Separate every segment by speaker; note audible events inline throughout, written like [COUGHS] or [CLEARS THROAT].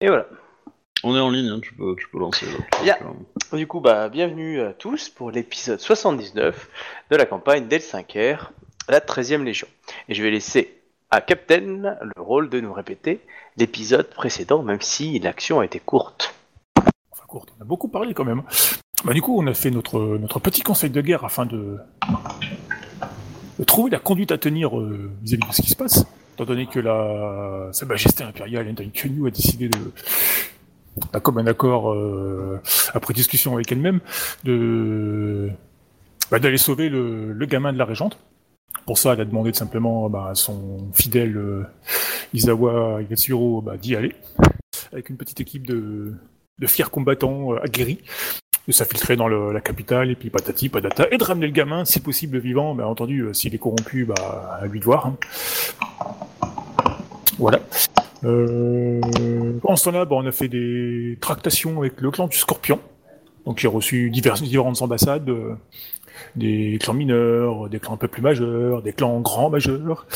Speaker 1: Et voilà.
Speaker 2: On est en ligne, hein, tu, peux, tu peux lancer. là.
Speaker 1: Ya. Du coup, bah, bienvenue à tous pour l'épisode 79 de la campagne d'El 5R, la 13e Légion. Et je vais laisser à Captain le rôle de nous répéter l'épisode précédent, même si l'action a été courte.
Speaker 3: Enfin, courte, on a beaucoup parlé quand même. Bah, du coup, on a fait notre, notre petit conseil de guerre afin de, de trouver la conduite à tenir euh, vis-à-vis de ce qui se passe, étant donné que la, Sa Majesté impériale, Anton Kunyu, a décidé de bah, comme un accord euh, après discussion avec elle-même, de bah, d'aller sauver le, le gamin de la régente. Pour ça, elle a demandé de simplement bah, à son fidèle euh, Isawa Igatsuro bah, d'y aller, avec une petite équipe de, de fiers combattants euh, aguerris, de s'infiltrer dans le- la capitale, et puis patati, patata, et de ramener le gamin, si possible vivant, bien entendu, euh, s'il est corrompu, bah, à lui de voir. hein. Voilà. Euh, en ce temps-là, bah, on a fait des tractations avec le clan du Scorpion. Donc j'ai reçu diverses, différentes ambassades, euh, des clans mineurs, des clans un peu plus majeurs, des clans grands majeurs,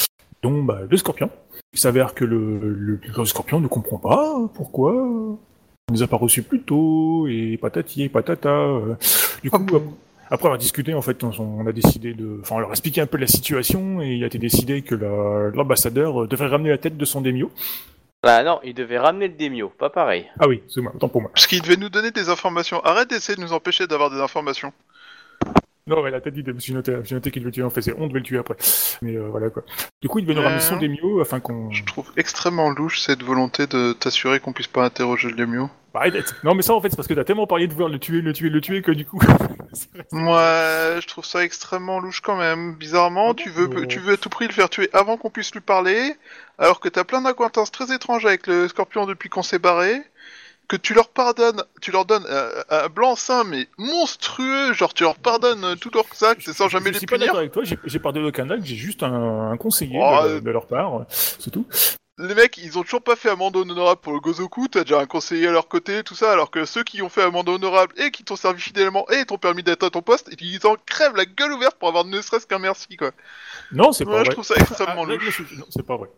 Speaker 3: dont bah, le Scorpion. Il s'avère que le, le, le Scorpion ne comprend pas pourquoi euh, on ne les a pas reçus plus tôt, et patati et patata. euh. Du coup, ap- après avoir discuté, en fait, on, on a décidé de... Enfin, on leur a expliqué un peu la situation, et il a été décidé que la- l'ambassadeur euh, devrait ramener la tête de son démio.
Speaker 1: Ah non, il devait ramener le démio, pas pareil.
Speaker 3: Ah oui, c'est moi, autant pour moi.
Speaker 4: Parce qu'il devait nous donner des informations. Arrête d'essayer de nous empêcher d'avoir des informations.
Speaker 3: Non, mais la tête, il devait- j'ai noté, j'ai noté qu'il devait le tuer en fait, c'est on devait le tuer après. Mais euh, voilà quoi. Du coup, il devait nous ramener son
Speaker 4: Euh.
Speaker 3: démio afin qu'on.
Speaker 4: Je trouve extrêmement louche cette volonté de t'assurer qu'on puisse pas interroger le Lemio.
Speaker 3: Bah, arrête. Non, mais ça en fait, c'est parce que t'as tellement parlé de vouloir le tuer, le tuer, le tuer que du coup.
Speaker 4: Moi, je trouve ça extrêmement louche quand même. Bizarrement, tu veux, tu veux à tout prix le faire tuer avant qu'on puisse lui parler, alors que t'as plein d'acquaintances très étranges avec le Scorpion depuis qu'on s'est barré, que tu leur pardonnes, tu leur donnes euh, un blanc-seing mais monstrueux, genre tu leur pardonnes euh, tous leurs actes et sans jamais
Speaker 3: je
Speaker 4: les
Speaker 3: suis pas d'accord
Speaker 4: punir.
Speaker 3: avec toi, j'ai j'ai parlé aucun acte, j'ai juste un, un conseiller
Speaker 4: Oh,
Speaker 3: de,
Speaker 4: euh.
Speaker 3: de leur part, euh, c'est tout.
Speaker 4: Les mecs, ils ont toujours pas fait amende honorable pour le Gozoku, t'as déjà un conseiller à leur côté, tout ça, alors que ceux qui ont fait amende honorable et qui t'ont servi fidèlement et t'ont permis d'être à ton poste, ils en crèvent la gueule ouverte pour avoir ne serait-ce qu'un merci quoi.
Speaker 3: Non, c'est
Speaker 4: Moi,
Speaker 3: pas
Speaker 4: je
Speaker 3: vrai.
Speaker 4: trouve ça extrêmement
Speaker 3: Ah, là,
Speaker 4: louche.
Speaker 3: je suis- non, c'est pas vrai.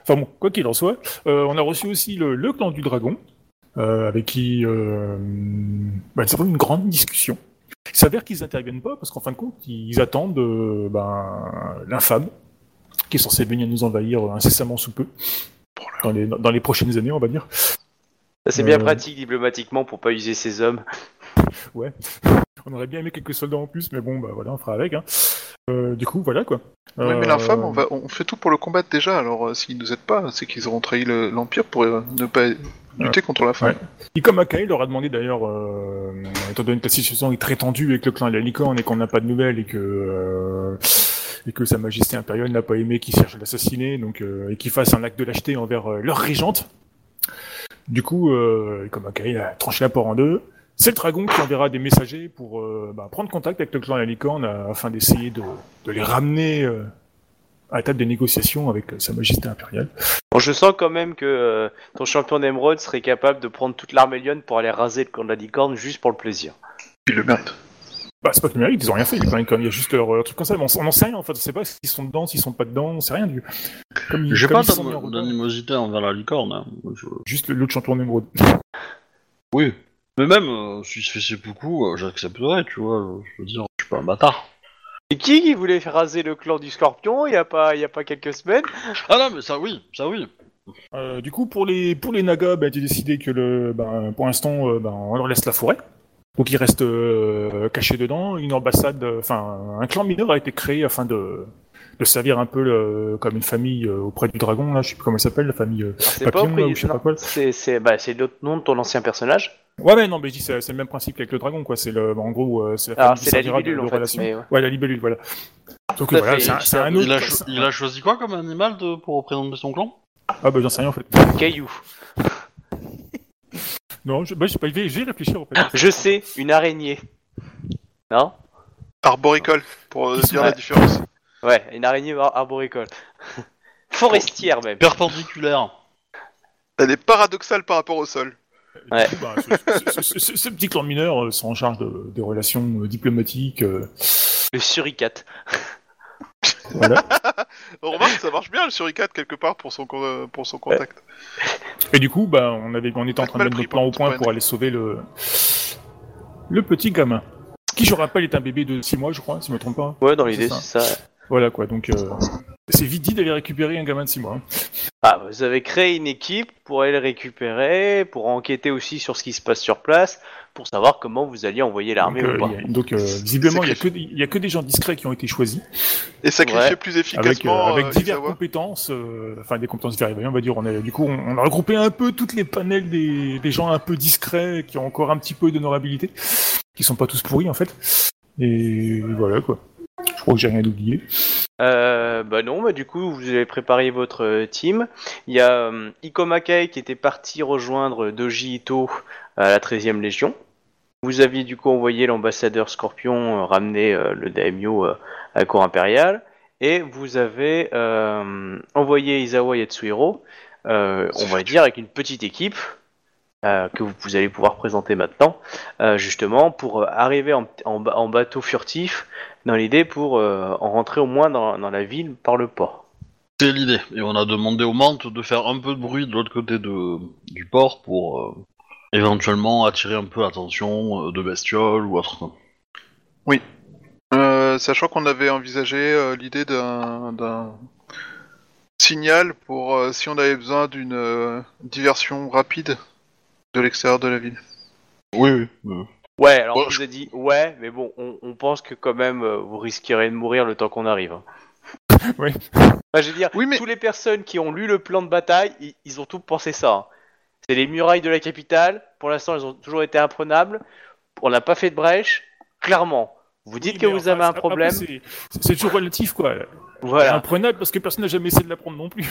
Speaker 3: Enfin bon, quoi qu'il en soit, euh, on a reçu aussi le, le clan du dragon, euh, avec qui euh, bah, nous avons eu une grande discussion. Il s'avère qu'ils n'interviennent pas parce qu'en fin de compte, ils attendent euh, ben, l'infâme qui est censé venir nous envahir incessamment sous peu, dans les, dans les prochaines années, on va dire.
Speaker 1: Ça c'est bien
Speaker 3: Euh.
Speaker 1: pratique diplomatiquement pour pas user ses hommes.
Speaker 3: On aurait bien aimé quelques soldats en plus, mais bon, bah voilà, on fera avec. hein. Euh, du coup, voilà quoi.
Speaker 4: Oui,
Speaker 3: Euh,
Speaker 4: mais l'infâme, on, va, on fait tout pour le combattre déjà, alors euh, s'ils nous aident pas, c'est qu'ils auront trahi le- l'Empire pour euh, ne pas lutter contre la femme.
Speaker 3: Qui, comme Akai, leur a demandé d'ailleurs, euh, étant donné que la situation est très tendue avec le clan de la licorne et qu'on n'a pas de nouvelles et que euh, et que sa majesté impériale n'a pas aimé qu'il cherche à l'assassiner, donc euh, et qu'il fasse un acte de lâcheté envers euh, leur régente. Du coup, euh, comme Akai a tranché la porte en deux, c'est le dragon qui enverra des messagers pour euh, bah, prendre contact avec le clan de la licorne euh, afin d'essayer de, de les ramener euh, à la table des négociations avec euh, sa majesté impériale.
Speaker 1: Bon, je sens quand même que euh, ton champion d'émeraude serait capable de prendre toute l'Armélione pour aller raser le camp de la licorne juste pour le plaisir.
Speaker 4: Ils le méritent.
Speaker 3: Bah, c'est pas que numérique, ils ont rien fait, ils ont rien comme- il y a juste leur, leur truc comme ça, mais on, s- on en sait rien en fait, on sait pas s'ils sont dedans, s'ils sont pas dedans, on sait rien du. Comme ils-
Speaker 2: J'ai
Speaker 3: comme
Speaker 2: pas
Speaker 3: ils se sont mis
Speaker 2: d'an-
Speaker 3: en retard.
Speaker 2: d'animosité envers la licorne. hein. Je-
Speaker 3: Juste le- l'autre champion d'émeraude.
Speaker 2: Oui. Mais même, euh, si je fais ses beaucoup, euh, j'accepterais, tu vois. euh, Je veux dire, je suis pas un bâtard.
Speaker 1: Et qui qui voulait faire raser le clan du scorpion il y a pas, il y a pas quelques semaines
Speaker 2: Ah non, mais ça oui, ça oui.
Speaker 3: Euh, du coup, pour les, pour les Nagas, bah, j'ai décidé que le, ben, pour l'instant, euh, ben, on leur laisse la forêt. Donc ils restent euh, cachés dedans. Une ambassade, euh, enfin, un clan mineur a été créé afin de, de servir un peu le- comme une famille euh, auprès du dragon, là, je sais plus comment elle s'appelle, la famille. euh.
Speaker 1: C'est
Speaker 3: Papillon,
Speaker 1: auprès-
Speaker 3: là, ou je sais
Speaker 1: non,
Speaker 3: pas quoi.
Speaker 1: C'est c'est- bah, c'est l'autre nom de ton ancien personnage.
Speaker 3: Ouais, mais non, mais je dis, c'est c'est le même principe qu'avec le dragon, quoi. C'est le, en gros, euh, c'est la famille
Speaker 1: Alors
Speaker 3: qui
Speaker 1: c'est la
Speaker 3: servira de-
Speaker 1: libellule
Speaker 3: de
Speaker 1: en fait.
Speaker 3: relation.
Speaker 1: mais ouais.
Speaker 3: Ouais, la libellule, voilà. Donc
Speaker 1: Tout à
Speaker 3: voilà,
Speaker 1: fait,
Speaker 3: c'est un,
Speaker 1: il
Speaker 3: c'est un
Speaker 1: sert-
Speaker 3: autre.
Speaker 2: Il a, cho-
Speaker 3: c'est
Speaker 2: il a choisi quoi comme animal de- pour représenter son clan
Speaker 3: un- Ah bah j'en sais rien en fait.
Speaker 1: Caillou.
Speaker 3: Non, je, bah, j'ai pas, j'ai j'ai réfléchi en fait.
Speaker 1: Je sais, une araignée. Non
Speaker 4: Arboricole, pour euh,
Speaker 3: Ils sont
Speaker 4: dire
Speaker 1: là.
Speaker 4: la différence.
Speaker 1: Ouais, une araignée ar- arboricole. [LAUGHS] Forestière même.
Speaker 2: Perpendiculaire.
Speaker 4: Elle est paradoxale par rapport au sol.
Speaker 3: Et du coup, bah, ce, ce- ce- ce- ce petit clan mineur euh, sont en charge de- des relations euh, diplomatiques. euh,
Speaker 1: Le suricate.
Speaker 3: voilà.
Speaker 4: On remarque que ça marche bien le suricate quelque part pour son, con- euh, pour son contact.
Speaker 3: Et du coup, bah, on, avait, on était en train de
Speaker 4: Mal
Speaker 3: mettre
Speaker 4: pris
Speaker 3: le plan
Speaker 4: pour-
Speaker 3: au point
Speaker 4: pour
Speaker 3: pour aller sauver le, le petit gamin. Qui, je rappelle, est un bébé de 6 mois, je crois, si je me trompe pas.
Speaker 1: Ouais, dans l'idée,
Speaker 3: C'est
Speaker 1: c'est ça.
Speaker 3: Voilà quoi, donc euh, c'est vite dit d'aller récupérer un gamin de 6 mois. hein.
Speaker 1: Ah, vous avez créé une équipe pour aller le récupérer, pour enquêter aussi sur ce qui se passe sur place, pour savoir comment vous alliez envoyer l'armée
Speaker 3: donc, euh,
Speaker 1: ou pas.
Speaker 3: il y a- donc, euh, visiblement, il n'y a, que des- il y a que des gens discrets qui ont été choisis.
Speaker 4: Et sacrifier
Speaker 1: Ouais.
Speaker 4: plus
Speaker 3: avec, euh,
Speaker 4: efficacement.
Speaker 3: avec
Speaker 4: euh,
Speaker 3: diverses
Speaker 4: Isawa.
Speaker 3: compétences, euh, enfin des compétences diverses. On va dire, on a, du coup, on, on a regroupé un peu toutes les panels des, des gens un peu discrets qui ont encore un petit peu d'honorabilité, qui sont pas tous pourris en fait. Et voilà quoi. Je crois que j'ai rien oublié.
Speaker 1: Euh, bah non, bah du coup, vous avez préparé votre euh, team. Il y a euh, Iko Makai qui était parti rejoindre Doji Ito à la 13e Légion. Vous aviez du coup envoyé l'ambassadeur Scorpion euh, ramener euh, le daimyo euh, à la cour impériale. Et vous avez euh, envoyé Isawa Yatsuhiro, euh, on va dire, avec une petite équipe euh, que vous, vous allez pouvoir présenter maintenant, euh, justement, pour euh, arriver en- en ba- en bateau furtif dans l'idée pour euh, en rentrer au moins dans, dans la ville par le port.
Speaker 2: C'est l'idée. Et on a demandé aux mantes de faire un peu de bruit de l'autre côté de, du port pour euh, éventuellement attirer un peu l'attention euh, de bestioles ou autre.
Speaker 4: Euh, sachant qu'on avait envisagé euh, l'idée d'un d'un signal pour euh, si on avait besoin d'une euh, diversion rapide de l'extérieur de la ville.
Speaker 2: Oui, oui. euh,
Speaker 1: Ouais, alors
Speaker 2: Bon,
Speaker 1: on vous a dit ouais, mais bon, on, on pense que quand même euh, vous risquerez de mourir le temps qu'on arrive. hein.
Speaker 3: [LAUGHS] Oui.
Speaker 1: Enfin, je veux dire,
Speaker 4: Oui, mais-
Speaker 1: toutes les personnes qui ont lu le plan de bataille, ils, ils ont tous pensé ça. hein. C'est les murailles de la capitale. Pour l'instant, elles ont toujours été imprenables. On n'a pas fait de brèche. Clairement, vous dites que
Speaker 3: Mais
Speaker 1: vous
Speaker 3: enfin,
Speaker 1: avez un
Speaker 3: après,
Speaker 1: problème.
Speaker 3: c'est- C'est toujours relatif quoi. C'est
Speaker 1: Voilà.
Speaker 3: Imprenable parce que personne n'a jamais essayé de la prendre non plus.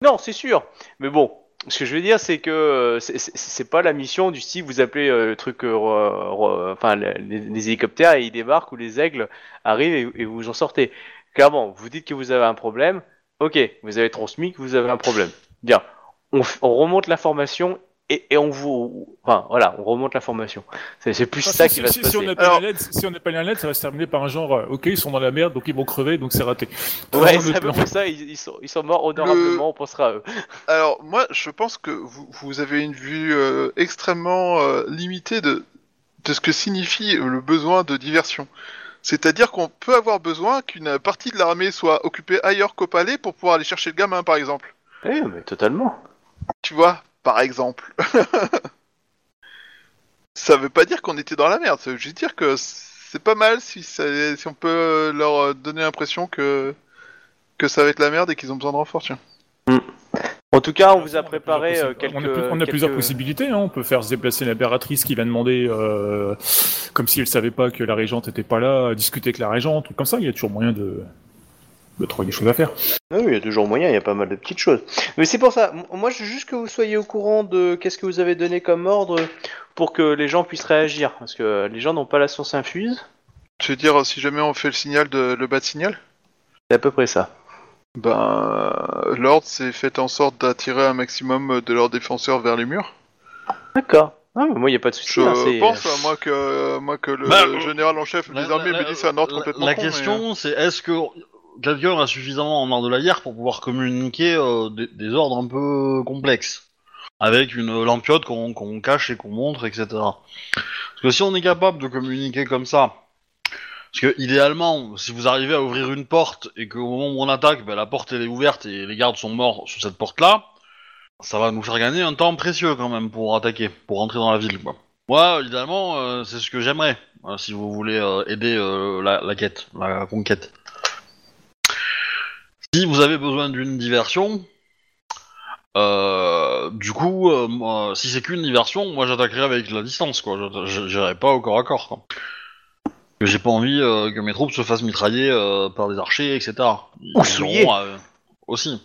Speaker 1: Non, c'est sûr. Mais bon, ce que je veux dire, c'est que euh, c'est- c'est c'est pas la mission du style vous appelez euh, le truc, euh, re- re- enfin le- les, les hélicoptères et ils débarquent ou les aigles arrivent et, et vous en sortez. Clairement, vous dites que vous avez un problème. Ok, vous avez transmis que vous avez un problème. Bien, on, f- on remonte l'information et, et on vous, enfin voilà, on remonte l'information. C'est c'est plus ça qui
Speaker 3: Ah, si,
Speaker 1: va
Speaker 3: si-
Speaker 1: se passer.
Speaker 3: si on appelle
Speaker 4: Alors-
Speaker 3: un LED, si on appelle un LED, ça va se terminer par un genre, euh, ok, ils sont dans la merde, donc ils vont crever, donc c'est raté.
Speaker 1: Ouais,
Speaker 3: Vraiment, le
Speaker 1: c'est à peu
Speaker 3: plan.
Speaker 1: près ça. Ils, ils sont, ils sont morts honorablement. On pensera à eux.
Speaker 4: Alors moi, je pense que vous, vous avez une vue euh, extrêmement euh, limitée de, de ce que signifie le besoin de diversion. C'est-à-dire qu'on peut avoir besoin qu'une partie de l'armée soit occupée ailleurs qu'au palais pour pouvoir aller chercher le gamin, par exemple.
Speaker 1: Eh, mais totalement.
Speaker 4: Tu vois, par exemple. [LAUGHS] ça veut pas dire qu'on était dans la merde, ça veut juste dire que c'est pas mal si, ça- si on peut euh, leur euh, donner l'impression que, que ça va être la merde et qu'ils ont besoin de renfort, tiens.
Speaker 1: En tout cas, Ah, on
Speaker 3: Alors,
Speaker 1: vous a
Speaker 3: plusieurs
Speaker 1: préparé
Speaker 3: possi-
Speaker 1: euh, quelques.
Speaker 3: Ah, On a, plus- on a plusieurs
Speaker 1: quelques-
Speaker 3: possibilités. hein. On peut faire se déplacer l'impératrice qui va demander, euh, comme si elle savait pas que la régente était pas là, discuter avec la régente, ou comme ça. Il y a toujours moyen de, de trouver des choses à faire.
Speaker 1: Ah Oui, il y a toujours moyen, il y a pas mal de petites choses. Mais c'est pour ça, m- moi je veux juste que vous soyez au courant de qu'est-ce que vous avez donné comme ordre pour que les gens puissent réagir. Parce que les gens n'ont pas la science infuse.
Speaker 4: Tu veux dire, si jamais on fait le signal de, le bas de signal
Speaker 1: C'est à peu près ça.
Speaker 4: Ben, euh, l'ordre, c'est fait en sorte d'attirer un maximum de leurs défenseurs vers les murs.
Speaker 1: D'accord. Non, Ah, mais moi il n'y a pas de souci.
Speaker 4: Je
Speaker 1: hein, c'est-
Speaker 4: pense, à moi, que, moi, que le
Speaker 2: Bah, euh,
Speaker 4: général en chef des
Speaker 2: La-
Speaker 4: armées
Speaker 2: la-
Speaker 4: me dit c'est un ordre
Speaker 2: la-
Speaker 4: complètement
Speaker 2: La
Speaker 4: con, mais,
Speaker 2: question,
Speaker 4: euh,
Speaker 2: c'est est-ce que quelqu'un a suffisamment en main de la guerre pour pouvoir communiquer euh, des, des ordres un peu complexes avec une lampiote qu'on qu'on cache et qu'on montre, etc. Parce que si on est capable de communiquer comme ça, parce que idéalement, si vous arrivez à ouvrir une porte et qu'au moment où on attaque, bah, la porte elle est ouverte et les gardes sont morts sous cette porte-là, ça va nous faire gagner un temps précieux quand même pour attaquer, pour rentrer dans la ville. Quoi. Moi, évidemment, euh, c'est ce que j'aimerais, hein, si vous voulez euh, aider euh, la, la quête, la conquête. Si vous avez besoin d'une diversion, euh, du coup, euh, moi, si c'est qu'une diversion, moi j'attaquerai avec la distance, quoi. Je- je- J'irai pas au corps à corps, quoi. Parce que J'ai pas envie euh, que mes troupes se fassent mitrailler euh, par des archers, etc. Ils
Speaker 1: Ou souillés.
Speaker 2: iront, euh, aussi.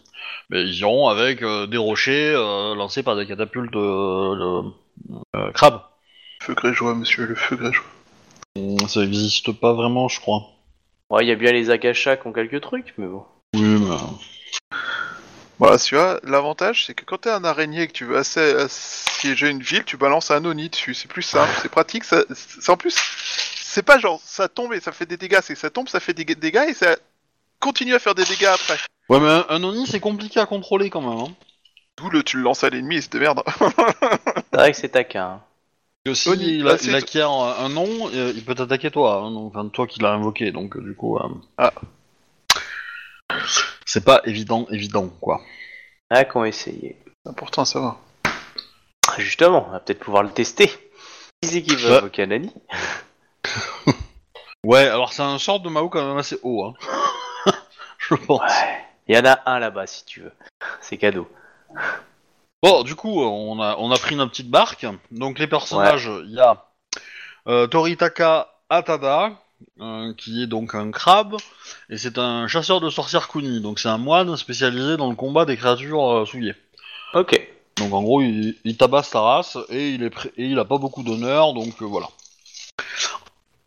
Speaker 2: Mais ils iront avec euh, des rochers euh, lancés par des catapultes euh, de- euh, crabes.
Speaker 4: Feu grégeois, monsieur, le feu grégeois.
Speaker 2: Mm, Ça existe pas vraiment, je crois.
Speaker 1: euh, Ouais, il y a bien les agachas qui ont quelques trucs, mais bon.
Speaker 2: Oui, mais...
Speaker 4: Voilà, tu vois, l'avantage, c'est que quand t'es un araignée et que tu veux assez, assiéger une ville, tu balances un oni dessus. C'est plus simple, c'est pratique. Ça, c'est en plus, c'est pas genre ça tombe et ça fait des dégâts, c'est que ça tombe, ça fait des dégâts et ça continue à faire des dégâts après.
Speaker 2: Ouais, mais un, un Oni, c'est compliqué à contrôler quand même. Hein.
Speaker 4: D'où le tu le lances à l'ennemi et se démerde.
Speaker 1: C'est vrai que c'est taquin. hein.
Speaker 2: Parce que si
Speaker 4: Oni,
Speaker 2: il,
Speaker 4: bah,
Speaker 2: a-
Speaker 4: c'est-
Speaker 2: il acquiert un un nom, euh, il peut t'attaquer toi. hein, donc, enfin, toi qui l'as invoqué, donc euh, du coup. euh,
Speaker 4: Ah.
Speaker 2: C'est pas évident, évident, quoi.
Speaker 1: Il y en a Ah, qui ont essayé.
Speaker 4: C'est important à savoir.
Speaker 1: Justement, on va peut-être pouvoir le tester. Qui c'est qui
Speaker 2: Ouais.
Speaker 1: va invoquer un Annie
Speaker 2: Ouais, alors c'est un sort de Mao quand même assez haut, hein. [LAUGHS] Je pense.
Speaker 1: Ouais. Il y en a un là-bas si tu veux. C'est cadeau.
Speaker 2: Bon, du coup, on a, on a pris notre petite barque. Donc, les personnages, il y a euh, Toritaka Atada, euh, qui est donc un crabe, et c'est un chasseur de sorcières Kuni. Donc, c'est un moine spécialisé dans le combat des créatures euh, souillées.
Speaker 1: Ok.
Speaker 2: Donc, en gros, il, il tabasse sa race, et il, est pré- et il a pas beaucoup d'honneur, donc euh, voilà.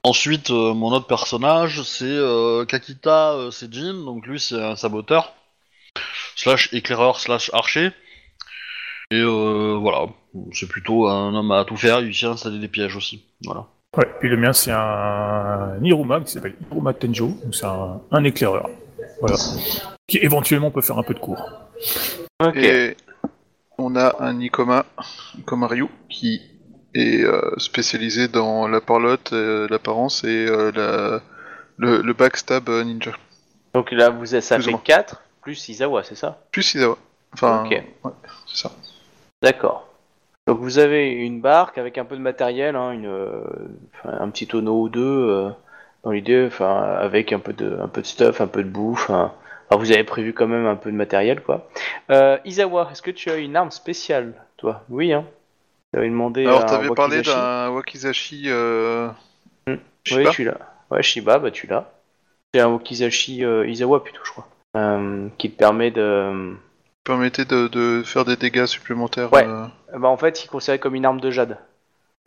Speaker 2: Ensuite, euh, mon autre personnage, c'est euh, Kakita euh, Sejin. Donc, lui, c'est un saboteur, slash éclaireur, slash archer. Et euh, voilà, c'est plutôt un homme à tout faire, il sait installer des pièges aussi. Voilà.
Speaker 3: Ouais, puis le mien, c'est un Niruma qui s'appelle Niruma Tenjo, donc c'est un, un éclaireur. Voilà. Qui éventuellement peut faire un peu de cours.
Speaker 1: Ok.
Speaker 4: Et on a un Nikoma, Nikoma Ryu, qui est euh, spécialisé dans la parlotte, euh, l'apparence et euh, la- le, le backstab euh, ninja.
Speaker 1: Donc là, vous êtes, ça
Speaker 4: Plus ou
Speaker 1: fait
Speaker 4: moins.
Speaker 1: 4 plus Izawa, c'est ça
Speaker 4: Plus Izawa. Enfin,
Speaker 1: Ok.
Speaker 4: ouais, c'est ça.
Speaker 1: D'accord. Donc vous avez une barque avec un peu de matériel, hein, une, euh, enfin, un petit tonneau ou deux, euh, dans l'idée, enfin, avec un peu, de, un peu de stuff, un peu de bouffe. hein. Enfin, vous avez prévu quand même un peu de matériel, quoi. Euh, Izawa, est-ce que tu as une arme spéciale, toi Oui, hein T'avais demandé.
Speaker 4: Alors,
Speaker 1: un
Speaker 4: t'avais parlé
Speaker 1: wakizashi.
Speaker 4: d'un Wakizashi. Euh...
Speaker 1: Hmm.
Speaker 4: je sais
Speaker 1: Oui,
Speaker 4: pas.
Speaker 1: tu l'as. Ouais, Shiba, bah tu l'as. C'est un Wakizashi euh, Izawa plutôt, je crois. Euh, qui te permet de.
Speaker 4: permettait de, de faire des dégâts supplémentaires.
Speaker 1: Ouais.
Speaker 4: euh,
Speaker 1: Euh, Bah, en fait, il est considéré comme une arme de jade.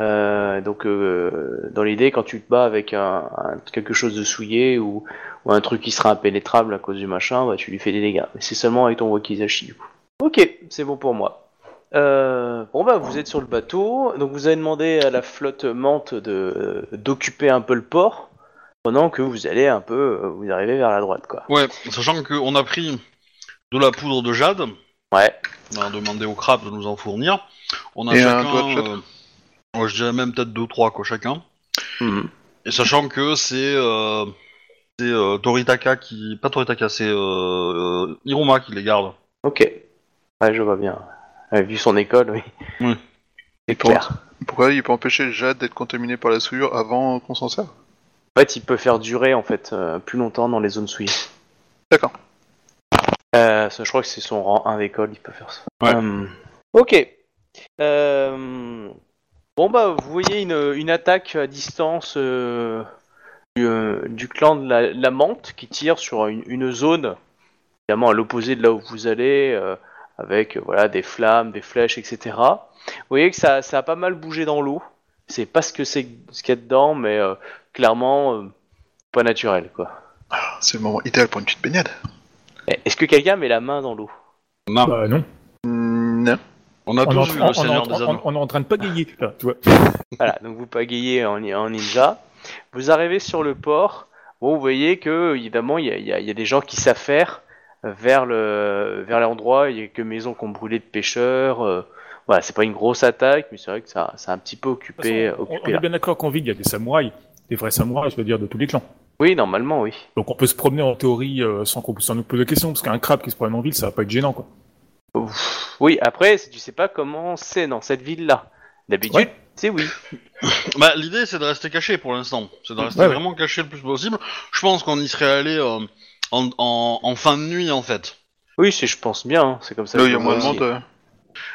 Speaker 1: Euh, donc, euh, dans l'idée, quand tu te bats avec un, un- quelque chose de souillé ou, ou un truc qui sera impénétrable à cause du machin, bah, tu lui fais des dégâts. Mais c'est seulement avec ton wakizashi, du coup. Ok, c'est bon pour moi. Euh, bon, bah, vous êtes sur le bateau. Donc, vous avez demandé à la flotte mante de- d'occuper un peu le port pendant que vous allez un peu, euh, vous arrivez vers la droite, quoi.
Speaker 2: Ouais, sachant qu'on a pris de la poudre de jade,
Speaker 1: Ouais.
Speaker 2: on a demandé au crabe de nous en fournir. On a
Speaker 4: Et un
Speaker 2: chacun.
Speaker 4: doigt de jade.
Speaker 2: euh, ouais, je dirais même peut-être 2-3 quoi chacun. Et sachant que c'est. euh, c'est euh, Toritaka qui. Pas Toritaka, c'est euh, euh, Hiruma qui les garde.
Speaker 1: Ok. Ouais, je vois bien. Euh, vu son école, oui.
Speaker 2: Oui.
Speaker 1: C'est clair.
Speaker 4: Pourquoi il peut empêcher le jade d'être contaminé par la souillure avant qu'on s'en serve
Speaker 1: En fait, il peut faire durer en fait euh, plus longtemps dans les zones souillées.
Speaker 4: D'accord.
Speaker 1: Euh, ça, je crois que c'est son rang 1 d'école, il peut faire ça.
Speaker 2: Ouais.
Speaker 1: Euh, ok. Euh, bon bah, vous voyez une, une attaque à distance euh, du, euh, du clan de la, la Mante qui tire sur une, une zone, évidemment à l'opposé de là où vous allez, euh, avec euh, voilà des flammes, des flèches, etc. Vous voyez que ça, ça a pas mal bougé dans l'eau. C'est pas ce que c'est ce qu'il y a dedans, mais euh, clairement euh, pas naturel quoi.
Speaker 4: C'est le moment idéal pour une petite baignade.
Speaker 1: Eh, Est-ce que quelqu'un met la main dans [LAUGHS] l'eau
Speaker 2: Non,
Speaker 3: Bah non.
Speaker 4: Hmm, Non.
Speaker 2: Ah. on a
Speaker 3: On est,
Speaker 2: tous
Speaker 3: en
Speaker 2: vu
Speaker 3: train,
Speaker 2: le
Speaker 3: on est en
Speaker 2: Seigneur des
Speaker 3: train-
Speaker 2: Anneaux.
Speaker 3: on est en train de pagayer, là, tu vois.
Speaker 1: Voilà, donc vous pagayez en, en ninja. Vous arrivez sur le port. Bon, vous voyez que évidemment il y, a- il y a- il y a des gens qui s'affairent euh, vers le vers l'endroit. Il y a quelques maisons qui ont brûlé de pêcheurs. euh, voilà, c'est pas une grosse attaque, mais c'est vrai que ça, ça a un petit peu
Speaker 3: De toute
Speaker 1: occupé,
Speaker 3: façon, on, on
Speaker 1: occupé
Speaker 3: est
Speaker 1: là.
Speaker 3: bien d'accord qu'en ville, il y a des samouraïs, des vrais samouraïs, je veux dire, de tous les clans.
Speaker 1: Oui, normalement, oui.
Speaker 3: Donc on peut se promener en théorie euh, sans, qu'on- sans nous poser de questions, parce qu'un crabe qui se promène en ville, ça va pas être gênant, quoi.
Speaker 1: Oui, après, si tu sais pas comment c'est dans cette ville-là. D'habitude,
Speaker 3: Ouais.
Speaker 1: c'est oui.
Speaker 2: Bah, l'idée c'est de rester caché pour l'instant. C'est de rester
Speaker 3: Ouais, ouais.
Speaker 2: vraiment caché le plus possible. Je pense qu'on y serait allé euh, en, en- en fin de nuit en fait.
Speaker 1: Oui, c'est, je pense bien, hein, c'est comme ça.
Speaker 4: Là,
Speaker 1: que
Speaker 4: il y a
Speaker 1: je
Speaker 4: moins de
Speaker 1: vois
Speaker 4: monde.
Speaker 1: aussi.
Speaker 4: euh.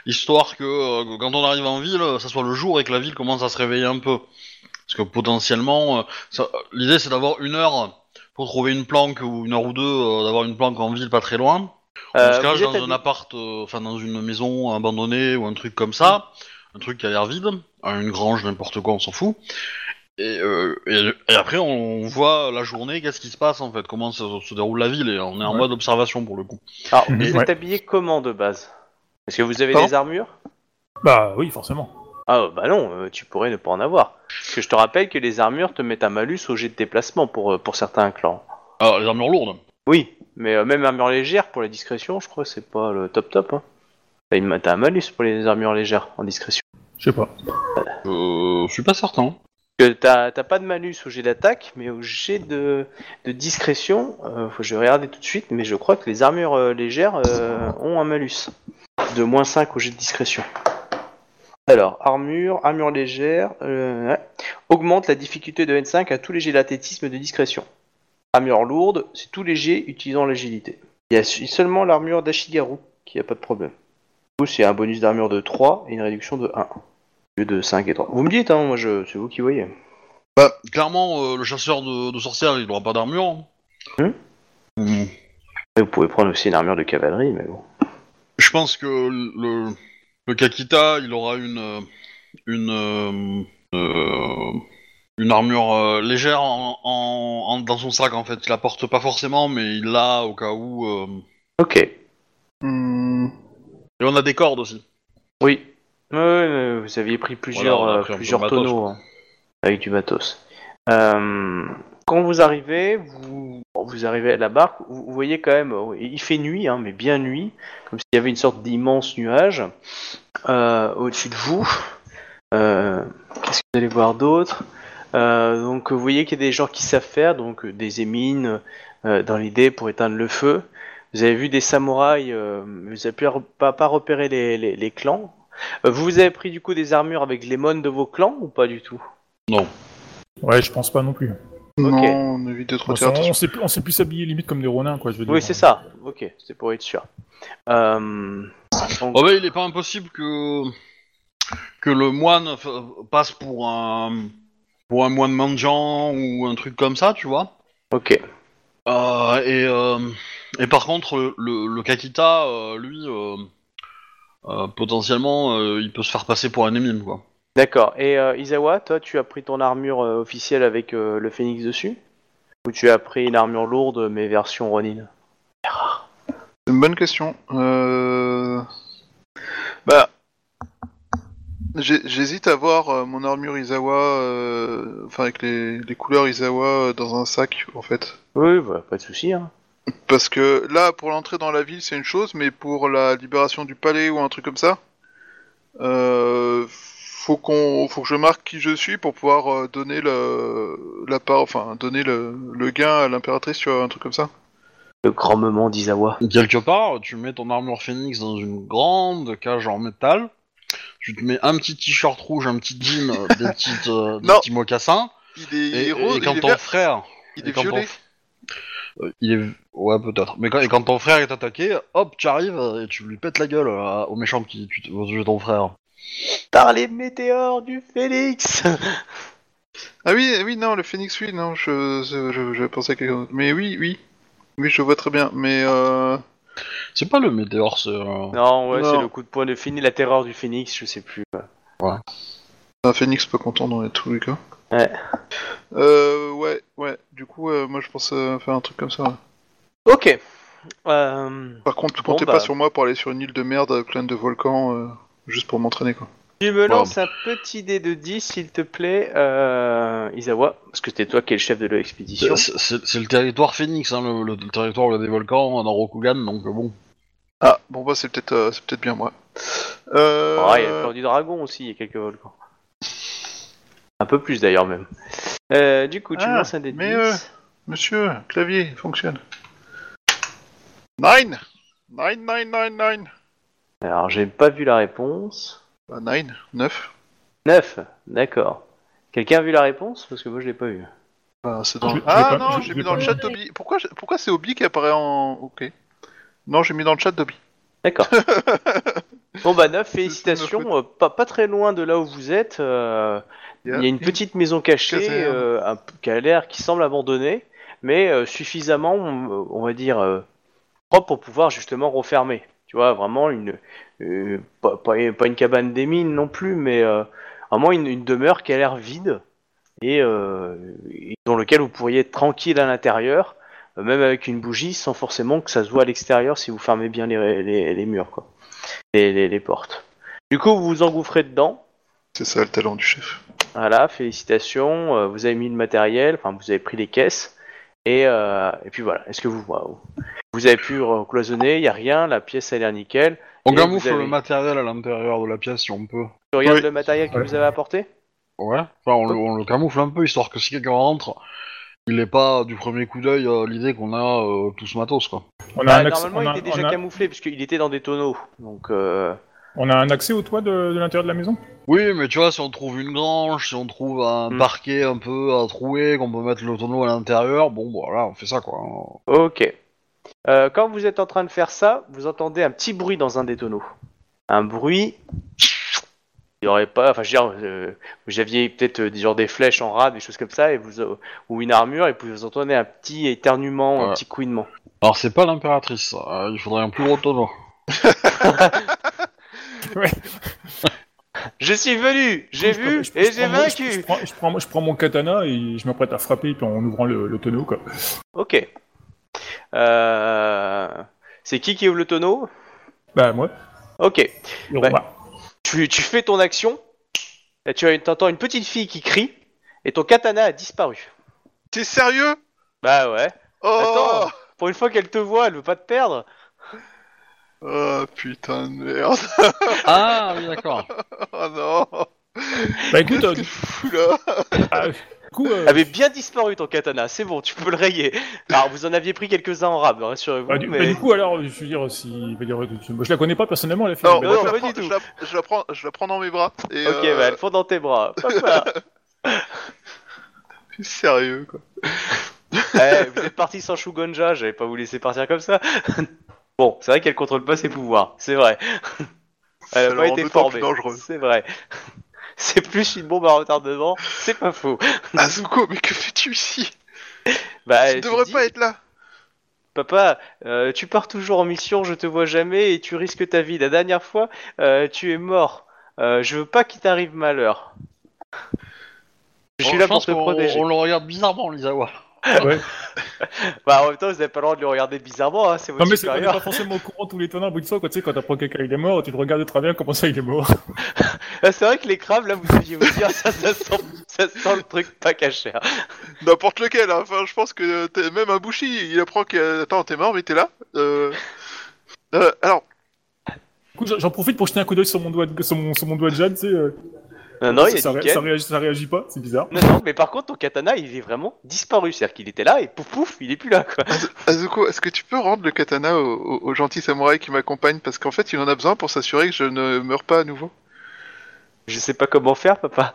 Speaker 2: Histoire que euh, quand on arrive en ville, euh, ça soit le jour et que la ville commence à se réveiller un peu. Parce que potentiellement, euh, ça- euh, l'idée c'est d'avoir une heure pour trouver une planque ou une heure ou deux, euh, d'avoir une planque en ville pas très loin. on
Speaker 1: Euh,
Speaker 2: se cache
Speaker 1: vous êtes
Speaker 2: dans
Speaker 1: à
Speaker 2: un
Speaker 1: du-
Speaker 2: appart, euh, enfin dans une maison abandonnée ou un truc comme ça, un truc qui a l'air vide, euh, une grange, n'importe quoi, on s'en fout. Et, euh, et- et après, on voit la journée, qu'est-ce qui se passe en fait, comment ça se déroule la ville, et on est en
Speaker 3: Ouais.
Speaker 2: mode observation pour le coup.
Speaker 1: Alors,
Speaker 3: Mhm.
Speaker 1: vous êtes
Speaker 3: Ouais.
Speaker 1: habillé comment de base Est-ce que vous avez
Speaker 4: Pardon
Speaker 1: des armures
Speaker 3: Bah oui, forcément.
Speaker 1: Ah bah non, euh, tu pourrais ne pas en avoir. Parce que je te rappelle que les armures te mettent un malus au jet de déplacement pour, euh, pour certains clans.
Speaker 2: Ah, les armures lourdes
Speaker 1: Oui, mais euh, même armure légère, pour la discrétion, je crois que c'est pas le top top. Hein. T'as une- T'as un malus pour les armures légères en discrétion.
Speaker 3: Je sais pas.
Speaker 2: Euh, je suis pas certain.
Speaker 1: Que T'as t'as pas de malus au jet d'attaque, mais au jet de, de discrétion, euh, faut que je vais regarder tout de suite, mais je crois que les armures euh, légères euh, ont un malus. De moins 5 au jet de discrétion. Alors, armure, armure légère, euh, ouais. augmente la difficulté de N5 à tous les jets d'athlétisme de discrétion. Armure lourde, c'est tous les jets utilisant l'agilité. Il y a su- seulement l'armure d'Ashigaru qui a pas de problème. Du coup, c'est un bonus d'armure de 3 et une réduction de 1. Au lieu de 5 et 3. Vous me dites, hein, moi je, c'est vous qui voyez.
Speaker 2: Bah, clairement, euh, le chasseur de, de sorcières, il aura pas d'armure.
Speaker 1: Hmm.
Speaker 2: Hmm.
Speaker 1: Et Vous pouvez prendre aussi une armure de cavalerie, mais bon.
Speaker 2: Je pense que le, le Kakita, il aura une euh, une euh, euh, une armure euh, légère en, en- en- dans son sac en fait. Il la porte pas forcément, mais il l'a au cas où. euh.
Speaker 1: Ok.
Speaker 4: Hmm.
Speaker 2: Et on a des cordes aussi.
Speaker 1: Oui. Ouais, ouais, mais vous aviez pris plusieurs,
Speaker 2: Voilà, on a
Speaker 1: euh,
Speaker 2: pris un peu
Speaker 1: plusieurs
Speaker 2: de matos,
Speaker 1: tonneaux hein, avec du matos. Euh, quand vous arrivez, vous, bon, vous arrivez à la barque, vous, vous voyez quand même, euh, il fait nuit, hein, mais bien nuit, comme s'il y avait une sorte d'immense nuage euh, au-dessus de vous. Euh, Qu'est-ce que vous allez voir d'autre Euh, Donc vous voyez qu'il y a des gens qui savent faire, donc euh, des émines euh, dans l'idée pour éteindre le feu. Vous avez vu des samouraïs, euh, vous n'avez pu re- pas, pas repérer les, les- les clans. Euh, Vous avez pris du coup des armures avec les mônes de vos clans ou pas du tout
Speaker 3: Ouais, je pense pas non plus.
Speaker 4: Non, on évite d'être
Speaker 3: On,
Speaker 4: au théâtre.
Speaker 3: on sait plus, on sait plus s'habiller limite comme des ronins, quoi. Je veux dire.
Speaker 1: Oui, c'est ça. Ok, c'est pour être sûr. Euh, donc-
Speaker 2: Oh ben, il est pas impossible que que le moine f- passe pour un pour un moine mendiant ou un truc comme ça, tu vois.
Speaker 1: ok.
Speaker 2: Euh, et, euh, et par contre, le, le- le Kakita, euh, lui, euh, euh, potentiellement, euh, il peut se faire passer pour un ennemi, quoi.
Speaker 1: D'accord. Et euh, Isawa, toi, tu as pris ton armure euh, officielle avec euh, le phénix dessus Ou tu as pris une armure lourde mais version Ronin
Speaker 4: C'est une bonne question. Euh... Bah. j'ai- J'hésite à voir euh, mon armure Izawa, euh, enfin avec les, les couleurs Izawa euh, dans un sac en fait.
Speaker 1: Oui, bah, pas de souci. Hein.
Speaker 4: Parce que là, pour l'entrée dans la ville, c'est une chose, mais pour la libération du palais ou un truc comme ça, euh, faut qu'on, faut que je marque qui je suis pour pouvoir euh, donner le, la part, enfin donner le, le gain à l'impératrice, tu vois, un truc comme ça.
Speaker 1: Le grand moment d'Isawa.
Speaker 2: Quelque part, tu mets ton armure phénix dans une grande cage en métal, tu te mets un petit t-shirt rouge, un petit jean, euh, des, petites,
Speaker 4: [LAUGHS]
Speaker 2: euh, des
Speaker 4: Non.
Speaker 2: petits mocassins,
Speaker 4: Il est,
Speaker 2: et,
Speaker 4: il est
Speaker 2: et
Speaker 4: rose,
Speaker 2: quand
Speaker 4: il est
Speaker 2: ton
Speaker 4: vert,
Speaker 2: frère...
Speaker 4: il
Speaker 2: et
Speaker 4: est
Speaker 2: quand ton
Speaker 4: violet.
Speaker 2: f- euh, il est... Ouais, peut-être. Mais quand, et quand ton frère est attaqué, hop, tu arrives euh, et tu lui pètes la gueule euh, au méchant qui tue aux yeux de ton frère.
Speaker 1: Par les météores du phénix
Speaker 4: Ah oui, ah oui, non, le phénix, oui, non, je, je, je- je pensais à quelqu'un d'autre. Mais oui, oui, oui, je vois très bien. Mais euh,
Speaker 2: C'est pas le météore, c'est... euh,
Speaker 1: Non, ouais,
Speaker 4: Non.
Speaker 1: c'est le coup de poing de fini, la terreur du phénix, je sais plus.
Speaker 4: un phénix peut contendre dans tous les cas.
Speaker 1: Ouais.
Speaker 4: Euh, ouais, ouais. Du coup, euh, moi, je pense euh, faire un truc comme ça. ouais.
Speaker 1: Ok. Euh,
Speaker 4: Par contre,
Speaker 1: Bon,
Speaker 4: comptez
Speaker 1: bah.
Speaker 4: pas sur moi pour aller sur une île de merde euh, pleine de volcans, euh, juste pour m'entraîner, quoi.
Speaker 1: tu me
Speaker 2: Bon.
Speaker 1: lances un petit dé de 10, s'il te plaît, euh, Isawa, parce que c'était toi qui es le chef de l'expédition.
Speaker 2: Euh, C'est- C'est c'est le territoire phénix, hein, le, le territoire où il y a des volcans euh, dans Rokugan, donc euh, bon.
Speaker 4: Ah, bon, bah, c'est peut-être euh, c'est peut bien moi. Euh,
Speaker 1: Ah, il y a le plan du dragon aussi, il y a quelques volcans. Un peu plus d'ailleurs même. Euh, du coup, tu me
Speaker 4: Ah,
Speaker 1: lances un dé de 10.
Speaker 4: mais, euh, Monsieur, clavier, fonctionne. Nine Nine, nine, nine, nine
Speaker 1: Alors, j'ai pas vu la réponse.
Speaker 4: Bah, nine, neuf.
Speaker 1: 9, d'accord. Quelqu'un a vu la réponse Parce que moi, je l'ai pas vu.
Speaker 4: Bah, c'est dans
Speaker 3: Je-
Speaker 4: le...
Speaker 3: je
Speaker 4: Ah
Speaker 3: l'ai pas-
Speaker 4: non,
Speaker 3: je-
Speaker 4: j'ai
Speaker 3: je
Speaker 4: mis
Speaker 3: l'ai
Speaker 4: dans
Speaker 3: pas
Speaker 4: le
Speaker 3: mis.
Speaker 4: chat Dobby. Pourquoi, je- pourquoi c'est Obi qui apparaît en. Ok. Non, j'ai mis dans le chat Dobby.
Speaker 1: D'accord. bon bah neuf, félicitations. euh, pas, pas très loin de là où vous êtes. euh, il y a une petite maison cachée
Speaker 4: caserne.
Speaker 1: euh, un p- qui a l'air, qui semble abandonnée, mais euh, suffisamment, on, on va dire, euh, propre pour pouvoir justement refermer. Tu vois, vraiment une, euh, pas, pas- pas une cabane des mines non plus, mais euh, vraiment une, une demeure qui a l'air vide et, euh, et dans lequel vous pourriez être tranquille à l'intérieur, euh, même avec une bougie, sans forcément que ça se voit à l'extérieur si vous fermez bien les, les- les murs, quoi, les, les- les portes. Du coup, vous vous engouffrez dedans.
Speaker 4: C'est ça le talent du chef.
Speaker 1: Voilà, félicitations. euh, vous avez mis le matériel, enfin vous avez pris les caisses Et, euh, et puis voilà, est-ce que vous, waouh. vous avez pu euh, cloisonner, il n'y a rien, la pièce a l'air nickel.
Speaker 2: On
Speaker 1: Et
Speaker 2: gamoufle
Speaker 1: vous avez-
Speaker 2: le matériel à l'intérieur de la pièce si on peut.
Speaker 1: Tu regardes
Speaker 4: Oui.
Speaker 1: le matériel que
Speaker 2: Ouais.
Speaker 1: vous avez apporté
Speaker 2: Ouais, enfin, on, le, on le camoufle un peu, histoire que si quelqu'un rentre, il n'est pas du premier coup d'œil euh, l'idée qu'on a euh, tout ce matos, quoi.
Speaker 3: On
Speaker 1: Bah,
Speaker 3: un accès-
Speaker 1: Normalement,
Speaker 3: on a-
Speaker 1: il était
Speaker 3: on
Speaker 1: déjà
Speaker 3: a-
Speaker 1: camouflé puisqu'il était dans des tonneaux. Donc, euh,
Speaker 3: on a un accès au toit de, de l'intérieur de la maison
Speaker 2: Oui, mais tu vois, si on trouve une grange, si on trouve un
Speaker 1: Hmm.
Speaker 2: parquet un peu euh, troué, qu'on peut mettre le tonneau à l'intérieur, bon, bon, voilà, on fait ça, quoi.
Speaker 1: ok. Euh, quand vous êtes en train de faire ça, vous entendez un petit bruit dans un des tonneaux. Un bruit. Il y aurait pas. Enfin, je veux dire, euh, vous aviez peut-être euh, des- genre des flèches en rade, des choses comme ça, et vous, euh, ou une armure, et puis vous entendez un petit éternuement, un
Speaker 2: Ouais.
Speaker 1: petit couinement.
Speaker 2: Alors, c'est pas l'impératrice, ça, euh, il faudrait un plus gros tonneau.
Speaker 1: Je suis venu, j'ai
Speaker 3: Je
Speaker 1: vu
Speaker 3: prends- je-
Speaker 1: et
Speaker 3: je
Speaker 1: j'ai
Speaker 3: prends mon-
Speaker 1: vaincu.
Speaker 3: Je, je prends, je prends- je prends mon katana et je m'apprête à frapper puis en ouvrant le, le tonneau. Quoi.
Speaker 1: Ok. Euh, C'est qui qui ouvre le tonneau
Speaker 3: Bah, moi,
Speaker 1: Ok.
Speaker 3: et on
Speaker 1: Ouais.
Speaker 3: va.
Speaker 1: Tu, tu fais ton action, et tu entends une petite fille qui crie, et ton katana a disparu.
Speaker 4: T'es sérieux
Speaker 1: Bah ouais.
Speaker 4: Oh
Speaker 1: Attends, pour une fois qu'elle te voit, elle veut pas te perdre.
Speaker 4: Oh putain de merde [LAUGHS]
Speaker 2: ah, oui, d'accord.
Speaker 4: Oh non
Speaker 3: Bah, écoute, euh,
Speaker 1: [LAUGHS]
Speaker 4: Qu'est-ce que tu fous là
Speaker 3: du coup, euh,
Speaker 1: Elle avait Ah, bien disparu ton katana, c'est bon, tu peux le rayer. Alors vous en aviez pris quelques-uns en rab, hein, rassurez-vous,
Speaker 3: bah, du, bah,
Speaker 1: mais...
Speaker 3: du coup, alors, je veux dire, si. je veux dire, tu- moi, je la connais pas personnellement, la fille.
Speaker 4: Non,
Speaker 3: mais
Speaker 1: non, oh,
Speaker 4: moi, je,
Speaker 3: d'accord.
Speaker 1: pas
Speaker 4: la prends,
Speaker 1: du tout.
Speaker 4: je, la, je la prends, je la prends dans mes bras. Et,
Speaker 1: Ok,
Speaker 4: euh,
Speaker 1: bah elle fond dans tes bras. Papa.
Speaker 4: [LAUGHS] Sérieux quoi.
Speaker 1: Eh, vous êtes parti sans Shugonja, j'avais pas vous laisser partir comme ça. [LAUGHS] bon, c'est vrai qu'elle contrôle pas ses pouvoirs, c'est vrai. [LAUGHS]
Speaker 4: Ça
Speaker 1: Elle a
Speaker 4: le
Speaker 1: pas
Speaker 4: rend
Speaker 1: été
Speaker 4: d'autant
Speaker 1: formée.
Speaker 4: plus dangereux.
Speaker 1: C'est vrai. [LAUGHS] C'est plus une bombe à retardement, c'est pas faux.
Speaker 4: Azuko, mais que fais-tu ici
Speaker 1: Bah,
Speaker 4: Tu
Speaker 1: elle te
Speaker 4: devrais
Speaker 1: dit,
Speaker 4: pas être là
Speaker 1: Papa, euh, tu pars toujours en mission, je te vois jamais et tu risques ta vie. La dernière fois, euh, tu es mort. Euh, je veux pas qu'il t'arrive malheur. Je suis
Speaker 2: Bon,
Speaker 1: là pour
Speaker 2: pense
Speaker 1: te
Speaker 2: qu'on-
Speaker 1: protéger.
Speaker 2: On, le regarde bizarrement, Lisawa.
Speaker 1: oh. Bah, en même temps, vous avez pas le droit de le regarder bizarrement, hein, c'est votre
Speaker 3: Non, mais c'est qu'on est
Speaker 1: supérieur.
Speaker 3: pas forcément au courant tous les tonneaux à bout de soi, quoi. Tu sais, quand t'apprends que quelqu'un il est mort, tu te regardes de travers, comment ça il est mort [LAUGHS]
Speaker 1: Ah, c'est vrai que les crabes, là, vous deviez vous dire, ça, ça, sent, ça sent le truc pas caché. hein.
Speaker 4: N'importe lequel, hein. enfin je pense que t'es- même un Bushi, il apprend que. Attends, t'es mort, mais t'es là Euh, euh, Alors,
Speaker 3: Du coup, j'en- j'en profite pour jeter un coup d'œil sur mon doigt de, sur mon, sur mon doigt de Jade, tu sais. euh,
Speaker 1: Ah Non, non, il est
Speaker 3: ça, ré-
Speaker 1: nickel.
Speaker 3: ça réagit, ça réagit pas, c'est bizarre.
Speaker 1: Non, non, mais par contre, ton katana, il est vraiment disparu. C'est-à-dire qu'il était là et pouf pouf, il est plus là, quoi.
Speaker 4: Azuko, est-ce que tu peux rendre le katana au, au- au gentil samouraï qui m'accompagne Parce qu'en fait, il en a besoin pour s'assurer que je ne meurs pas à nouveau.
Speaker 1: Je sais pas comment faire, papa.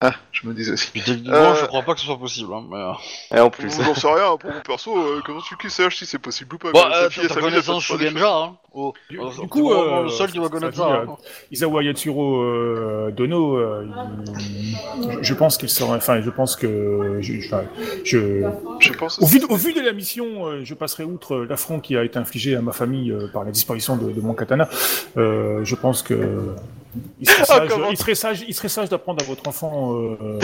Speaker 4: Ah, je me
Speaker 2: [LAUGHS]
Speaker 4: dis aussi.
Speaker 2: Puis techniquement,
Speaker 4: Euh.
Speaker 2: je crois pas que ce soit possible, hein, mais... euh,
Speaker 1: Et en
Speaker 4: Vous
Speaker 1: plus.
Speaker 4: n'en sais rien, hein, pour mon perso, euh, comment tu qui sache si c'est possible ou Bah, pas
Speaker 2: Bon,
Speaker 4: quoi.
Speaker 2: euh,
Speaker 4: Sa fille,
Speaker 2: t'as
Speaker 4: sa fille, elle peut
Speaker 2: connaissance
Speaker 4: te faire des
Speaker 2: Shogunja, hein oh,
Speaker 3: Du-
Speaker 2: euh,
Speaker 3: du
Speaker 2: t'es
Speaker 3: coup,
Speaker 2: vraiment
Speaker 3: euh,
Speaker 2: le seul qui doit connaître
Speaker 3: ça
Speaker 2: ça.
Speaker 3: dit,
Speaker 2: hein.
Speaker 3: Isawa Yatsuro euh, Dono, euh, il- je, je pense qu'il sera. Enfin, je pense que. Je, je- enfin, je-
Speaker 4: choses. Je pense
Speaker 3: au,
Speaker 4: aussi.
Speaker 3: vu de, au vu de la mission, euh, je passerai outre euh, l'affront qui a été infligé à ma famille euh, par la disparition de, de mon katana. Euh, je pense que. Il
Speaker 4: [LAUGHS]
Speaker 3: serait,
Speaker 4: Ah,
Speaker 3: sage,
Speaker 4: comment-
Speaker 3: il serait sage, il serait sage d'apprendre à votre enfant euh, euh,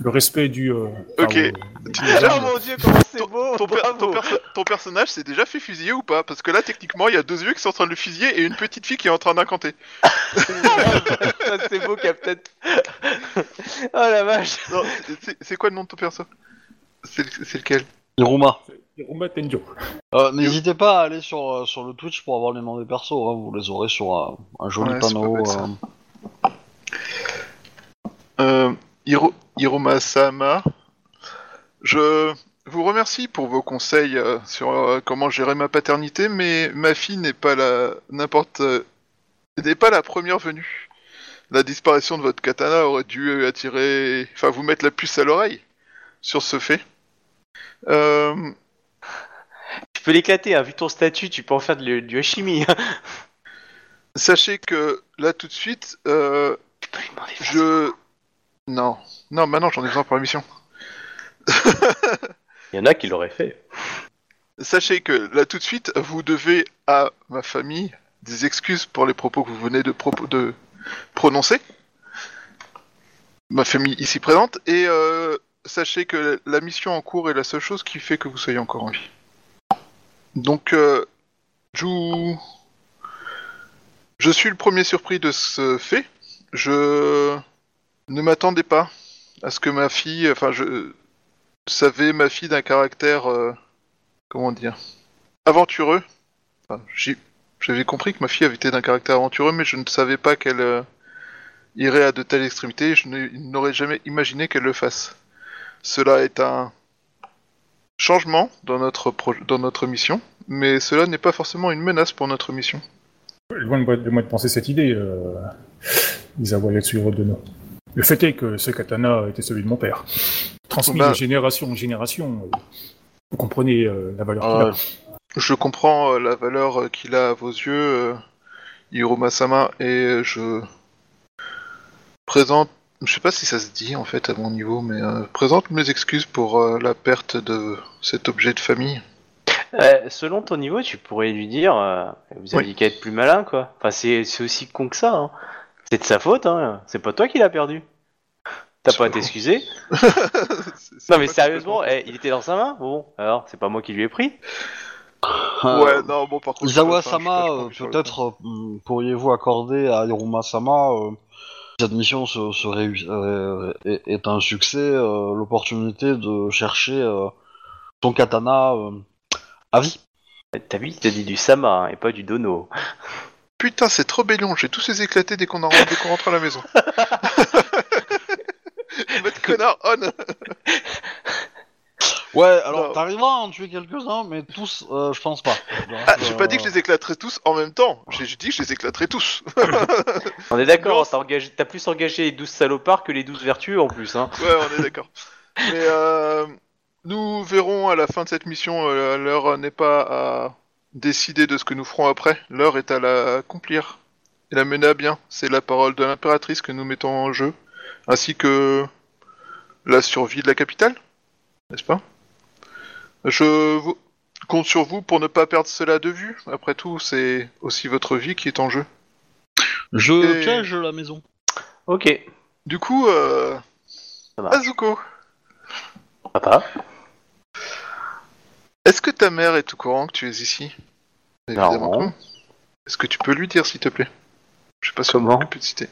Speaker 3: le respect du. euh, enfin,
Speaker 4: Ok.
Speaker 3: au-
Speaker 4: Tu-
Speaker 3: des
Speaker 1: Oh
Speaker 3: armes.
Speaker 1: mon dieu, comment c'est beau!
Speaker 4: Ton, per-
Speaker 1: bravo.
Speaker 4: ton perso- ton personnage s'est déjà fait fusiller ou pas Parce que là, techniquement, il y a deux yeux qui sont en train de le fusiller et une petite fille qui est en train d'incanter.
Speaker 1: Ça, c'est beau, Captain. oh la vache!
Speaker 4: Non, c'est- c'est- C'est quoi le nom de ton perso C'est le- c'est lequel
Speaker 2: Iruma.
Speaker 3: Hiruma Tenjo.
Speaker 2: Euh, N'hésitez pas à aller sur, euh, sur le Twitch pour avoir les noms des persos, hein, vous les aurez sur euh, un joli
Speaker 4: Ouais, c'est
Speaker 2: panneau.
Speaker 4: pas bête, ça.
Speaker 2: euh.
Speaker 4: Euh, Hiro- Hiroma-sama, je vous remercie pour vos conseils euh, sur euh, comment gérer ma paternité, mais ma fille n'est pas la n'importe euh, n'est pas la première venue. La disparition de votre katana aurait dû attirer, enfin vous mettre la puce à l'oreille sur ce fait. Euh,
Speaker 1: Tu peux l'éclater, hein, vu ton statut, tu peux en faire de, du hachimi. hein.
Speaker 4: sachez que là tout de suite, euh,
Speaker 1: Tu peux lui demander de faire ça.
Speaker 4: je non non maintenant j'en ai besoin pour la mission.
Speaker 1: Il y en a qui l'auraient fait.
Speaker 4: Sachez que là tout de suite, vous devez à ma famille des excuses pour les propos que vous venez de, propo- de prononcer. Ma famille ici présente. Et euh, sachez que la mission en cours est la seule chose qui fait que vous soyez encore en vie. Donc, euh, je... je suis le premier surpris de ce fait. Je ne m'attendais pas à ce que ma fille... Enfin, je... savez, ma fille d'un caractère, euh, comment dire, aventureux. Enfin, j'ai- J'avais compris que ma fille avait été d'un caractère aventureux, mais je ne savais pas qu'elle euh, irait à de telles extrémités. Je n'ai- n'aurais jamais imaginé qu'elle le fasse. Cela est un changement dans notre pro- dans notre mission, mais cela n'est pas forcément une menace pour notre mission.
Speaker 3: Loin de moi de, moi de penser cette idée, euh, Isawa Yatsuro Dono. Le fait est que ce katana était celui de mon père. Transmis
Speaker 4: Bah-
Speaker 3: de génération en génération. euh, Vous comprenez euh, la valeur qu'il a.
Speaker 4: Euh, je comprends euh, la valeur euh, qu'il a à vos yeux, euh, Hiroma-sama, et euh, je présente, je sais pas si ça se dit en fait à mon niveau, mais euh, présente mes excuses pour euh, la perte de cet objet de famille.
Speaker 1: Euh, selon ton niveau, tu pourrais lui dire euh, Vous
Speaker 4: Oui.
Speaker 1: aviez qu'à être plus malin, quoi. Enfin, c'est c'est aussi con que ça. hein. C'est de sa faute, hein. c'est pas toi qui l'as perdu. T'as
Speaker 4: C'est
Speaker 1: pas à
Speaker 4: pas faux.
Speaker 1: t'excuser.
Speaker 4: C'est- c'est
Speaker 1: Non, mais
Speaker 4: pas
Speaker 1: sérieusement,
Speaker 4: complètement-
Speaker 1: eh, il était dans sa main Bon, alors, c'est pas moi qui lui ai pris. euh,
Speaker 4: Ouais, non, bon, par contre.
Speaker 2: Izawa
Speaker 4: enfin, hein, je- je
Speaker 2: Sama,
Speaker 4: comprends
Speaker 2: euh,
Speaker 4: que sur le
Speaker 2: peut-être euh, pourriez-vous accorder à Hiruma Sama, euh, si cette mission se, se réu- euh, est, est un succès, euh, l'opportunité de chercher euh, son katana euh, à vie.
Speaker 1: Euh, T'as vu, il t'a dit du Sama hein, et pas du Dono.
Speaker 4: Putain, c'est trop bélion, j'ai tous ces éclatés dès qu'on en rentre, dès qu'on rentre à la maison. [LAUGHS]
Speaker 1: [LAUGHS]
Speaker 4: Mode connard oh, on
Speaker 2: Ouais, alors
Speaker 4: Non.
Speaker 2: t'arriveras à en tuer quelques-uns, mais tous, euh, je pense pas. Euh,
Speaker 4: Ah, j'ai pas dit que je les éclaterais tous en même temps, j'ai j'ai dit que je les éclaterais tous.
Speaker 1: On est
Speaker 4: Non.
Speaker 1: d'accord, hein, t'as engagé- t'as plus engagé les 12 salopards que les 12 vertus en plus. Hein.
Speaker 4: Ouais, on est d'accord. Mais euh, nous verrons à la fin de cette mission. euh, L'heure n'est pas à décider de ce que nous ferons après. L'heure est à l'accomplir et la mener à bien. C'est la parole de l'impératrice que nous mettons en jeu, ainsi que la survie de la capitale, n'est-ce pas Je vous- compte sur vous pour ne pas perdre cela de vue. Après tout, c'est aussi votre vie qui est en jeu.
Speaker 2: Je
Speaker 4: Et-
Speaker 2: piège la maison.
Speaker 1: Ok.
Speaker 4: Du coup, euh...
Speaker 1: Ça marche.
Speaker 4: Azuko,
Speaker 1: Papa
Speaker 4: Est-ce que ta mère est au courant que tu es ici
Speaker 1: Non.
Speaker 4: que non. Est-ce que tu peux lui dire, s'il te plaît Je sais pas si
Speaker 1: Comment
Speaker 4: on peut te citer.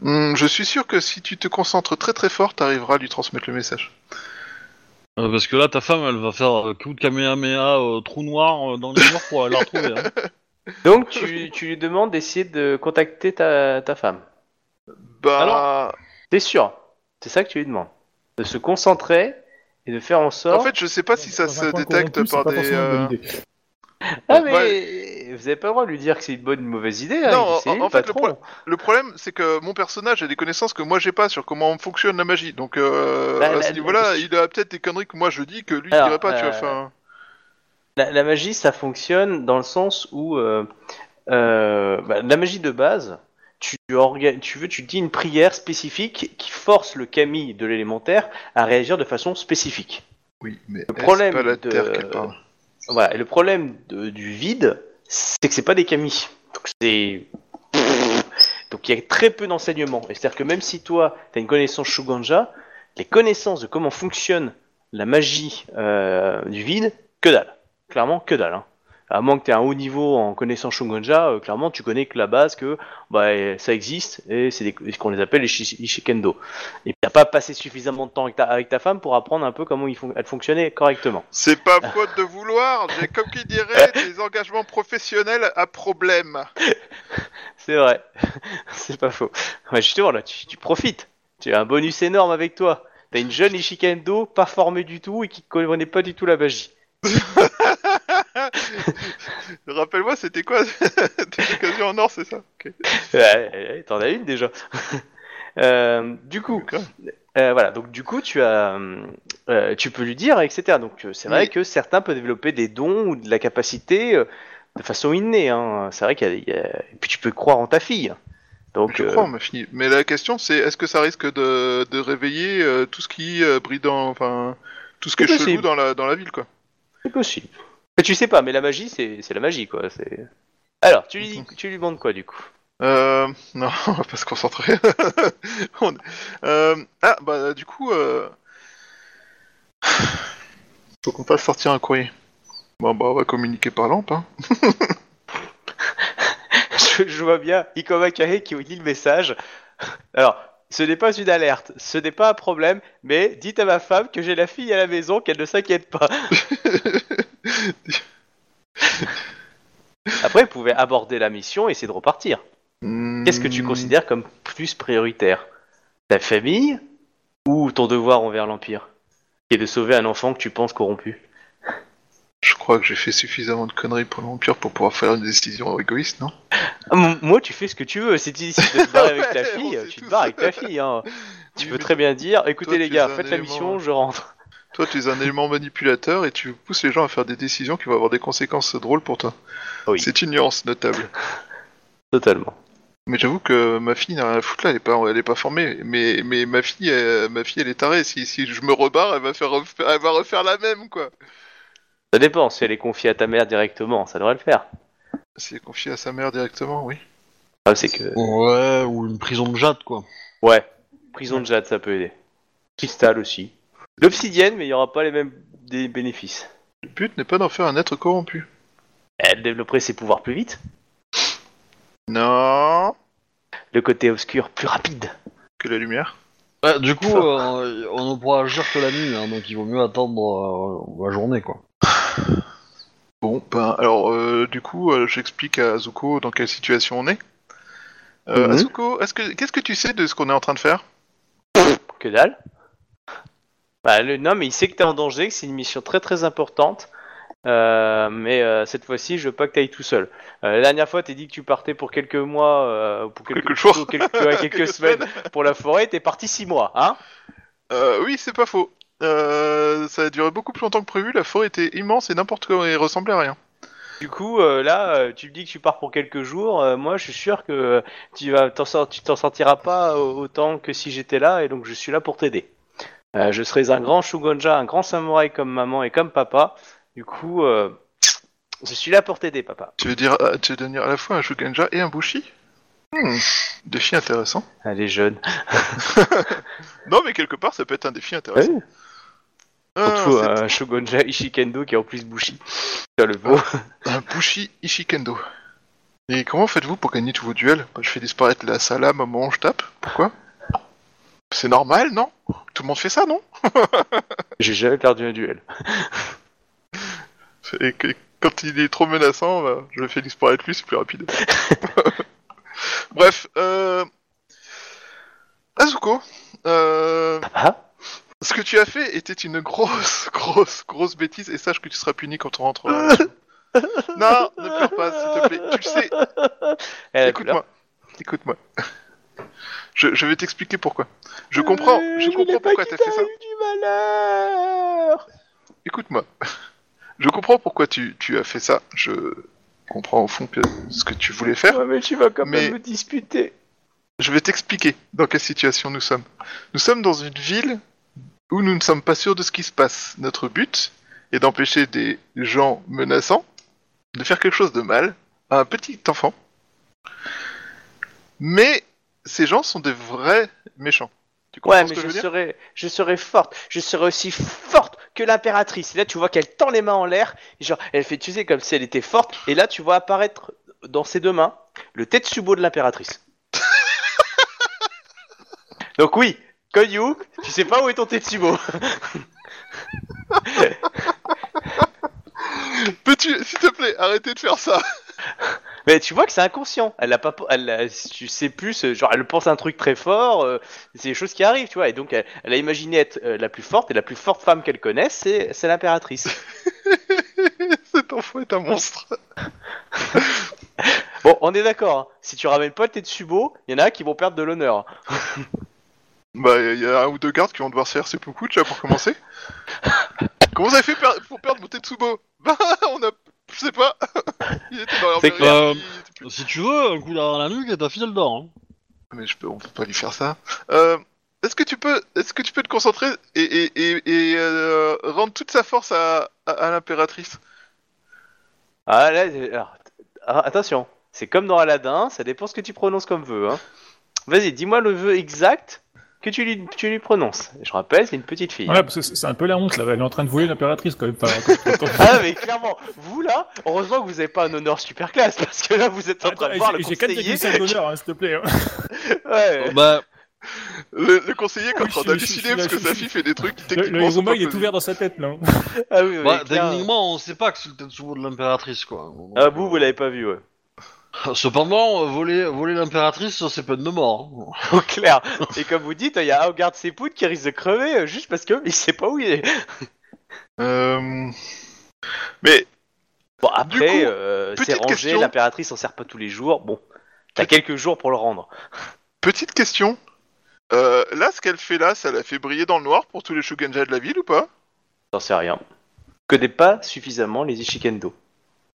Speaker 4: Hmm, je suis sûr que si tu te concentres très très fort, t'arriveras à lui transmettre le message.
Speaker 2: Euh, parce que là, ta femme, elle va faire euh, coup de Kamehameha, euh, trou noir euh, dans les murs pour aller la retrouver. hein.
Speaker 1: Donc, tu, tu lui demandes d'essayer de contacter ta, ta femme.
Speaker 4: Bah,
Speaker 1: T'es sûr C'est ça que tu lui demandes. De se concentrer et de faire en sorte.
Speaker 4: en fait, je sais pas si ça
Speaker 3: Dans un
Speaker 4: se
Speaker 3: coin
Speaker 4: détecte
Speaker 3: corrompu, c'est
Speaker 4: par
Speaker 3: pas
Speaker 4: des.
Speaker 3: forcément une
Speaker 4: euh,
Speaker 3: bonne idée.
Speaker 1: Ah mais vous avez pas le droit de lui dire que c'est une bonne ou une mauvaise idée. hein,
Speaker 4: Non,
Speaker 1: c'est
Speaker 4: en-
Speaker 1: lui,
Speaker 4: en
Speaker 1: le
Speaker 4: fait, le
Speaker 1: patron.
Speaker 4: problème- Le problème, c'est que mon personnage a des connaissances que moi j'ai pas sur comment fonctionne la magie. Donc euh,
Speaker 1: Bah,
Speaker 4: à
Speaker 1: la-
Speaker 4: ce
Speaker 1: la-
Speaker 4: niveau-là, il a peut-être des conneries que moi je dis que lui il
Speaker 1: Alors,
Speaker 4: dirait pas. Tu vois,
Speaker 1: euh,
Speaker 4: enfin,
Speaker 1: La, la magie, ça fonctionne dans le sens où euh, euh, bah, la magie de base, tu, orga- tu veux, tu dis une prière spécifique qui force le Camille de l'élémentaire à réagir de façon spécifique.
Speaker 4: oui, mais
Speaker 1: le
Speaker 4: eh, c'est
Speaker 1: problème
Speaker 4: pas la
Speaker 1: de-
Speaker 4: terre qu'elle parle.
Speaker 1: Voilà. Et le problème de- du vide, c'est que c'est pas des Camilles. Donc c'est donc il y a très peu d'enseignements. Et C'est-à-dire que même si toi, tu as une connaissance Shuganja, les connaissances de comment fonctionne la magie euh, du vide, que dalle. Clairement, que dalle. hein. À moins que tu aies un haut niveau en connaissant Shuganja, euh, clairement, tu connais que la base, que bah, euh, ça existe, et c'est des- ce qu'on les appelle les shi- Ishikendo. Et t'as pas passé suffisamment de temps avec ta, avec ta femme pour apprendre un peu comment il fon- elle fonctionnait correctement.
Speaker 4: C'est pas faute de vouloir, j'ai comme qui
Speaker 1: [LAUGHS]
Speaker 4: dirait des engagements professionnels à problème.
Speaker 1: C'est vrai, [LAUGHS] c'est pas faux. Ouais, justement, là, tu, tu profites. Tu as un bonus énorme avec toi. T'as une jeune Ishikendo, pas formée du tout et qui connaît pas du tout la magie.
Speaker 4: Rappelle-moi, c'était quoi [LAUGHS] Tes occasions en or, c'est ça Ok.
Speaker 1: Ouais, ouais, T'en as une déjà. [LAUGHS] Euh, du coup, euh, voilà. Donc du coup, tu as, euh, tu peux lui dire, etc. Donc euh, c'est vrai
Speaker 4: Oui.
Speaker 1: que certains peuvent développer des dons ou de la capacité euh, de façon innée. hein. C'est vrai qu'il y a- il y a- et puis tu peux croire en ta fille. Donc
Speaker 4: Je
Speaker 1: euh,
Speaker 4: crois, ma fille. Mais la question, c'est est-ce que ça risque de, de réveiller euh, tout ce qui euh, brille dans. Enfin, tout ce qui est
Speaker 1: C'est possible.
Speaker 4: chelou dans la, dans la ville, quoi.
Speaker 1: C'est possible. Mais tu sais pas, mais la magie, c'est c'est la magie, quoi. c'est- Alors, tu lui, dis- tu lui demandes quoi, du coup [LAUGHS]
Speaker 4: Euh. [LAUGHS] Non, on va pas se concentrer. [LAUGHS] On- euh, Ah, bah, du coup. Euh... Faut qu'on fasse sortir un courrier. Bon, bah, on va communiquer par lampe, hein.
Speaker 1: je, je vois bien Ikoma Kae qui vous dit le message. [LAUGHS] Alors, Ce n'est pas une alerte, ce n'est pas un problème, mais dites à ma femme que j'ai la fille à la maison, qu'elle ne s'inquiète pas. Après, vous pouvez aborder la mission et essayer de repartir. Qu'est-ce que
Speaker 4: Hmm.
Speaker 1: tu considères comme plus prioritaire Ta famille ou ton devoir envers l'Empire Qui est de sauver un enfant que tu penses corrompu
Speaker 4: Je crois que j'ai fait suffisamment de conneries pour l'Empire pour pouvoir faire une décision égoïste, non
Speaker 1: Ah, m- Moi, tu fais ce que tu veux. Si tu décides de te barrer
Speaker 4: [LAUGHS]
Speaker 1: avec ta
Speaker 4: Ouais, on
Speaker 1: fille, euh,
Speaker 4: sait
Speaker 1: tu te
Speaker 4: tous.
Speaker 1: barres avec ta fille.
Speaker 4: [LAUGHS]
Speaker 1: hein. Tu
Speaker 4: Oui,
Speaker 1: peux
Speaker 4: mais
Speaker 1: très bien dire écoutez,
Speaker 4: toi,
Speaker 1: les
Speaker 4: tu
Speaker 1: gars,
Speaker 4: es un
Speaker 1: faites la
Speaker 4: élément-
Speaker 1: mission, je rentre.
Speaker 4: Toi, tu es un élément manipulateur et tu pousses les gens à faire des décisions qui vont avoir des conséquences drôles pour toi.
Speaker 1: Oui.
Speaker 4: C'est une nuance notable.
Speaker 1: [LAUGHS] Totalement.
Speaker 4: Mais j'avoue que ma fille n'a rien à foutre là, elle est pas, elle est pas formée. Mais, mais ma fille, euh, ma fille, elle est tarée. Si, si je me rebarre, elle va faire, ref- elle va refaire la même quoi.
Speaker 1: Ça dépend. Si elle est confiée à ta mère directement, ça devrait le faire.
Speaker 4: C'est confié à sa mère directement, oui.
Speaker 1: Ah, c'est que.
Speaker 2: [LAUGHS] Ouais, ou une prison de jade, quoi.
Speaker 1: Ouais, prison de jade, ça peut aider. Cristal aussi. L'obsidienne, mais il n'y aura pas les mêmes des bénéfices.
Speaker 4: Le but n'est pas d'en faire un être corrompu.
Speaker 1: Elle développerait ses pouvoirs plus vite,
Speaker 4: Non.
Speaker 1: le côté obscur plus rapide.
Speaker 4: Que la lumière.
Speaker 2: Ouais, Bah, du coup, euh, on ne pourra agir que la nuit, hein, donc il vaut mieux attendre euh, la journée, quoi.
Speaker 4: Bon, ben alors, euh, du coup, euh, j'explique à Azuko dans quelle situation on est. Euh,
Speaker 1: Mhm.
Speaker 4: Azuko, est-ce que, qu'est-ce que tu sais de ce qu'on est en train de faire
Speaker 1: Que dalle. Bah, le, non, mais il sait que t'es en danger, que c'est une mission très très importante. Euh, mais euh, cette fois-ci, je veux pas que t'ailles tout seul. Euh, la dernière fois, t'es dit que tu partais pour quelques mois, euh, pour quelques,
Speaker 4: Quelques jours.
Speaker 1: plutôt quelques, [LAUGHS] ouais, quelques
Speaker 4: Quelques
Speaker 1: semaines pour la forêt, t'es parti six mois, hein
Speaker 4: Euh, oui, c'est pas faux. Euh, ça a duré beaucoup plus longtemps que prévu, la forêt était immense et n'importe quoi, elle ressemblait à rien.
Speaker 1: Du coup, euh, là, euh, tu me dis que tu pars pour quelques jours. euh, moi, je suis sûr que euh, tu vas t'en sor- tu t'en sortiras pas au- autant que si j'étais là, et donc je suis là pour t'aider. Euh, je serais un grand Shugonja, un grand samouraï comme maman et comme papa. Du coup, euh, je suis là pour t'aider, papa.
Speaker 4: Tu veux dire, euh, tu veux devenir à la fois un Shugenja et un Bushi Hmm, Défi intéressant.
Speaker 1: Elle est jeune.
Speaker 4: Non, mais quelque part, ça peut être un défi intéressant. Ah,
Speaker 1: Eh Surtout
Speaker 4: c'est
Speaker 1: un Shugonja Ishikendo qui est en plus Bushi. Putain, le beau.
Speaker 4: un Bushi Ishikendo. Et comment faites-vous pour gagner tous vos duels Bah, Je fais disparaître la salame au moment où je tape. Pourquoi C'est normal, non Tout le monde fait ça, non
Speaker 1: J'ai jamais perdu un duel.
Speaker 4: Et que- quand il est trop menaçant, bah, je le fais disparaître lui, c'est plus rapide. Bref, euh... Azuko, euh,
Speaker 1: Papa
Speaker 4: ce que tu as fait était une grosse, [LAUGHS] grosse, grosse bêtise et sache que tu seras puni quand on rentre. dans la maison. non, ne pleure pas, s'il te plaît. Tu le sais,
Speaker 1: Elle a pleuré.
Speaker 4: écoute-moi. Écoute-moi. [LAUGHS] Je, je vais t'expliquer pourquoi. Je comprends, je
Speaker 1: voulais
Speaker 4: comprends
Speaker 1: Euh, pas
Speaker 4: pourquoi
Speaker 1: qu'il
Speaker 4: t'as fait ça.
Speaker 1: t'arrive du malheur.
Speaker 4: Écoute-moi. [LAUGHS] Je comprends pourquoi tu, tu as fait ça. Je comprends au fond que ce que tu voulais faire.
Speaker 1: Ouais, mais tu vas quand
Speaker 4: Mais-
Speaker 1: même me disputer.
Speaker 4: Je vais t'expliquer dans quelle situation nous sommes. Nous sommes dans une ville où nous ne sommes pas sûrs de ce qui se passe. Notre but est d'empêcher des gens menaçants de faire quelque chose de mal à un petit enfant. Mais ces gens sont des vrais méchants. Tu comprends
Speaker 1: Ouais,
Speaker 4: ce
Speaker 1: mais
Speaker 4: que
Speaker 1: je
Speaker 4: je veux dire
Speaker 1: serai, je serai forte. Je serai aussi forte que l'impératrice. Et là, tu vois qu'elle tend les mains en l'air. et Genre, elle fait tu sais, comme si elle était forte. Et là, tu vois apparaître dans ses deux mains le Tetsubo de
Speaker 4: [LAUGHS]
Speaker 1: l'impératrice. Donc oui, Konyu, tu sais pas où est ton Tetsubo.
Speaker 4: Peux-tu, s'il te plaît, arrêter de faire ça [LAUGHS]
Speaker 1: Mais tu vois que c'est inconscient. Elle a pas, elle, a- tu sais plus, euh, genre elle pense un truc très fort. euh, c'est des choses qui arrivent, tu vois. Et donc elle, elle a imaginé être euh, la plus forte et la plus forte femme qu'elle connaisse, c'est, c'est l'impératrice.
Speaker 4: Cet enfant est un monstre.
Speaker 1: Bon, on est d'accord. hein. Si tu ramènes pas tes Tsubo, il y en a qui vont perdre de l'honneur.
Speaker 4: Bah, il y a un ou deux gardes qui vont devoir se faire seppuku déjà pour
Speaker 3: [LAUGHS]
Speaker 4: commencer. Comment vous avez fait per- pour perdre mon Tetsubo Bah, [LAUGHS] on a. Je sais pas. [LAUGHS] il était dans leur
Speaker 1: C'est
Speaker 4: mairie,
Speaker 2: clair.
Speaker 4: il était plus-
Speaker 2: Si tu veux, un coup derrière la nuque et ta fille, elle dort. Hein.
Speaker 4: Ah, Mais je peux... on peut pas lui faire ça. Euh, Est-ce que tu peux, est-ce que tu peux te concentrer et, et, et, et, euh, rendre toute sa force à, à, à l'impératrice
Speaker 1: Ah là, euh, alors, t- ah, attention. C'est comme dans Aladdin, ça dépend ce que tu prononces comme vœu. hein. Vas-y, dis-moi le vœu exact que tu lui, tu lui prononces. Je rappelle, c'est une petite fille.
Speaker 3: Voilà, parce que c'est c'est un peu la honte, là. Elle est en train de voler l'impératrice, quand même. Enfin, quand- quand-
Speaker 1: Ah mais clairement, vous là, heureusement que vous n'avez pas un honneur super classe parce que là vous êtes [LAUGHS] en train
Speaker 3: Attends,
Speaker 1: de voir
Speaker 3: j'ai-
Speaker 1: le
Speaker 3: J'ai
Speaker 1: conseiller.
Speaker 3: 4,5 d'honneur, hein, s'il te plaît.
Speaker 1: [LAUGHS] Ouais.
Speaker 2: Bah,
Speaker 4: le, le conseiller quand
Speaker 3: Oui, je
Speaker 4: en train
Speaker 3: suis- je suis-
Speaker 4: d'halluciner
Speaker 3: je
Speaker 4: parce que
Speaker 3: suis-
Speaker 4: sa fille fait des trucs qui
Speaker 3: Le,
Speaker 4: techniquement
Speaker 3: le
Speaker 4: sont
Speaker 3: Iruma,
Speaker 4: pas
Speaker 3: il est
Speaker 4: possibles.
Speaker 3: ouvert dans sa tête, là. hein.
Speaker 1: Ah oui, oui,
Speaker 2: Bah,
Speaker 1: clair.
Speaker 2: techniquement, on sait pas que c'est le Tetsubo de l'impératrice, quoi.
Speaker 1: Ah, vous, vous l'avez pas vu, ouais.
Speaker 2: Cependant, euh, voler, voler l'impératrice, c'est peine de mort. hein.
Speaker 1: Au clair. Et comme vous dites, il y a un garde ses poudres qui risque de crever euh, juste parce que il sait pas où il est.
Speaker 4: Euh, Mais
Speaker 1: Bon,
Speaker 4: Du
Speaker 1: après,
Speaker 4: coup,
Speaker 1: euh,
Speaker 4: petite
Speaker 1: c'est rangé,
Speaker 4: question.
Speaker 1: l'impératrice s'en sert pas tous les jours. Bon, t'as quelques jours pour le rendre.
Speaker 4: petite question. Euh, là, ce qu'elle fait là, ça la fait briller dans le noir pour tous les Shugenja de la ville ou pas
Speaker 1: J'en sais rien. Que des pas suffisamment les Ishikendo.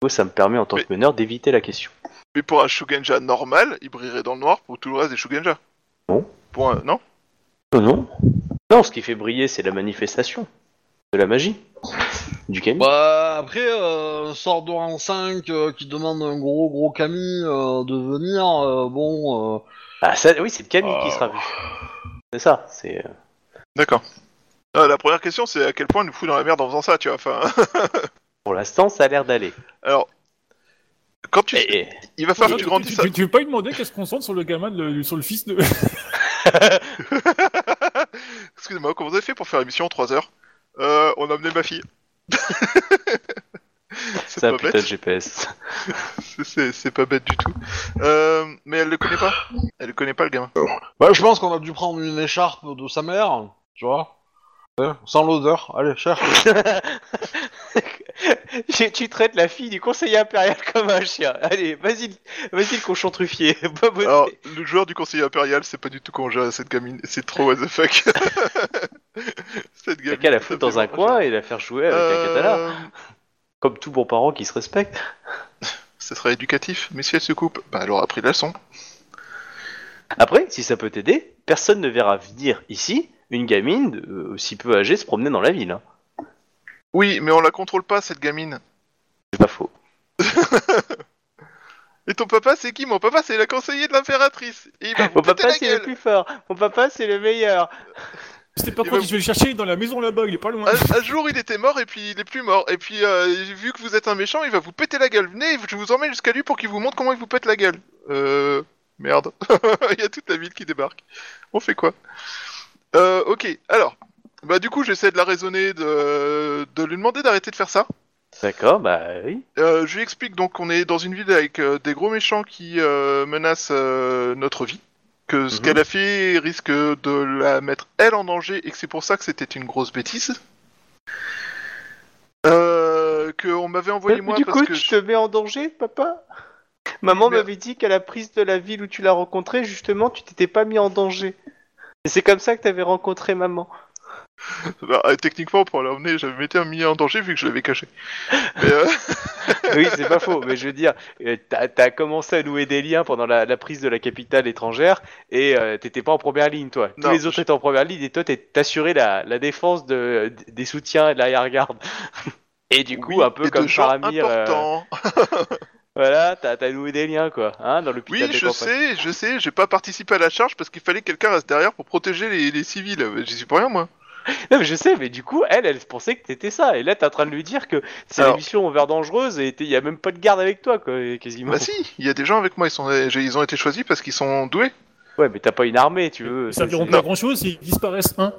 Speaker 1: Moi, ça me permet en tant
Speaker 4: Mais-
Speaker 1: que meneur d'éviter la question.
Speaker 4: Mais pour un Shugenja normal, il brillerait dans le noir pour tout le reste des Shugenja.
Speaker 1: Bon.
Speaker 4: Pour un... Non
Speaker 1: Oh non Non, ce qui fait briller, c'est la manifestation. De la magie. Du Kami.
Speaker 2: Bah, après, euh, sort d'Oran 5 euh, qui demande un gros gros Camille euh, de venir, euh, bon... euh,
Speaker 1: Ah, ça, oui, c'est le Kami qui
Speaker 4: Ah.
Speaker 1: sera vu. C'est ça, c'est... euh,
Speaker 4: D'accord. Euh, la première question, c'est à quel point elle nous fout dans la merde en faisant ça, tu vois. Enfin, [LAUGHS]
Speaker 1: Pour l'instant, ça a l'air d'aller. Eh,
Speaker 4: alors, quand tu,
Speaker 1: Et- et-
Speaker 4: il va falloir que
Speaker 3: Eh, tu,
Speaker 4: tu grandisses. à-
Speaker 3: tu- tu veux pas lui demander qu'est-ce qu'on sent sur le gamin, de le- sur le fils de... [LAUGHS]
Speaker 4: Excusez-moi, comment vous avez fait pour faire l'émission en 3 heures euh, On a amené ma fille. [LAUGHS] c'est
Speaker 1: C'est un
Speaker 4: pas
Speaker 1: putain de
Speaker 4: bête.
Speaker 1: GPS.
Speaker 4: C'est, c'est pas bête du tout. Euh, mais elle le connaît pas. Elle le connaît pas le gamin.
Speaker 2: Bah, je pense qu'on a dû prendre une écharpe de sa mère, tu vois. Ouais, sans l'odeur, allez, cherche.
Speaker 1: [LAUGHS] Tu- tu traites la fille du conseiller impérial comme un chien. Allez, vas-y, vas-y le cochon truffier. [LAUGHS] Pas bosser.
Speaker 4: Alors, le joueur du conseiller impérial, c'est pas du tout comment gère cette gamine. C'est trop what the fuck. [LAUGHS]
Speaker 1: T'as
Speaker 4: cette gamine.
Speaker 1: qu'à la foutre dans un coin et la faire jouer avec un katana.
Speaker 4: Euh,
Speaker 1: Comme tout bon parent qui se respecte.
Speaker 4: Ça serait éducatif, mais si elle se coupe, bah, elle aura appris la leçon.
Speaker 1: Après, si ça peut t'aider, personne ne verra venir ici une gamine de- euh, aussi peu âgée se promener dans la ville. hein.
Speaker 4: Oui, mais on la contrôle pas, cette gamine.
Speaker 1: C'est pas faux.
Speaker 4: Et ton papa, c'est qui Mon papa, c'est la conseiller de l'impératrice. Et il va vous
Speaker 1: Mon
Speaker 4: péter
Speaker 1: papa,
Speaker 4: la
Speaker 1: c'est le
Speaker 4: gueule.
Speaker 1: plus fort. Mon papa, c'est le meilleur.
Speaker 3: C'était pas
Speaker 4: Il
Speaker 3: quoi,
Speaker 4: va-
Speaker 3: je vais le chercher il est dans la maison là-bas, il est pas loin.
Speaker 1: Ah,
Speaker 4: Un, un jour, il était mort et puis il est plus mort. Et puis, euh, vu que vous êtes un méchant, il va vous péter la gueule. Venez, je vous emmène jusqu'à lui pour qu'il vous montre comment il vous pète la gueule. Euh. Merde. [LAUGHS] il y a toute la ville qui débarque. On fait quoi Euh, ok, alors. Bah, du coup, j'essaie de la raisonner, de, de lui demander d'arrêter de faire ça.
Speaker 1: D'accord, bah oui.
Speaker 4: Euh, je lui explique donc qu'on est dans une ville avec euh, des gros méchants qui euh, menacent euh, notre vie, que ce
Speaker 1: Mhm.
Speaker 4: qu'elle a fait risque de la mettre elle en danger et que c'est pour ça que c'était une grosse bêtise. Euh, que on m'avait envoyé moi
Speaker 1: du
Speaker 4: parce
Speaker 1: coup,
Speaker 4: que
Speaker 1: tu te mets en danger, papa Maman
Speaker 4: Mais-
Speaker 1: m'avait dit qu'à la prise de la ville où tu l'as rencontrée, justement, tu t'étais pas mis en danger. Et c'est comme ça que t'avais rencontré maman.
Speaker 4: Bah, euh, techniquement pour l'emmener j'avais m'étais mis en danger vu que je l'avais caché. Mais, euh,
Speaker 1: oui, c'est pas faux, mais je veux dire, euh, t'as t'as commencé à nouer des liens pendant la, la prise de la capitale étrangère et euh, t'étais pas en première ligne, toi. Tous
Speaker 4: Non,
Speaker 1: les autres étaient en première ligne et toi, t'es- t'assurais la, la défense de, des soutiens et de l'arrière-garde. Et du coup,
Speaker 4: oui,
Speaker 1: un peu
Speaker 4: et
Speaker 1: comme
Speaker 4: de gens
Speaker 1: Faramir, euh,
Speaker 4: importants.
Speaker 1: voilà, t'as t'as noué des liens, quoi, hein, dans l'hôpital
Speaker 4: Oui,
Speaker 1: des
Speaker 4: je
Speaker 1: campagnes.
Speaker 4: sais, je sais, j'ai pas participé à la charge parce qu'il fallait que quelqu'un reste derrière pour protéger les, les civils. J'y suis pour rien moi.
Speaker 1: Non, mais je sais, mais du coup, elle, elle pensait que t'étais ça. Et là, t'es en train de lui dire que c'est
Speaker 4: Alors-
Speaker 1: les missions envers dangereuses et t'es- y a même pas de garde avec toi, quoi, quasiment.
Speaker 4: Bah si, il y a des gens avec moi, ils, sont, j'ai- ils ont été choisis parce qu'ils sont doués.
Speaker 1: Ouais, mais t'as pas une armée, tu veux.
Speaker 3: Ça
Speaker 1: c'est-
Speaker 3: ne
Speaker 1: c'est-
Speaker 3: pas à grand-chose s'ils disparaissent, hein.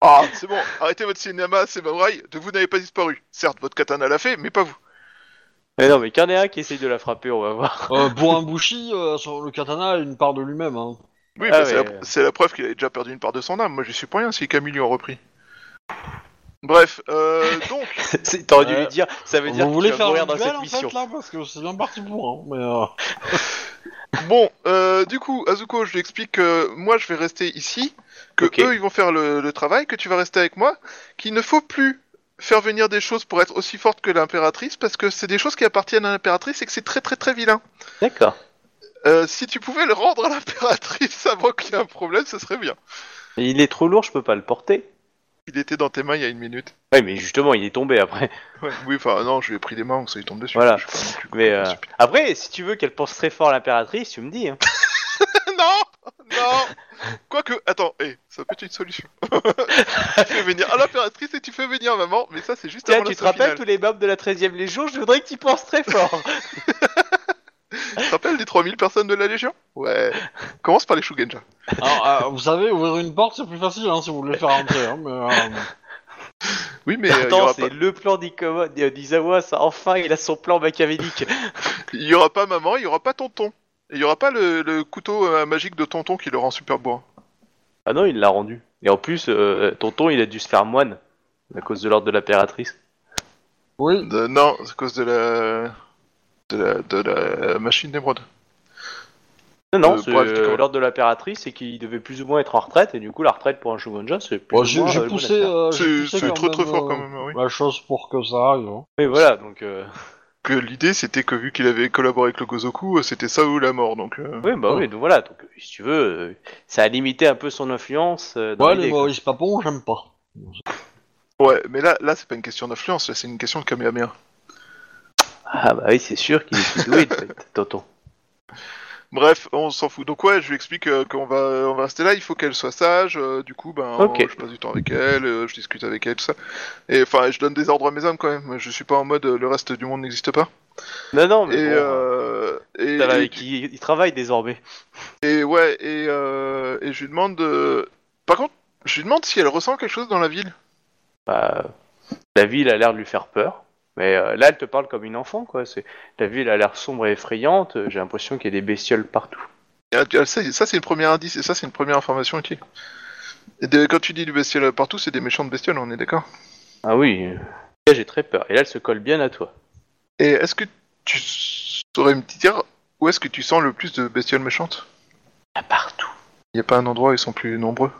Speaker 4: Ah, c'est bon, arrêtez votre cinéma, c'est braille, de vous n'avez pas disparu. Certes, votre katana l'a fait, mais pas vous.
Speaker 1: Mais non, mais qu'il y en ait un qui essaye de la frapper, on va voir.
Speaker 2: Euh, pour un bushi, euh, sur le katana a une part de lui-même. Hein.
Speaker 4: Oui,
Speaker 1: Ah
Speaker 4: bah, c'est,
Speaker 1: ouais.
Speaker 4: la, c'est la preuve qu'il avait déjà perdu une part de son âme, moi j'y suis pour rien si Camille lui ont repris. Bref, [LAUGHS] euh, donc,
Speaker 1: [LAUGHS] C'est- T'aurais dû
Speaker 2: Ouais.
Speaker 1: lui dire, ça veut dire
Speaker 2: Euh, Vous
Speaker 1: que
Speaker 2: voulez
Speaker 1: tu vas
Speaker 2: faire
Speaker 1: mourir
Speaker 2: une
Speaker 1: dans
Speaker 2: duel
Speaker 1: cette
Speaker 2: en
Speaker 1: mission.
Speaker 2: fait là Parce que c'est bien parti pour, hein, mais... euh,
Speaker 4: bon, euh, du coup, Azuko, je lui explique que moi je vais rester ici, que
Speaker 1: Ok.
Speaker 4: eux ils vont faire le, le travail, que tu vas rester avec moi, qu'il ne faut plus faire venir des choses pour être aussi forte que l'impératrice, parce que c'est des choses qui appartiennent à l'impératrice et que c'est très très très vilain.
Speaker 1: D'accord.
Speaker 4: Euh, si tu pouvais le rendre à l'impératrice [LAUGHS] avant qu'il y ait un problème, ce serait bien.
Speaker 1: Mais Il est trop lourd, je peux pas le porter.
Speaker 4: Il était dans tes mains il y a une minute.
Speaker 1: Ouais, mais justement, il est
Speaker 2: [LAUGHS]
Speaker 1: tombé après.
Speaker 4: Oui, enfin, non, je lui ai pris des mains, donc ça lui tombe dessus.
Speaker 1: Voilà.
Speaker 4: Je suis pas non plus
Speaker 1: Mais euh,
Speaker 4: complètement stupide.
Speaker 1: après, si tu veux qu'elle pense très fort à l'impératrice, tu me dis. Hein.
Speaker 4: non Non Quoique, attends, hé, ça peut être une solution. [LAUGHS] tu fais venir à l'impératrice et tu fais venir maman, mais ça c'est juste
Speaker 1: Tiens,
Speaker 4: avant
Speaker 1: tu
Speaker 4: la
Speaker 1: te rappelles
Speaker 2: [LAUGHS]
Speaker 4: finale.
Speaker 1: tous les membres de la 13 e Légion Je voudrais que tu penses très fort.
Speaker 4: Tu te rappelles les 3000 personnes de la Légion Ouais. Commence par les Shugenja.
Speaker 2: Alors, euh, vous savez, ouvrir une porte, c'est plus facile hein, si vous voulez faire entrer. Hein, mais, euh,
Speaker 4: Oui, mais euh, il y
Speaker 1: Attends,
Speaker 4: aura,
Speaker 1: c'est
Speaker 4: pas...
Speaker 1: le plan d'Ikoma- d'Izawa, ça, enfin, il a son plan machiavélique.
Speaker 4: il y aura pas maman, il y aura pas tonton. Et il y aura pas le, le couteau euh, magique de tonton qui le rend super hein. bourrin.
Speaker 1: [LAUGHS] ah non, il l'a rendu. Et en plus, euh, tonton, il a dû se faire moine à cause de l'ordre de l'impératrice.
Speaker 2: Oui,
Speaker 4: De- Non, c'est à cause de la... de la, de la machine d'émeraude.
Speaker 1: Non, non,
Speaker 4: Euh,
Speaker 1: c'est,
Speaker 4: bref,
Speaker 1: euh,
Speaker 4: Ikoma.
Speaker 1: l'ordre de l'impératrice, c'est qu'il devait plus ou moins être en retraite, et du coup, la retraite pour un Shogunja, c'est plus
Speaker 2: Bon,
Speaker 1: ou
Speaker 2: j'ai
Speaker 1: moins,
Speaker 2: j'ai
Speaker 1: euh, le bon
Speaker 2: poussé,
Speaker 1: affaire.
Speaker 2: euh, j'ai
Speaker 4: C'est
Speaker 2: poussé
Speaker 4: c'est
Speaker 2: quand
Speaker 4: très très
Speaker 2: même,
Speaker 4: fort
Speaker 2: euh,
Speaker 4: quand même, oui.
Speaker 2: La chose pour que ça arrive. hein.
Speaker 1: Oui, voilà, donc... euh,
Speaker 4: Que l'idée c'était que vu qu'il avait collaboré avec le Gozoku, euh, c'était ça ou la mort, donc... euh,
Speaker 1: Oui, bah oui, donc voilà, donc, si tu veux, euh, ça a limité un peu son influence euh, dans
Speaker 2: Ouais,
Speaker 1: l'idée,
Speaker 2: les
Speaker 1: quoi.
Speaker 2: Maurice Papon, j'aime pas.
Speaker 4: Ouais, mais là, là c'est pas une question d'influence, là c'est une question de Kamehameha.
Speaker 1: Ah bah oui, c'est sûr qu'il est plus doué, de [LAUGHS] fait, tonton.
Speaker 4: Bref, on s'en fout. Donc ouais, je lui explique euh, qu'on va, on va rester là, il faut qu'elle soit sage, euh, du coup, ben, on-
Speaker 1: Ok.
Speaker 4: je passe du temps avec elle, euh, je discute avec elle, tout ça. Et enfin, je donne des ordres à mes hommes quand même, je suis pas en mode euh, le reste du monde n'existe pas.
Speaker 1: Non, non, mais
Speaker 4: Et,
Speaker 1: bon, hein.
Speaker 4: euh, et,
Speaker 1: ça va,
Speaker 4: et-
Speaker 1: il- il, il travaille désormais.
Speaker 4: Et ouais, et, euh, et je lui demande. euh, Par contre, je lui demande si elle ressent quelque chose dans la ville.
Speaker 1: Bah, la ville a l'air de lui faire peur, mais euh, là, elle te parle comme une enfant, quoi. C'est La ville a l'air sombre et effrayante, euh, j'ai l'impression qu'il y a des bestioles partout.
Speaker 4: Et elle- elle sait- ça, c'est une première indice, et ça, c'est une première information utile. Et de- quand tu dis du bestiole partout, c'est des méchantes bestioles, on est d'accord.
Speaker 1: Ah oui, euh, là, j'ai très peur, et là, elle se colle bien à toi.
Speaker 4: Et est-ce que tu saurais me dire où est-ce que tu sens le plus de bestioles méchantes
Speaker 1: À partout.
Speaker 4: Il n'y a pas un endroit où ils sont plus nombreux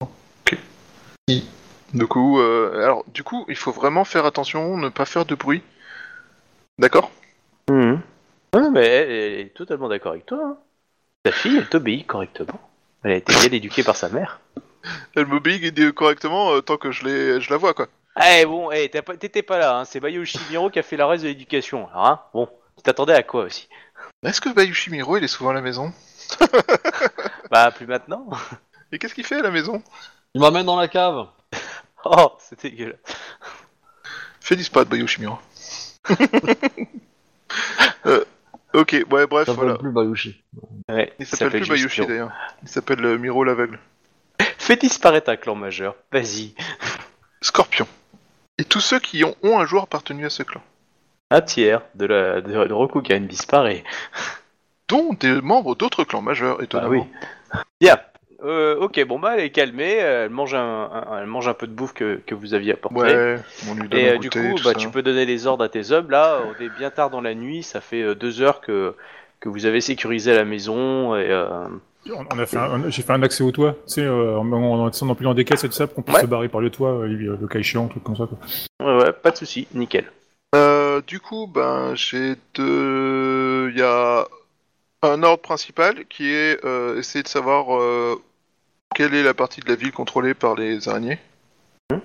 Speaker 4: Ok. Du coup, euh, alors, du coup, il faut vraiment faire attention, ne pas faire de bruit. D'accord
Speaker 1: Ouais, mais elle, elle est totalement d'accord avec toi. hein. Ta fille, elle t'obéit correctement. Elle a été bien éduquée par sa mère.
Speaker 4: Elle m'obéit correctement euh, tant que je, l'ai- je la vois, quoi.
Speaker 1: Eh bon, eh, t'as pas- t'étais pas là, hein. c'est Bayouchi Miro qui a fait la reste de l'éducation. Alors, hein, bon, tu t'attendais à quoi aussi
Speaker 4: Est-ce que Bayushimiro il est souvent à la maison
Speaker 1: Bah, plus maintenant. [LAUGHS]
Speaker 4: Et qu'est-ce qu'il fait à la maison
Speaker 2: Il m'amène dans la cave.
Speaker 1: Oh, c'est dégueulasse.
Speaker 4: Fais disparaître Bayushimiro. Euh, ok, ouais, bref,
Speaker 2: Ça
Speaker 4: voilà.
Speaker 2: s'appelle plus Bayushi.
Speaker 1: Ouais,
Speaker 4: Il s'appelle plus
Speaker 1: juste
Speaker 4: Bayushi
Speaker 1: Miro.
Speaker 4: d'ailleurs. Il s'appelle euh, Miro l'aveugle.
Speaker 1: Fais disparaître un clan majeur, vas-y.
Speaker 4: Scorpion. Et tous ceux qui ont, ont un jour appartenu à ce clan.
Speaker 1: Un tiers de la de, de Rokugan disparaît.
Speaker 4: Dont des membres d'autres clans majeurs,
Speaker 1: Bah
Speaker 4: étonnamment.
Speaker 1: oui. Bien. Euh, ok, bon bah elle est calmée, euh, elle mange un, un- elle mange un peu de bouffe que, que vous aviez apporté.
Speaker 4: Ouais, on lui donne
Speaker 1: Et
Speaker 4: à
Speaker 1: euh, du
Speaker 4: goûter,
Speaker 1: coup,
Speaker 4: tout
Speaker 1: bah,
Speaker 4: ça.
Speaker 1: tu peux donner les ordres à tes hommes. Là, on est bien tard dans la nuit. Ça fait euh, deux heures que, que vous avez sécurisé la maison. Et, euh,
Speaker 3: On on a fait un- on- j'ai fait un accès au toit, tu sais, euh, en, en, en descendant plus loin des caisses et tout ça, pour qu'on puisse
Speaker 1: Ouais.
Speaker 3: se barrer par le toit, euh, et, euh, le cas échéant, un truc comme ça. Quoi.
Speaker 1: ouais, ouais, pas de souci, nickel.
Speaker 4: Euh, du coup, ben, j'ai deux. Il y a un ordre principal qui est euh, essayer de savoir euh, quelle est la partie de la ville contrôlée par les araignées.
Speaker 1: Mhm.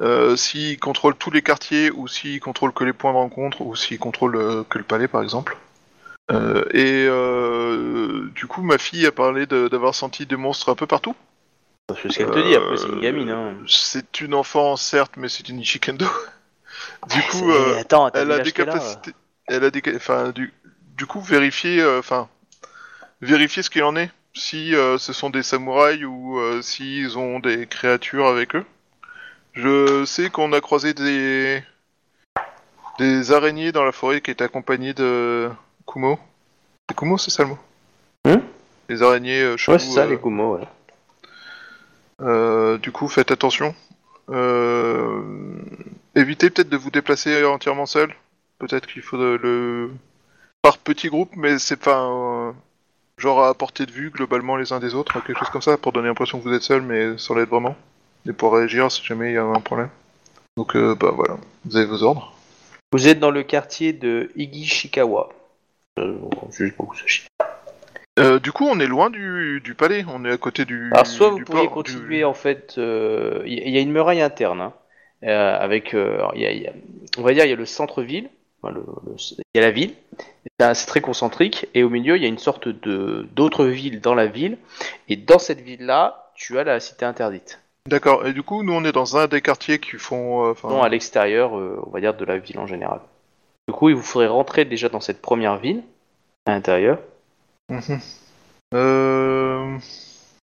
Speaker 4: Euh, s'ils contrôlent tous les quartiers, ou s'ils contrôlent que les points de rencontre, ou s'ils contrôlent euh, que le palais, par exemple. Euh, et euh, du coup, ma fille a parlé de- d'avoir senti des monstres un peu partout.
Speaker 1: C'est ce qu'elle te dit. Après, c'est
Speaker 4: Euh,
Speaker 1: une gamine. Hein.
Speaker 4: C'est une enfant, certes, mais c'est une Ichikendo. [LAUGHS] du
Speaker 1: Eh,
Speaker 4: coup,
Speaker 1: [LAUGHS] c'est-
Speaker 4: euh,
Speaker 1: attends, t'as
Speaker 4: elle
Speaker 1: vu
Speaker 4: a
Speaker 1: l'âge
Speaker 4: des
Speaker 1: qu'elle a,
Speaker 4: capacités. Elle a des, ca- enfin, du, du coup, vérifier, euh, enfin, vérifier ce qu'il en est. Si euh, ce sont des samouraïs ou euh, s'ils ont des créatures avec eux. Je sais qu'on a croisé des des araignées dans la forêt qui étaient accompagnées de Kumo. C'est Kumo, c'est ça le mot
Speaker 1: Hum
Speaker 4: Les araignées. Euh,
Speaker 1: Ouais,
Speaker 4: chelous,
Speaker 1: c'est ça,
Speaker 4: euh,
Speaker 1: les Kumo. ouais.
Speaker 4: euh, du coup, faites attention. Euh, évitez peut-être de vous déplacer entièrement seul. Peut-être qu'il faut de- le par petits groupes, mais c'est pas un- genre à portée de vue globalement les uns des autres, quelque chose comme ça, pour donner l'impression que vous êtes seul, mais sans l'être vraiment, et pour réagir si jamais il y a un problème. Donc euh, bah voilà, vous avez vos ordres.
Speaker 1: Vous êtes dans le quartier de Igishikawa. Euh, juste pour que vous sachiez.
Speaker 4: Euh, du coup, on est loin du, du palais, on est à côté du.
Speaker 1: Alors, soit vous
Speaker 4: du
Speaker 1: pourriez
Speaker 4: port, du-
Speaker 1: continuer, en fait, euh, il y, il y a une muraille interne, hein, euh, avec, euh, alors, il y a- il y a- on va dire, il y a le centre-ville, enfin, le- le- il y a la ville, c'est un- c'est très concentrique, et au milieu, il y a une sorte de d'autre ville dans la ville, et dans cette ville-là, tu as la cité interdite.
Speaker 4: D'accord. Et du coup, nous, on est dans un des quartiers qui font. euh, enfin,
Speaker 1: Non, à l'extérieur, euh, on va dire, de la ville en général. Du coup, il vous faudrait rentrer déjà dans cette première ville, à l'intérieur.
Speaker 4: [LAUGHS] Mhm. Euh...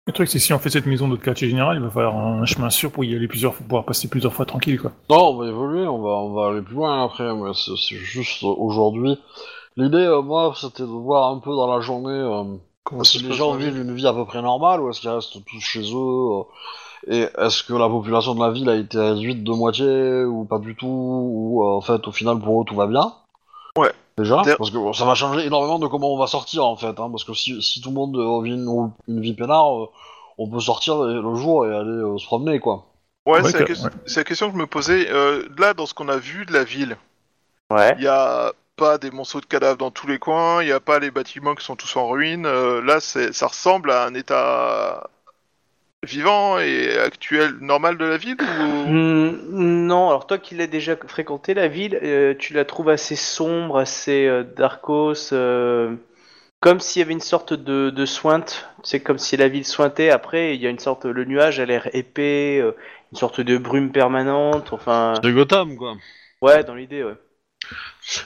Speaker 3: Le truc, c'est que si on fait cette maison de quartier général, il va falloir un chemin sûr pour y aller plusieurs fois, pouvoir passer plusieurs fois tranquille, quoi.
Speaker 2: Non, on va évoluer, on va, on va aller plus loin après. mais c'est c'est juste euh, aujourd'hui. L'idée, euh, moi, c'était de voir un peu dans la journée euh,
Speaker 4: Comment
Speaker 2: si
Speaker 4: se
Speaker 2: les
Speaker 4: passe
Speaker 2: gens
Speaker 4: la
Speaker 2: vivent une vie à peu près normale ou est-ce qu'ils restent tous chez eux. euh, et est-ce que la population de la ville a été réduite de moitié ou pas du tout Ou euh, en fait, au final, pour eux, tout va bien
Speaker 4: Ouais.
Speaker 2: Déjà
Speaker 4: D'ailleurs-
Speaker 2: Parce que bon, ça va changer énormément de comment on va sortir en fait. hein, parce que si, si tout le monde euh, vit une, une vie peinard, euh, on peut sortir euh, le jour et aller euh, se promener quoi.
Speaker 4: Ouais,
Speaker 3: Ouais,
Speaker 4: c'est la,
Speaker 3: que-
Speaker 4: que- c'est la question que je me posais. Euh, là, dans ce qu'on a vu de la ville,
Speaker 1: Ouais.
Speaker 4: il y a pas des monceaux de cadavres dans tous les coins, il n'y a pas les bâtiments qui sont tous en ruine. Euh, là, c'est- ça ressemble à un état vivant et actuel, normal de la ville ou...
Speaker 1: Hmm, non, alors toi qui l'as déjà fréquenté la ville, euh, tu la trouves assez sombre, assez euh, darkos, euh, comme s'il y avait une sorte de, de sointe. C'est comme si la ville sointait. Après, il y a une sorte, le nuage a l'air épais, euh, une sorte de brume permanente. Enfin,
Speaker 2: C'est Gotham quoi.
Speaker 1: ouais, dans l'idée, ouais.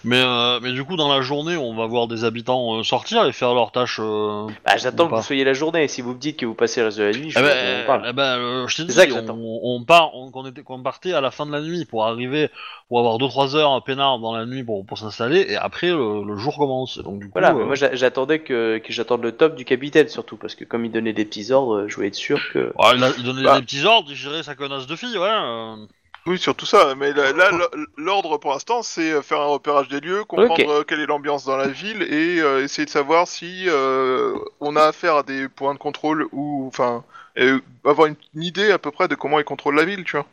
Speaker 2: Mais, euh, mais du coup, dans la journée, on va voir des habitants euh, sortir et faire leurs tâches. euh,
Speaker 1: Bah, j'attends
Speaker 2: Ou
Speaker 1: que vous
Speaker 2: pas.
Speaker 1: soyez la journée. Si vous me dites que vous passez le reste de la nuit, je
Speaker 2: eh ben,
Speaker 1: vous en parle.
Speaker 2: eh ben, euh, je t'ai
Speaker 1: C'est ça
Speaker 2: dit,
Speaker 1: que j'attends.
Speaker 2: on, on part, on, qu'on était, qu'on partait à la fin de la nuit pour arriver, pour avoir 2-3 heures peinard dans la nuit pour, pour s'installer, et après le, le jour commence. Et Donc du coup,
Speaker 1: Voilà,
Speaker 2: euh,
Speaker 1: mais moi j'a- j'attendais que, que j'attende le top du capitaine surtout, parce que comme il donnait des petits ordres, euh, je voulais être sûr que.
Speaker 2: euh, ouais, il, a- il donnait
Speaker 4: Bah.
Speaker 2: des petits ordres, il gérait sa connasse de fille, voilà. euh.
Speaker 4: Oui, sur tout ça. Mais là, là, l- l'ordre pour l'instant, c'est euh, faire un repérage des lieux, comprendre
Speaker 1: Ok.
Speaker 4: euh, quelle est l'ambiance dans la ville et euh, essayer de savoir si euh, on a affaire à des points de contrôle ou, enfin, euh, avoir une, une idée à peu près de comment ils contrôlent la ville, tu vois.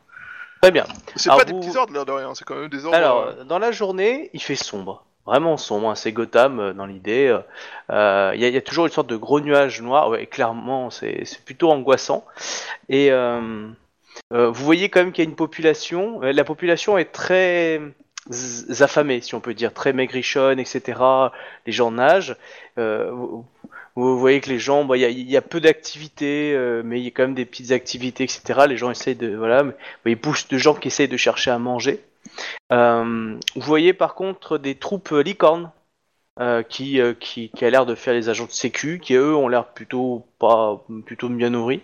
Speaker 1: Très bien.
Speaker 4: C'est
Speaker 1: Alors
Speaker 4: pas des
Speaker 1: vous-
Speaker 4: petits ordres, l'air de rien. C'est quand même des ordres.
Speaker 1: Alors,
Speaker 4: euh,
Speaker 1: dans la journée, il fait sombre. Vraiment sombre, hein, c'est Gotham euh, dans l'idée. euh, euh, Il y, a- il y a toujours une sorte de gros nuage noir. Ouais, clairement, c'est c'est plutôt angoissant. Et euh, euh, vous voyez quand même qu'il y a une population. euh, La population est très z- affamée, si on peut dire, très maigrichonne, etc. Les gens nagent. Euh, vous, vous voyez que les gens, bah, il y, a- il y a peu d'activités, euh, mais il y a quand même des petites activités, etc. Les gens essayent de, voilà, mais, ils poussent de gens qui essayent de chercher à manger. Euh, vous voyez par contre des troupes euh, licornes euh, qui, euh, qui, qui a l'air de faire les agents de sécu, qui eux ont l'air plutôt pas plutôt bien nourris.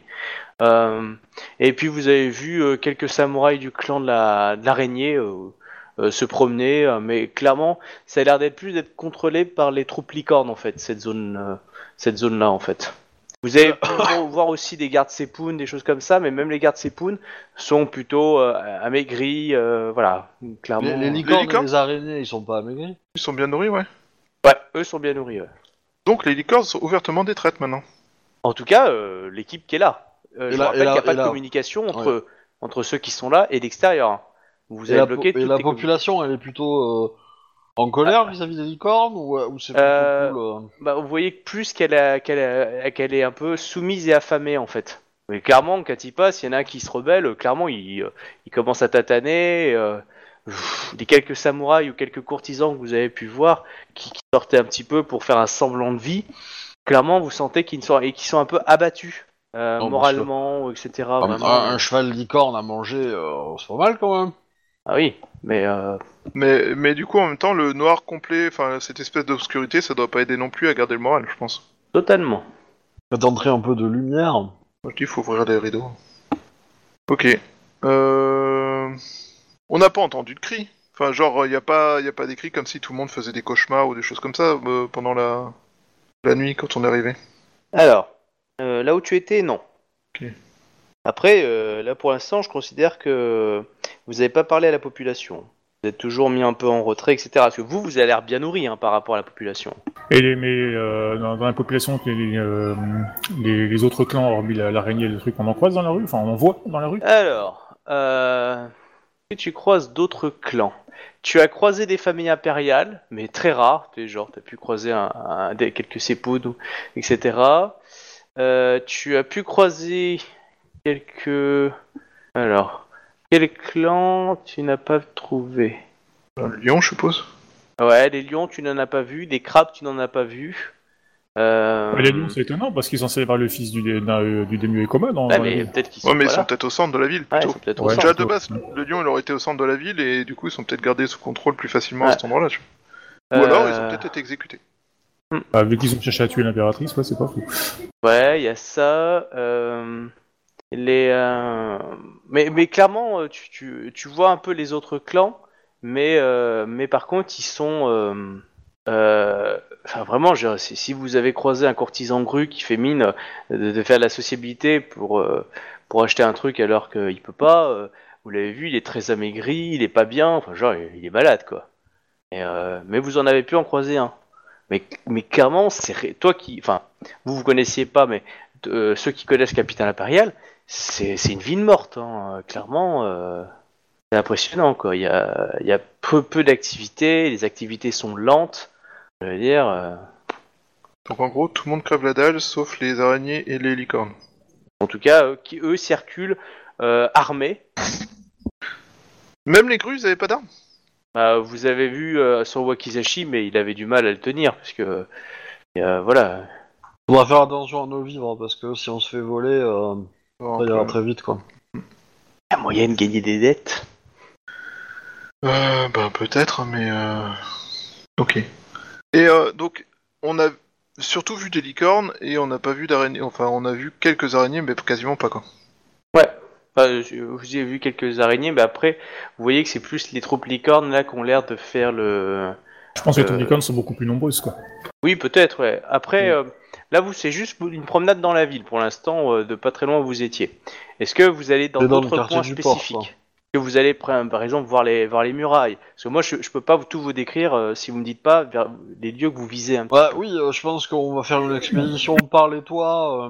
Speaker 1: Euh, et puis vous avez vu euh, quelques samouraïs du clan de la de l'araignée euh, euh, se promener, euh, mais clairement ça a l'air d'être plus d'être contrôlé par les troupes licornes en fait cette zone euh, cette zone là en fait. Vous
Speaker 2: [LAUGHS]
Speaker 1: avez pu vo- voir aussi des gardes sépoun, des choses comme ça, mais même les gardes sépoun sont plutôt euh, amaigris, euh, voilà, clairement.
Speaker 2: Les, les licornes,
Speaker 4: Les licornes
Speaker 2: et les araignées, ils sont pas amaigris.
Speaker 4: Ils sont bien nourris, ouais.
Speaker 1: Ouais, eux sont bien nourris. ouais.
Speaker 4: Donc les licornes sont ouvertement des traites maintenant.
Speaker 1: En tout cas, euh, l'équipe qui est là. Euh,
Speaker 2: Et
Speaker 1: je vous
Speaker 2: là- et
Speaker 1: rappelle qu'il
Speaker 2: là-
Speaker 1: n'y a pas
Speaker 2: et
Speaker 1: de
Speaker 2: là.
Speaker 1: communication entre, entre ceux qui sont là et l'extérieur. hein. Vous
Speaker 2: Et
Speaker 1: avez
Speaker 2: la,
Speaker 1: bloqué
Speaker 2: po- et
Speaker 1: toutes
Speaker 2: la
Speaker 1: les communications.
Speaker 2: population, elle est plutôt euh, en colère vis-à-vis des licornes ou, ou c'est plutôt
Speaker 1: Euh,
Speaker 2: cool euh
Speaker 1: Bah, vous voyez plus qu'elle a- qu'elle a- qu'elle est un peu soumise et affamée en fait. Mais clairement, Katipa, s'il y en a un qui se rebelle, euh, clairement, il, euh, il commence à tataner. euh, pff, les quelques samouraïs ou quelques courtisans que vous avez pu voir qui, qui sortaient un petit peu pour faire un semblant de vie, clairement, vous sentez qu'ils sont, et qu'ils sont un peu abattus euh,
Speaker 2: Non, bien
Speaker 1: moralement, etc.
Speaker 2: Un,
Speaker 1: vraiment.
Speaker 2: un- un cheval licorne à manger, euh, c'est pas mal quand même.
Speaker 1: Ah oui, mais euh,
Speaker 4: Mais, mais du coup, en même temps, le noir complet, enfin, cette espèce d'obscurité, ça doit pas aider non plus à garder le moral, je pense.
Speaker 1: totalement.
Speaker 2: Faites entrer un peu de lumière.
Speaker 4: Moi, je dis, faut ouvrir les rideaux. Ok. Euh... On n'a pas entendu de cris. Enfin, genre, il n'y a pas, y a pas des cris comme si tout le monde faisait des cauchemars ou des choses comme ça euh, pendant la... la nuit quand on est arrivé.
Speaker 1: Alors, euh, là où tu étais, non.
Speaker 4: Ok.
Speaker 1: Après, euh, là pour l'instant, je considère que vous n'avez pas parlé à la population. Vous êtes toujours mis un peu en retrait, etc. Parce que vous, vous avez l'air bien nourri hein, par rapport à la population.
Speaker 3: Et les, mais euh, dans, dans la population, les, les, euh, les- les autres clans, hormis la- l'araignée et le truc, on en croise dans la rue Enfin, on en voit dans la rue
Speaker 1: Alors, euh, est-ce que tu croises d'autres clans. Tu as croisé des familles impériales, mais très rares. Tu genre, as pu croiser un, un- des, quelques sépoudes, ou- etc. Euh, tu as pu croiser quelques. Alors, quel clan tu n'as pas trouvé
Speaker 4: Euh, Le lion, je suppose.
Speaker 1: Ouais, les lions, tu n'en as pas vu. Des crabes, tu n'en as pas vu. Euh...
Speaker 3: Mais Les lions, c'est étonnant parce qu'ils sont célébrés le fils du, dé- d'un, euh, du démieux Ekoma dans,
Speaker 1: Ouais,
Speaker 3: euh,
Speaker 1: bah, Ah,
Speaker 3: dans la
Speaker 1: mais
Speaker 3: ville.
Speaker 1: peut-être qu'ils sont
Speaker 4: Ouais, mais
Speaker 1: pas
Speaker 4: ils sont
Speaker 1: là.
Speaker 4: peut-être au centre de la ville
Speaker 1: Ouais, ils
Speaker 4: plutôt.
Speaker 1: sont peut-être au
Speaker 3: Ouais.
Speaker 1: centre.
Speaker 4: Déjà, de base, le lion, il aurait été au centre de la ville et du coup, ils sont peut-être gardés sous contrôle plus facilement à
Speaker 1: Ouais.
Speaker 4: cet endroit-là. tu vois. Ou alors, ils ont
Speaker 1: Euh,
Speaker 4: peut-être été exécutés.
Speaker 3: Bah, vu qu'ils ont cherché à tuer l'impératrice, ouais, c'est pas fou.
Speaker 1: Ouais, il y a ça. euh, les, euh, mais, mais clairement, euh, tu, tu, tu vois un peu les autres clans, mais, euh, mais par contre, ils sont. euh, euh, Enfin, vraiment, je, si si vous avez croisé un courtisan gru qui fait mine euh, de, de faire la sociabilité pour, euh, pour acheter un truc alors qu'il peut pas, euh, vous l'avez vu, il est très amaigri, il est pas bien, enfin, genre, il, il est malade, quoi. Et, euh, mais vous en avez pu en croiser un. Mais, mais clairement, c'est ré- toi qui. Enfin, vous vous connaissiez pas, mais euh, ceux qui connaissent Capitaine Impérial, c'est c'est une ville morte, hein, euh, clairement. euh, c'est impressionnant, quoi. Il y a, il y a peu, peu d'activités, les activités sont lentes. Je veux dire, euh,
Speaker 4: Donc en gros, tout le monde crève la dalle, sauf les araignées et les licornes.
Speaker 1: en tout cas, euh, qui eux circulent euh, armés.
Speaker 4: Même les grues, ils avaient pas d'armes
Speaker 1: Bah, vous avez vu euh, son Wakizashi, mais il avait du mal à le tenir, parce que. euh, voilà.
Speaker 2: Faudra faire attention à nos vivres hein, parce que si on se fait voler, euh,
Speaker 4: Bon,
Speaker 2: ça ira
Speaker 4: après-
Speaker 2: très vite quoi.
Speaker 1: Il y a moyen de gagner des dettes.
Speaker 4: Euh, bah peut-être, mais... Euh... Ok. Et euh, donc, on a surtout vu des licornes et on n'a pas vu d'araignées. Enfin, on a vu quelques araignées, mais quasiment pas quoi.
Speaker 1: Ouais. Enfin, je- vous avez vu quelques araignées, mais après, vous voyez que c'est plus les troupes licornes là qui ont l'air de faire le.
Speaker 3: Je pense que les
Speaker 1: Euh.
Speaker 3: licornes sont beaucoup plus nombreuses, quoi.
Speaker 1: Oui, peut-être, ouais.
Speaker 2: Mm.
Speaker 1: Après, euh, là, vous, c'est juste une promenade dans la ville pour l'instant, euh, de pas très loin où vous étiez. Est-ce que vous allez dans
Speaker 2: C'est dans le
Speaker 1: d'autres
Speaker 2: quartier
Speaker 1: points
Speaker 2: du port,
Speaker 1: spécifiques
Speaker 2: quoi.
Speaker 1: Que vous allez, pr- par exemple, voir les, voir les murailles Parce que moi, je, je peux pas vous- tout vous décrire euh, si vous me dites pas vers les lieux que vous visez hein. un petit
Speaker 2: Ouais,
Speaker 1: peu.
Speaker 2: oui, euh, je pense qu'on va faire une expédition par les toits. euh,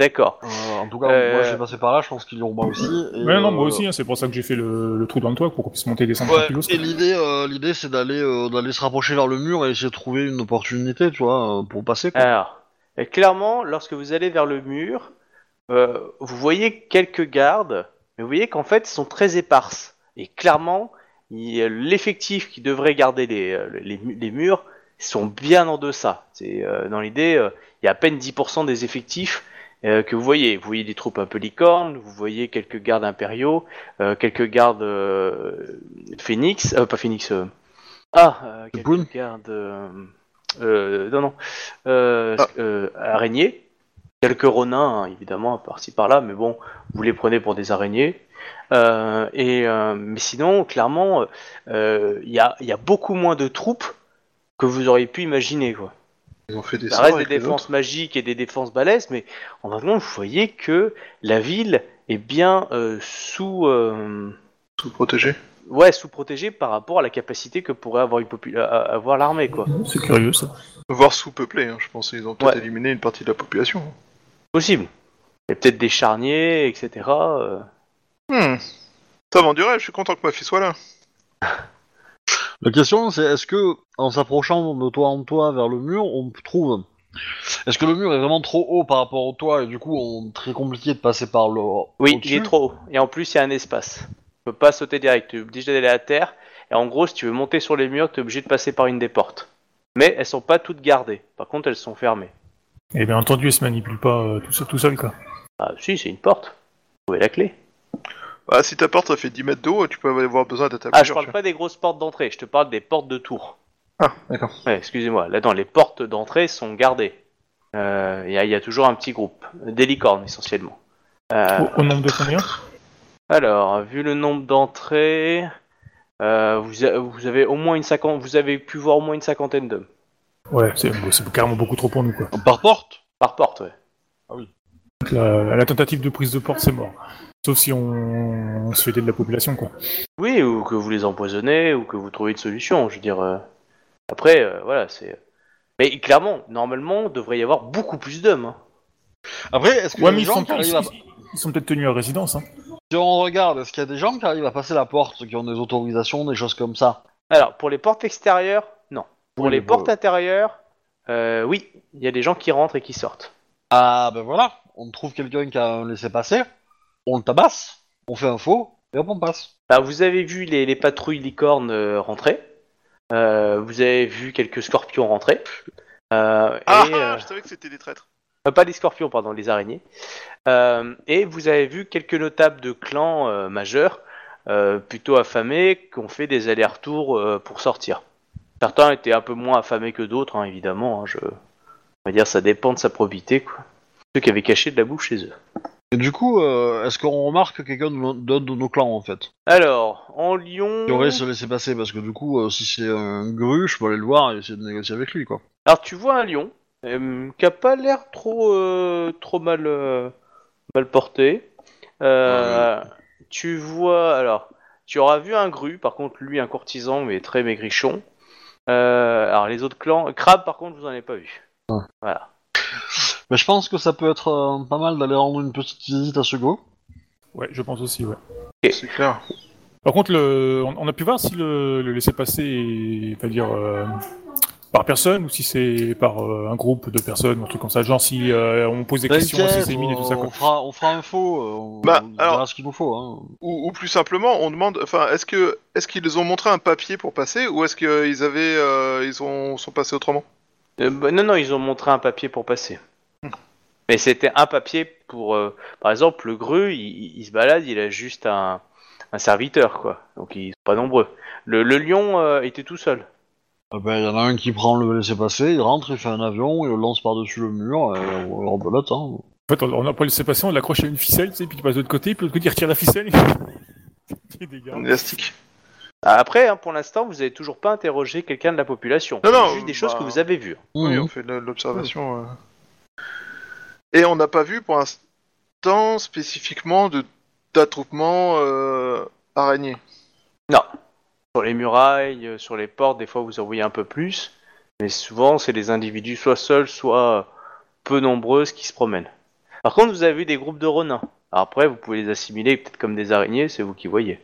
Speaker 1: D'accord.
Speaker 2: euh, en tout cas,
Speaker 1: Euh,
Speaker 2: moi j'ai passé par là, je pense qu'ils l'ont moi aussi. et,
Speaker 3: Ouais, non, moi
Speaker 2: euh,
Speaker 3: aussi, hein, c'est pour ça que j'ai fait le, le trou dans le toit pour qu'on puisse monter et descendre
Speaker 2: Ouais,
Speaker 3: tranquillos, quoi.
Speaker 2: et l'idée, euh, l'idée, c'est d'aller, euh, d'aller se rapprocher vers le mur et essayer de trouver une opportunité, tu vois, euh, pour passer. Quoi.
Speaker 1: Alors, euh, clairement, lorsque vous allez vers le mur, euh, vous voyez quelques gardes, mais vous voyez qu'en fait, ils sont très éparses. Et clairement, il y a l'effectif qui devrait garder les, euh, les, mu- les murs sont bien en deçà. C'est euh, dans l'idée, euh, il y a à peine 10% des effectifs euh, que vous voyez. Vous voyez des troupes un peu licornes, vous voyez quelques gardes impériaux, euh, quelques gardes euh, phoenix, euh, pas phoenix. euh, ah, euh, quelques
Speaker 2: Boone.
Speaker 1: gardes. euh, euh, non, non. Euh,
Speaker 4: Ah.
Speaker 1: euh, araignées. Quelques ronins, hein, évidemment, par-ci par-là, mais bon, vous les prenez pour des araignées. Euh, et, euh, mais sinon, clairement, euh, il y, a, il y a beaucoup moins de troupes que vous auriez pu imaginer. Quoi.
Speaker 4: Ils ont fait des
Speaker 1: Ça
Speaker 4: sorts
Speaker 1: reste des
Speaker 4: avec les autres.
Speaker 1: défenses magiques et des défenses balèzes, mais en maintenant, vous voyez que la ville est bien euh, sous, euh,
Speaker 4: Tout protégé.
Speaker 1: ouais, sous protégée par rapport à la capacité que pourrait avoir, une popu- à- à- avoir l'armée. Quoi.
Speaker 3: C'est curieux, ça.
Speaker 4: Voire sous-peuplé, hein, je pense. Ils ont peut-être
Speaker 1: Ouais.
Speaker 4: éliminé une partie de la population.
Speaker 1: Possible. Il y a peut-être des charniers, etc. euh.
Speaker 4: Hmm. Ça vend du rêve, je suis content que ma fille soit là.
Speaker 2: La question, c'est est-ce que, en s'approchant de toit en toit vers le mur, on trouve. Est-ce que le mur est vraiment trop haut par rapport au toit et du coup, on... très compliqué de passer par le.
Speaker 1: Oui, il
Speaker 2: au-dessus
Speaker 1: est trop haut. Et en plus, il y a un espace. Tu peux pas sauter direct. Tu es obligé d'aller à terre. Et en gros, si tu veux monter sur les murs, tu es obligé de passer par une des portes. Mais elles sont pas toutes gardées. Par contre, elles sont fermées.
Speaker 3: Et bien entendu, ils se manipulent pas euh, tout, seul, tout seul, quoi.
Speaker 1: Ah, si, c'est une porte. Vous trouvez la clé.
Speaker 4: Bah, si ta porte, ça fait 10 mètres d'eau, tu peux avoir besoin d'être à
Speaker 1: Ah, je
Speaker 4: plusieurs,
Speaker 1: parle
Speaker 4: tu
Speaker 1: pas des grosses portes d'entrée. Je te parle des portes de tour.
Speaker 4: vois. Ah, d'accord.
Speaker 1: Ouais, excusez-moi. Là-dedans, les portes d'entrée sont gardées. Euh, Il y, a- il y a toujours un petit groupe. Des licornes, essentiellement. Euh,
Speaker 4: Oh.
Speaker 3: Au, au nombre de combien
Speaker 1: Alors, vu le nombre d'entrées, euh, vous, a- vous avez au moins une cinquantaine, vous avez pu voir au moins une cinquantaine d'hommes
Speaker 3: Ouais, c'est c'est carrément beaucoup trop pour nous, quoi.
Speaker 2: Par porte
Speaker 1: par porte. Ouais.
Speaker 3: Donc, La, la tentative de prise de porte, c'est mort. Sauf si on, on se fait aider de la population, quoi.
Speaker 1: Oui, ou que vous les empoisonnez, ou que vous trouvez une solution. Je veux dire, euh, après, euh, voilà, c'est. Mais clairement, normalement, il devrait y avoir beaucoup plus d'hommes. hein.
Speaker 2: Après, est-ce que
Speaker 3: Ouais, mais
Speaker 2: les
Speaker 3: ils
Speaker 2: gens
Speaker 3: sont,
Speaker 2: qui arrivent à...
Speaker 3: ils- ils sont peut-être tenus à résidence, hein.
Speaker 2: Si on regarde, est-ce qu'il y a des gens qui arrivent à passer la porte, qui ont des autorisations, des choses comme ça
Speaker 1: Alors, pour les portes extérieures, non. Pour
Speaker 2: Oui,
Speaker 1: les
Speaker 2: mais
Speaker 3: bah,
Speaker 1: portes
Speaker 2: bon.
Speaker 1: intérieures, euh, oui, il y a des gens qui rentrent et qui sortent.
Speaker 2: Ah ben voilà, on trouve quelqu'un qui a un laissé-passer, on le tabasse, on fait un faux, et hop on passe.
Speaker 1: Alors, Bah, vous avez vu les, les patrouilles licornes euh, rentrer. Euh, vous avez vu quelques scorpions rentrer. Euh,
Speaker 4: Ah,
Speaker 1: et,
Speaker 4: ah,
Speaker 1: euh,
Speaker 4: je savais que c'était des traîtres.
Speaker 1: euh, pas les scorpions, pardon, les araignées. Euh, et vous avez vu quelques notables de clans euh, majeurs, euh, plutôt affamés, qui ont fait des allers-retours euh, pour sortir. Certains étaient un peu moins affamés que d'autres, hein, évidemment. hein, je... On va dire, ça dépend de sa probité, quoi. Ceux qui avaient caché de la bouffe chez eux.
Speaker 2: Et du coup, euh, est-ce qu'on remarque que quelqu'un nous donne de nos clans en fait
Speaker 1: Alors, en Lyon...
Speaker 2: Il aurait se laisser passer parce que du coup, euh, si c'est un grue, je peux aller le voir et essayer de négocier avec lui quoi.
Speaker 1: Alors tu vois un lion euh, qui a pas l'air trop euh, trop mal euh, mal porté. Euh, Tu vois alors tu auras vu un gru par contre lui un courtisan mais très maigrichon. Euh, alors les autres clans crabe par contre vous en avez pas vu.
Speaker 2: Ah.
Speaker 1: Voilà.
Speaker 2: Mais je pense que ça peut être euh, pas mal d'aller rendre une petite visite à ce go.
Speaker 3: Ouais, je pense aussi, ouais.
Speaker 4: C'est clair.
Speaker 3: Par contre, le... on, on a pu voir si le, le laisser-passer est, on va dire, euh, par personne ou si c'est par euh, un groupe de personnes, ou un truc comme ça. Genre si euh, on pose des questions à ses mines et tout ça,
Speaker 2: on
Speaker 3: quoi.
Speaker 2: fera, on fera un faux, euh, on,
Speaker 4: Bah,
Speaker 2: on
Speaker 4: alors-
Speaker 2: verra ce qu'il nous faut. Hein.
Speaker 4: Ou, ou plus simplement, on demande, enfin, est-ce que, est-ce qu'ils ont montré un papier pour passer, ou est-ce qu'ils avaient, euh, ils ont, sont passés autrement
Speaker 1: Euh, bah, non non ils ont montré un papier pour passer.
Speaker 4: Hmm.
Speaker 1: Mais c'était un papier pour euh, par exemple le gru il, il- il se balade il a juste un un serviteur quoi donc ils sont pas nombreux. Le, le lion euh, était tout seul.
Speaker 2: Ah ben, il y en a un qui prend le laisser-passer, il rentre, il fait un avion, il le lance par-dessus le mur, et on le rebelote. Hein.
Speaker 3: En fait, on, on a pas le laisser-passer, on l'accroche à une ficelle, tu sais, puis il passe de l'autre côté, puis de l'autre côté, il retire la ficelle. [LAUGHS] et- Il dégage.
Speaker 4: Un élastique.
Speaker 1: Après, hein, pour l'instant, vous n'avez toujours pas interrogé quelqu'un de la population.
Speaker 4: Non, non,
Speaker 1: juste des
Speaker 4: bah-
Speaker 1: choses que vous avez vues.
Speaker 4: Oui,
Speaker 2: Mhm.
Speaker 4: on fait de l'observation. euh. Et on n'a pas vu pour l'instant spécifiquement de d'attroupement euh, araignée.
Speaker 1: Non. Sur les murailles, euh, sur les portes, des fois vous en voyez un peu plus. Mais souvent, c'est des individus soit seuls, soit euh, peu nombreux qui se promènent. Par contre, vous avez vu des groupes de ronins. Alors après, vous pouvez les assimiler peut-être comme des araignées, c'est vous qui voyez.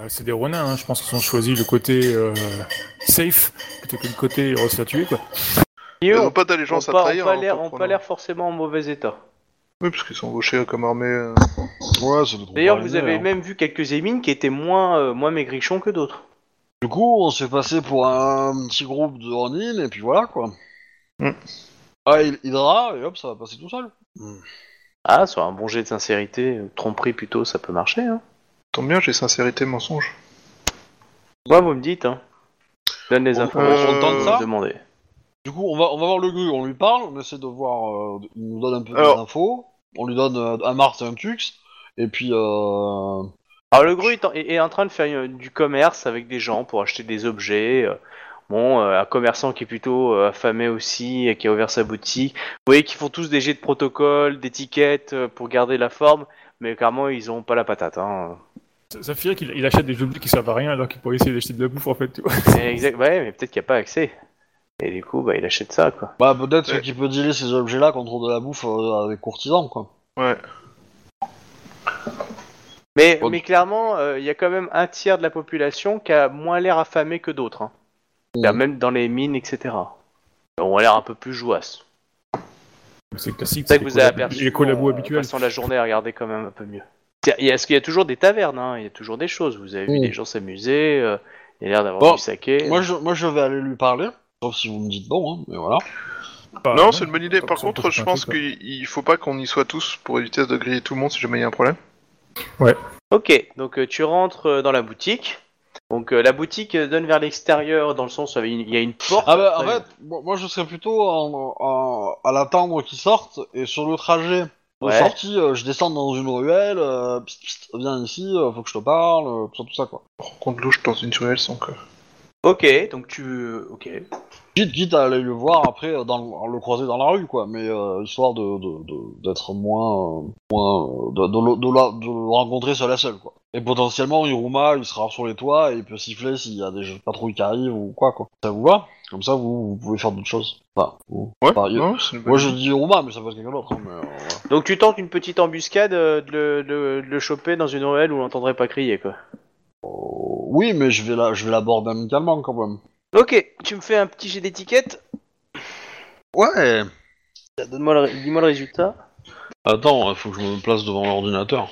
Speaker 3: Euh, C'est des ronins, hein, je pense qu'ils ont choisi le côté euh, safe plutôt que le côté on va se faire tuer, quoi.
Speaker 1: Qui
Speaker 4: Ils
Speaker 1: eux,
Speaker 4: n'ont
Speaker 1: ont
Speaker 4: pas d'allégeance à
Speaker 1: pas
Speaker 4: trahir.
Speaker 1: ont pas
Speaker 4: hein,
Speaker 1: l'air
Speaker 4: pour
Speaker 1: ont pas
Speaker 4: prendre-
Speaker 1: l'air forcément en mauvais état.
Speaker 4: Oui, parce qu'ils sont embauchés comme armée. euh.
Speaker 2: Ouais, ça doit être
Speaker 1: D'ailleurs,
Speaker 2: pas
Speaker 1: vous
Speaker 2: l'idée,
Speaker 1: avez
Speaker 2: hein.
Speaker 1: même vu quelques émines qui étaient moins, euh, moins maigrichons que d'autres.
Speaker 2: Du coup, on s'est passé pour un petit groupe de Ronin, et puis voilà quoi.
Speaker 4: Mm.
Speaker 2: Ah, il Hydra, et hop, ça va passer tout seul.
Speaker 1: Ah, sur un bon jet de sincérité, euh, tromperie plutôt, ça peut marcher. Hein.
Speaker 4: Tant bien, j'ai sincérité mensonge.
Speaker 1: Ouais, vous me dites, hein. Je Donne les
Speaker 2: On-
Speaker 1: informations
Speaker 4: on tente
Speaker 1: que
Speaker 2: ça
Speaker 1: vous demandez.
Speaker 2: Du coup, on va, on va voir le gru, on lui parle, on essaie de voir, euh, il nous donne un peu
Speaker 4: Alors-
Speaker 2: d'infos, on lui donne euh, un Mars et un Tux, et puis euh,
Speaker 1: Alors, le gros est en, est- est en train de faire euh, du commerce avec des gens pour acheter des objets. euh, Bon, euh, un commerçant qui est plutôt euh, affamé aussi et qui a ouvert sa boutique. Vous voyez qu'ils font tous des jets de protocole, d'étiquette euh, pour garder la forme, mais clairement, ils ont pas la patate. Hein.
Speaker 3: Ça, ça fait qu'il il achète des objets qui servent à rien alors qu'il pourrait essayer d'acheter de la bouffe, en fait. tu vois.
Speaker 1: Mais exact- ouais, mais peut-être qu'il n'y a pas accès. Et du coup, bah, il achète ça, quoi.
Speaker 2: bah, peut-être
Speaker 4: Ouais.
Speaker 2: qu'il peut dealer ces objets-là contre de la bouffe euh, avec courtisans quoi.
Speaker 4: Ouais.
Speaker 1: Mais,
Speaker 2: Bon.
Speaker 1: mais clairement, euh, il y a quand même un tiers de la population qui a moins l'air affamé que d'autres. hein. C'est-à-dire Même dans les mines, etc. On a l'air un peu plus jouasse.
Speaker 3: C'est classique.
Speaker 1: C'est ça que
Speaker 3: les
Speaker 1: vous avez
Speaker 3: collabos-
Speaker 1: aperçu. euh,
Speaker 3: Les
Speaker 1: en-
Speaker 3: collabos
Speaker 1: En
Speaker 3: habituels.
Speaker 1: passant la journée à regarder quand même un peu mieux. C'est- il y a- Parce qu'il y a toujours des tavernes, hein, il y a toujours des choses. Vous avez vu
Speaker 2: Mm.
Speaker 1: des gens s'amuser, euh, il y a l'air d'avoir
Speaker 2: Bon,
Speaker 1: du saké.
Speaker 2: Moi je, moi, je vais aller lui parler, sauf si vous me dites non, hein, mais voilà.
Speaker 3: Pas-
Speaker 4: non, c'est une bonne idée.
Speaker 3: pas-
Speaker 4: Par
Speaker 3: ça, on peut
Speaker 4: contre,
Speaker 3: se
Speaker 4: je
Speaker 3: faire un
Speaker 4: pense
Speaker 3: truc, quoi.
Speaker 4: qu'il il faut pas qu'on y soit tous pour éviter de griller tout le monde si jamais il y a un problème.
Speaker 1: Ok, donc euh, tu rentres euh, dans la boutique. Donc euh, la boutique euh, donne vers l'extérieur, dans le sens où il y a une porte.
Speaker 2: Ah bah, en
Speaker 1: Après,
Speaker 2: fait, moi moi, je serais plutôt en- en- à l'attendre qu'il sorte, et sur le trajet de
Speaker 1: Ouais.
Speaker 2: sortie, euh, je descends dans une ruelle, euh, pst, pst, viens ici, euh, faut que je te parle, euh, tout ça, tout ça quoi.
Speaker 4: On rencontre louche dans une ruelle sans que.
Speaker 1: Ok, donc tu... euh, Ok.
Speaker 2: Quitte, quitte à aller le voir après, euh, dans, le- le croiser dans la rue quoi, mais euh, histoire de de- de- d'être moins, euh, moins euh, de, de le- de la- de le rencontrer seul à seul quoi. Et potentiellement, Iruma, il sera sur les toits et il peut siffler s'il y a des patrouilles qui arrivent ou quoi quoi. Ça vous va Comme ça, vous, vous pouvez faire d'autres choses. Enfin, vous-
Speaker 4: Ouais.
Speaker 2: enfin, il-
Speaker 4: non, c'est une bonne
Speaker 2: Moi je dis Roma, mais ça peut être quelqu'un d'autre. hein, mais, euh, voilà.
Speaker 1: Donc tu tentes une petite embuscade euh, de, le, de- de le choper dans une ruelle où on l'entendrait pas crier quoi.
Speaker 2: Euh, oui, mais je vais la, je vais l'aborder amicalement quand même.
Speaker 1: Ok, tu me fais un petit jet d'étiquette.
Speaker 2: Ouais.
Speaker 1: Donne-moi le, ré- dis-moi le résultat.
Speaker 2: Attends, faut que je me place devant l'ordinateur.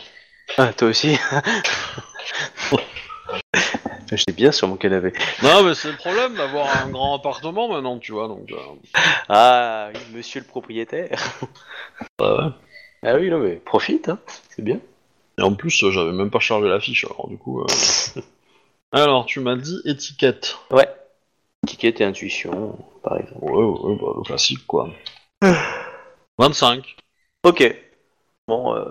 Speaker 1: Ah, toi aussi. [LAUGHS] J'étais bien sur mon canapé.
Speaker 2: Non, mais c'est le problème d'avoir un grand appartement maintenant, tu vois. Donc. euh,
Speaker 1: Ah, oui, monsieur le propriétaire.
Speaker 2: ouais.
Speaker 1: Ah oui, non mais profite, hein. c'est bien.
Speaker 2: Et en plus, euh, j'avais même pas [LAUGHS] chargé la fiche, alors du coup. euh, alors, tu m'as dit étiquette.
Speaker 1: Ouais. Étiquette et intuition, par exemple.
Speaker 2: Ouais, ouais, bah, le classique,
Speaker 1: [SIGHS]
Speaker 2: quoi. 25.
Speaker 1: Ok. Bon, euh,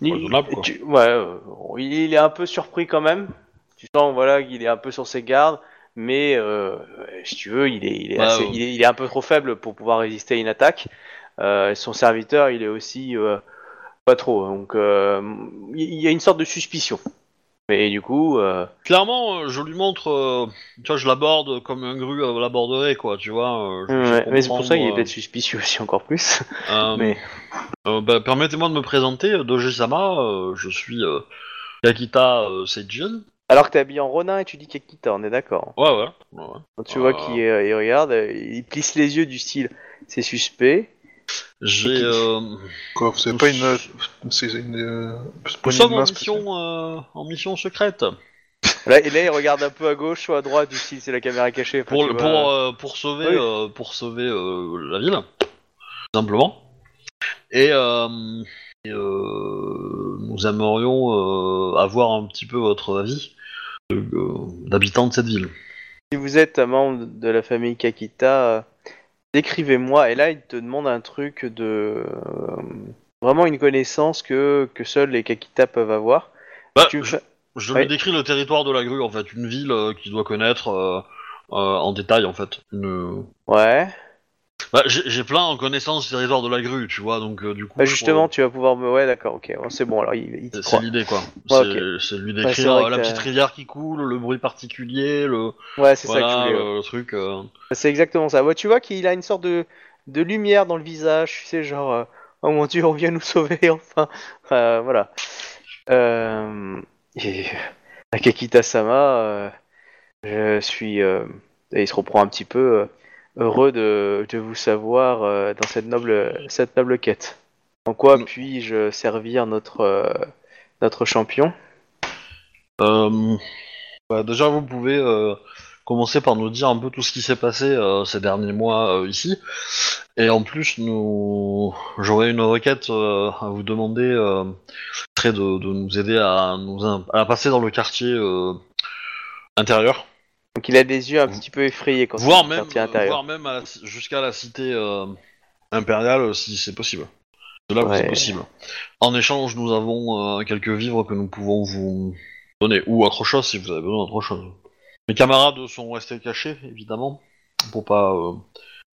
Speaker 1: il,
Speaker 2: Raisonnable, quoi.
Speaker 1: tu- ouais, euh, il il est un peu surpris quand même. Tu sens voilà qu'il est un peu sur ses gardes, mais euh, si tu veux, il est, il, est
Speaker 2: Ouais,
Speaker 1: assez-
Speaker 2: ouais.
Speaker 1: il est- il est un peu trop faible pour pouvoir résister à une attaque. Euh, son serviteur, il est aussi euh, pas trop. Donc, euh, il il y a une sorte de suspicion. Mais du coup, euh,
Speaker 2: Clairement, euh, je lui montre, euh, tu vois, je l'aborde comme un gru euh, l'aborderait, quoi, tu vois. euh, je- je
Speaker 1: ouais, mais c'est pour ça qu'il est
Speaker 2: comprends,
Speaker 1: peut-être suspicieux aussi encore plus.
Speaker 2: euh, euh,
Speaker 1: mais-
Speaker 2: euh, bah, Permettez-moi de me présenter, euh, Doji-sama, euh, je suis euh, Yakita euh, Seijin.
Speaker 1: [LAUGHS] Alors que t'es habillé en Ronin et tu dis Kakita, on est d'accord.
Speaker 2: Ouais, ouais. ouais, ouais.
Speaker 1: Quand tu vois
Speaker 2: Ah.
Speaker 1: qu'il euh, il regarde, euh, il plisse les yeux du style c'est suspect.
Speaker 2: J'ai. euh,
Speaker 4: Quoi, c'est
Speaker 2: Nous-
Speaker 4: pas une. euh, C'est une. euh, c'est pas
Speaker 2: Nous
Speaker 4: une
Speaker 2: sommes en
Speaker 4: mince-
Speaker 2: mission, euh, en mission secrète.
Speaker 1: Là, et là, il regarde un peu à gauche ou à droite du style c'est la caméra cachée.
Speaker 2: pour, le-
Speaker 1: tu vois.
Speaker 2: pour, euh, pour sauver,
Speaker 1: Oui.
Speaker 2: euh, pour sauver euh, la ville, tout simplement. Et, euh, et, euh, nous aimerions euh, avoir un petit peu votre avis de- euh, d'habitants de cette ville.
Speaker 1: Si vous êtes un membre de la famille Kakita, euh, décrivez-moi. Et là, il te demande un truc de. euh, vraiment une connaissance que, que seuls les Kakita peuvent avoir.
Speaker 2: Bah,
Speaker 1: tu
Speaker 2: je,
Speaker 1: fais-
Speaker 2: je
Speaker 1: ouais.
Speaker 2: lui décris le territoire de la grue, en fait, une ville euh, qu'il doit connaître euh, euh, en détail, en fait. Une-
Speaker 1: Ouais.
Speaker 2: Bah, J'ai j'ai plein en connaissance du territoire de la grue, tu vois, donc euh, du coup...
Speaker 1: Bah,
Speaker 2: je-
Speaker 1: justement, tu vas pouvoir me. Ouais, d'accord, ok. Bon, c'est bon, alors il, il t'y
Speaker 2: C'est-
Speaker 1: croit.
Speaker 2: C'est l'idée quoi. C'est
Speaker 1: Ouais,
Speaker 2: c'est lui
Speaker 1: Ouais, c'est
Speaker 2: décrire
Speaker 1: vrai
Speaker 2: euh,
Speaker 1: que
Speaker 2: la
Speaker 1: t'as-
Speaker 2: petite rivière qui coule, le bruit particulier, le,
Speaker 1: Ouais, c'est
Speaker 2: voilà,
Speaker 1: ça que je voulais. ouais.
Speaker 2: le, le truc. euh,
Speaker 1: Bah, C'est exactement ça. Ouais, tu vois qu'il a une sorte de, de lumière dans le visage, tu sais, genre, euh, oh mon dieu, on vient nous sauver, [LAUGHS] enfin. Euh, voilà. Euh, et Akakita-sama, euh, je suis. euh, et il se reprend un petit peu euh, heureux de, de vous savoir euh, dans cette noble, cette noble quête. En quoi
Speaker 2: Mm.
Speaker 1: puis-je servir notre, euh, notre champion
Speaker 2: euh, bah, déjà, vous pouvez euh, commencer par nous dire un peu tout ce qui s'est passé euh, ces derniers mois euh, ici. Et en plus, nous, j'aurais une requête euh, à vous demander, euh, ce serait de, de nous aider à nous in- à passer dans le quartier euh, intérieur,
Speaker 1: Donc il a des yeux un petit peu effrayés quand
Speaker 2: Mm. voire
Speaker 1: il
Speaker 2: même,
Speaker 1: sortit à
Speaker 2: euh,
Speaker 1: l'intérieur.
Speaker 2: voire même à la- jusqu'à la cité euh, impériale, euh, si c'est possible. De là où
Speaker 1: Ouais.
Speaker 2: c'est possible. En échange, nous avons euh, quelques vivres que nous pouvons vous donner, ou autre chose si vous avez besoin d'autre chose. Mes camarades sont restés cachés, évidemment, pour pas euh,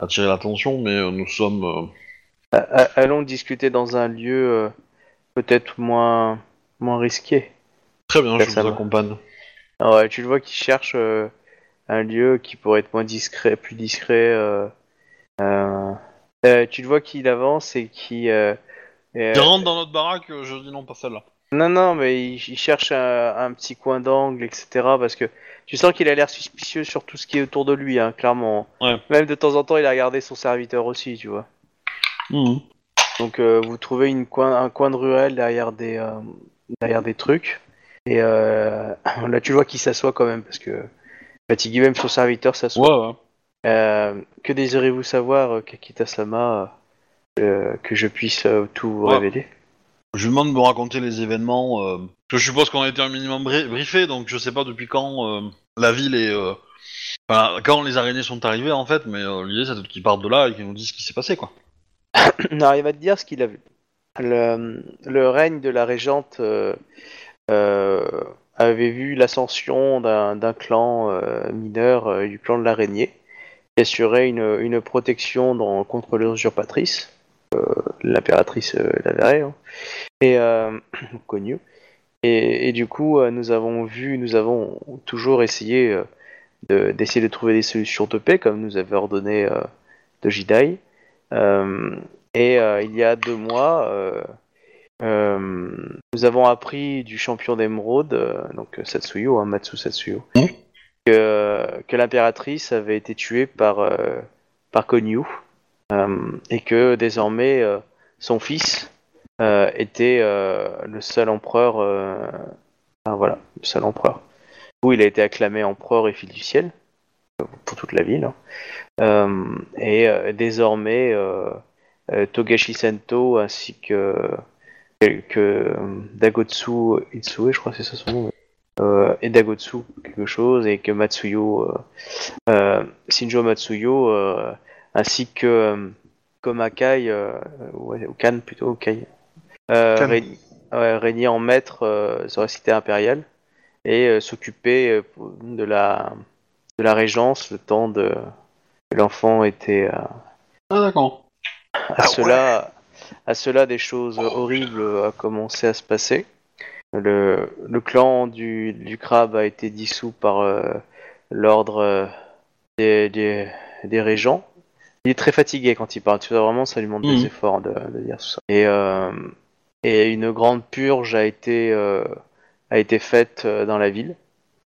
Speaker 2: attirer l'attention, mais euh, nous sommes euh,
Speaker 1: A- a- Allons discuter dans un lieu euh, peut-être moins, moins risqué.
Speaker 2: très bien, je vous
Speaker 1: Personne.
Speaker 2: accompagne.
Speaker 1: Alors, euh, tu le vois qui cherche euh, un lieu qui pourrait être moins discret, plus discret. euh, euh, euh, tu le vois qu'il avance et qui. euh, euh,
Speaker 2: Je rentre dans notre baraque, euh, je dis non, pas celle-là.
Speaker 1: non, non, mais il, il cherche un, un petit coin d'angle, etc. Parce que tu sens qu'il a l'air suspicieux sur tout ce qui est autour de lui, hein, clairement.
Speaker 2: Ouais.
Speaker 1: Même de temps en temps, il a regardé son serviteur aussi, tu vois.
Speaker 2: Mmh.
Speaker 1: Donc euh, vous trouvez une coin, un coin de ruelle derrière des, euh, derrière des trucs. Et euh, [COUGHS] là tu vois qu'il s'assoit quand même parce que fatigué même son serviteur s'assoit.
Speaker 2: Ouais, ouais.
Speaker 1: Euh, que désirez-vous savoir, euh, Kakita-sama, euh, que je puisse euh, tout vous
Speaker 2: Ouais.
Speaker 1: révéler
Speaker 2: Je lui demande de me raconter les événements. euh, que je suppose qu'on a été un minimum bri- briefé, donc je sais pas depuis quand euh, la ville est. euh, enfin, quand les araignées sont arrivées en fait, mais euh, l'idée c'est qu'ils partent de là et qu'ils nous disent ce qui s'est passé quoi.
Speaker 1: [COUGHS] Non, il va te dire ce qu'il a vu. Le, le règne de la régente euh, euh, avait vu l'ascension d'un d'un clan euh, mineur euh, du clan de l'araignée qui assurait une, une protection dans- contre l'usurpatrice, euh, l'impératrice euh, Laverée, hein, et euh, [COUGHS] connue. Et, et du coup, euh, nous avons vu, nous avons toujours essayé euh, de- d'essayer de, trouver des solutions de paix, comme nous avait ordonné euh, de Jidai. Euh, et euh, il y a deux mois, euh, euh, nous avons appris du champion d'émeraude, euh, donc euh, Satsuyo, hein, Matsu Satsuyo,
Speaker 2: Mhm.
Speaker 1: que, euh, que l'impératrice avait été tuée par, euh, par Konyu, euh, et que désormais euh, son fils euh, était euh, le seul empereur. euh, enfin, voilà, le seul empereur. Où il a été acclamé empereur et fils du ciel euh, pour toute la ville. hein. Euh, et euh, désormais, euh, euh, Togashi Sento ainsi que, que, que, euh, Dagotsu Itsue, je crois que c'est ça son nom, euh, Edagotsu quelque chose et que Matsuyo, euh, euh, Shinjo Matsuyo, euh, ainsi que euh, Komakai, euh, ouais, ou Kan plutôt, Kai, euh,
Speaker 4: Kan.
Speaker 1: régn- ouais, régnait en maître euh, sur la cité impériale et euh, s'occupait euh, pour- de la de la régence le temps de que l'enfant était euh,
Speaker 2: Ah, d'accord.
Speaker 1: à cela, à cela, des choses horribles euh, a commencé à se passer. Le, le clan du, du crabe a été dissous par euh, l'ordre euh, des, des, des régents. Il est très fatigué quand il parle. Tu vois, vraiment, ça lui demande des
Speaker 2: Mhm.
Speaker 1: efforts de, de dire tout ça. Et, euh, et une grande purge a été, euh, a été faite euh, dans la ville.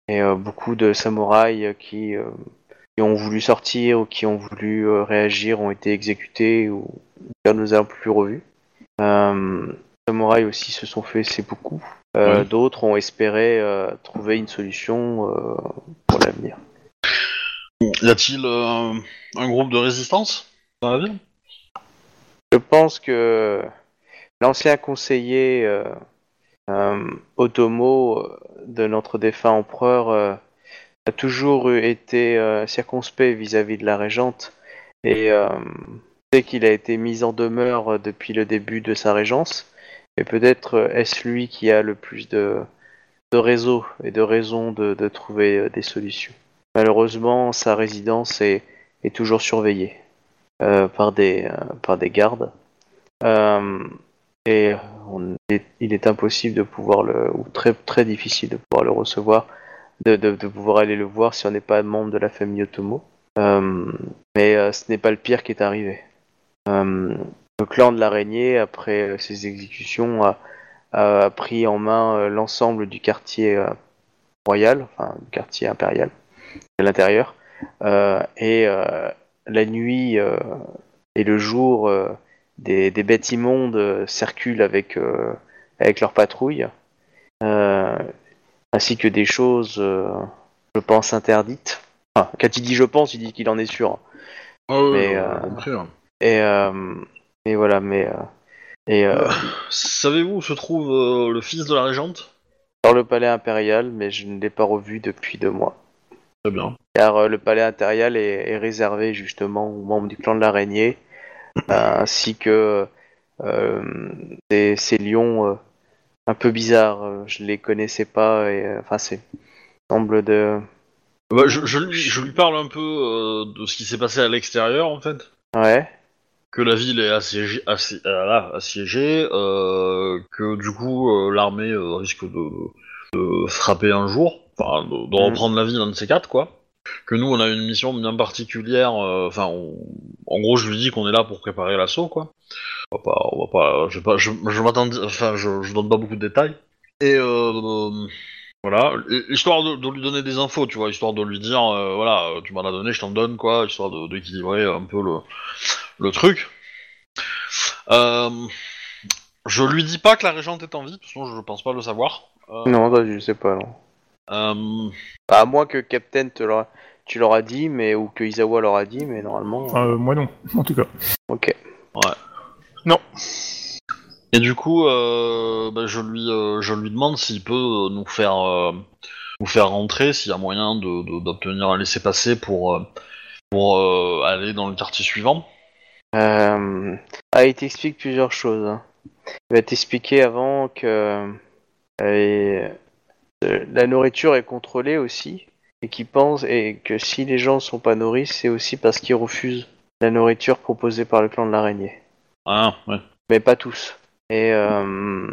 Speaker 1: Et euh, beaucoup de samouraïs euh, qui, euh, qui ont voulu sortir ou qui ont voulu euh, réagir ont été exécutés ou car nous avons plus revu. Euh, les samouraïs aussi se sont fait c'est beaucoup. Euh,
Speaker 2: Oui.
Speaker 1: D'autres ont espéré euh, trouver une solution euh, pour l'avenir.
Speaker 2: Y a-t-il euh, un groupe de résistance dans la ville
Speaker 1: Je pense que l'ancien conseiller euh, euh, Otomo euh, de notre défunt empereur euh, a toujours eu- été euh, circonspect vis-à-vis de la régente et euh, dès qu'il a été mis en demeure euh, depuis le début de sa régence et peut-être euh, est-ce lui qui a le plus de, de réseau et de raison de, de trouver euh, des solutions. Malheureusement, sa résidence est, est toujours surveillée euh, par, des, euh, par des gardes. Euh, et on est- il est impossible de pouvoir le, ou très très difficile de pouvoir le recevoir, de, de- de pouvoir aller le voir si on n'est pas membre de la famille Otomo. Euh, mais euh, ce n'est pas le pire qui est arrivé. Euh, le clan de l'araignée, après euh, ses exécutions, a, a pris en main euh, l'ensemble du quartier euh, royal, enfin du quartier impérial, de l'intérieur, Euh, et euh, la nuit euh, et le jour, euh, des, des bêtes immondes euh, circulent avec, euh, avec leurs patrouilles, euh, ainsi que des choses, euh, je pense, interdites. Enfin, quand il dit je pense, il dit qu'il en est sûr.
Speaker 2: Ah oui,
Speaker 1: Mais,
Speaker 2: oui,
Speaker 1: euh,
Speaker 2: j'ai compris,
Speaker 4: hein.
Speaker 2: ouais.
Speaker 1: Et, euh, et voilà, mais. euh, et euh,
Speaker 2: Savez-vous où se trouve euh, le fils de la régente
Speaker 1: dans le palais impérial, mais je ne l'ai pas revu depuis deux mois.
Speaker 2: Très bien.
Speaker 1: car euh, le palais impérial est, est réservé justement aux membres du clan de l'araignée, euh, ainsi que euh, ces, ces lions euh, un peu bizarres. euh, Je les connaissais pas, et euh, enfin c'est semble de
Speaker 2: Bah, je, je lui, je lui parle un peu euh, de ce qui s'est passé à l'extérieur, en fait.
Speaker 1: ouais.
Speaker 2: que la ville est assiégée, assi- euh, là, assiégée, euh, que du coup euh, l'armée euh, risque de, de frapper un jour, enfin de, de
Speaker 1: Mhm.
Speaker 2: reprendre la ville un de ces quatre quoi. Que nous on a une mission bien particulière, euh, enfin on- en gros je lui dis qu'on est là pour préparer l'assaut quoi. On va pas, on va pas, je, vais pas- je, je m'attends, enfin je, je donne pas beaucoup de détails. Et euh, euh, voilà, Et- histoire de, de lui donner des infos, tu vois, histoire de lui dire, euh, voilà, euh, tu m'en as donné, je t'en donne quoi, histoire de- d'équilibrer un peu le, le truc. Euh, je lui dis pas que la régente est en vie, sinon je pense pas le savoir. Euh,
Speaker 1: Non, ça, je sais pas. Non.
Speaker 2: euh,
Speaker 1: À moins que Captain te l'aura- tu l'auras dit, mais ou que Isawa l'aura dit, mais normalement.
Speaker 3: Enfin, euh, moi non, en tout cas.
Speaker 1: Ok.
Speaker 2: et du coup, euh, bah, je lui, euh, je lui demande s'il peut euh, nous faire, euh, nous faire rentrer, s'il y a moyen de- de- d'obtenir un laissez passer pour, euh, pour euh, aller dans le quartier suivant.
Speaker 1: Euh, Ah, il t'explique plusieurs choses. hein. Il va t'expliquer avant que euh, euh, la nourriture est contrôlée aussi et qu'il pense et que si les gens ne sont pas nourris, c'est aussi parce qu'ils refusent la nourriture proposée par le clan de l'araignée.
Speaker 2: Ah, ouais.
Speaker 1: Mais pas tous. Et euh,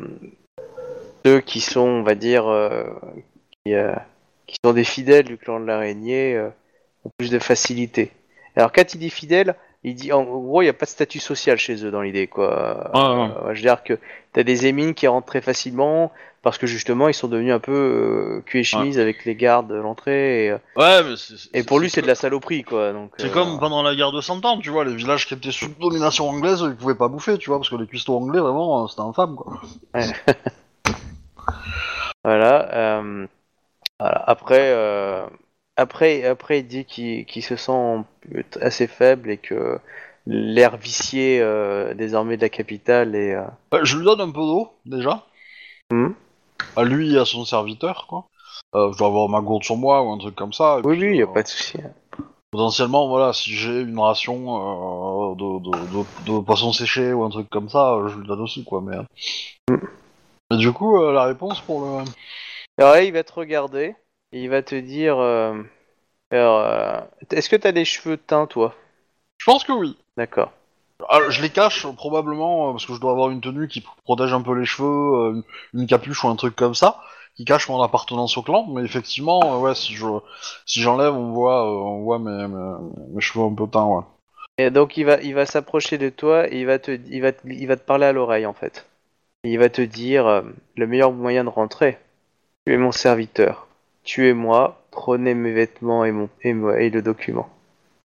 Speaker 1: ceux qui sont, on va dire, euh, qui, euh, qui sont des fidèles du clan de l'araignée euh, ont plus de facilité. Alors quand il dit fidèle, il dit en gros il n'y a pas de statut social chez eux dans l'idée quoi.
Speaker 2: Ah, ouais.
Speaker 1: Euh, je veux dire que t'as des émines qui rentrent très facilement parce que justement ils sont devenus un peu euh, cul et chemise avec les gardes de l'entrée et, euh,
Speaker 2: Ouais, mais c'est- c'est-
Speaker 1: et pour lui c'est
Speaker 2: c'est
Speaker 1: de la saloperie quoi. Donc
Speaker 2: C'est
Speaker 1: euh,
Speaker 2: comme pendant la guerre de Cent Ans, tu vois, les villages qui étaient sous domination anglaise, ils pouvaient pas bouffer, tu vois, parce que les cuistots anglais, vraiment, euh, c'était infâme, quoi.
Speaker 1: voilà, euh, voilà. Après euh, après après il dit qu'il qu'il se sent assez faible et que l'air vicié euh, désormais de la capitale est euh,
Speaker 2: Euh, je lui donne un peu d'eau, déjà.
Speaker 1: Mhm.
Speaker 2: À lui et à son serviteur, quoi. euh, je dois avoir ma gourde sur moi ou un truc comme ça. et
Speaker 1: Oui,
Speaker 2: puis,
Speaker 1: oui, y a
Speaker 2: euh,
Speaker 1: pas de souci. hein.
Speaker 2: Potentiellement, voilà, si j'ai une ration euh, de, de, de- de poisson séché ou un truc comme ça, euh, je le donne aussi, quoi. Mais, euh.
Speaker 1: Hmm.
Speaker 2: Et du coup, euh, la réponse pour le.
Speaker 1: Alors là, il va te regarder et il va te dire euh, alors, euh, Est-ce que t'as des cheveux teints, toi
Speaker 2: Je pense que oui.
Speaker 1: D'accord.
Speaker 2: Ah, je les cache euh, probablement euh, parce que je dois avoir une tenue qui protège un peu les cheveux, euh, une, une capuche ou un truc comme ça, qui cache mon appartenance au clan. Mais effectivement, euh, ouais, si je si j'enlève, on voit euh, on voit mes, mes, mes cheveux un peu teints, ouais.
Speaker 1: Et donc il va, il va s'approcher de toi et il va te, il va, te- il va te parler à l'oreille en fait. Et il va te dire euh, le meilleur moyen de rentrer. Tu es mon serviteur. Tu es moi. Prenez mes vêtements et mon et, mo- et le document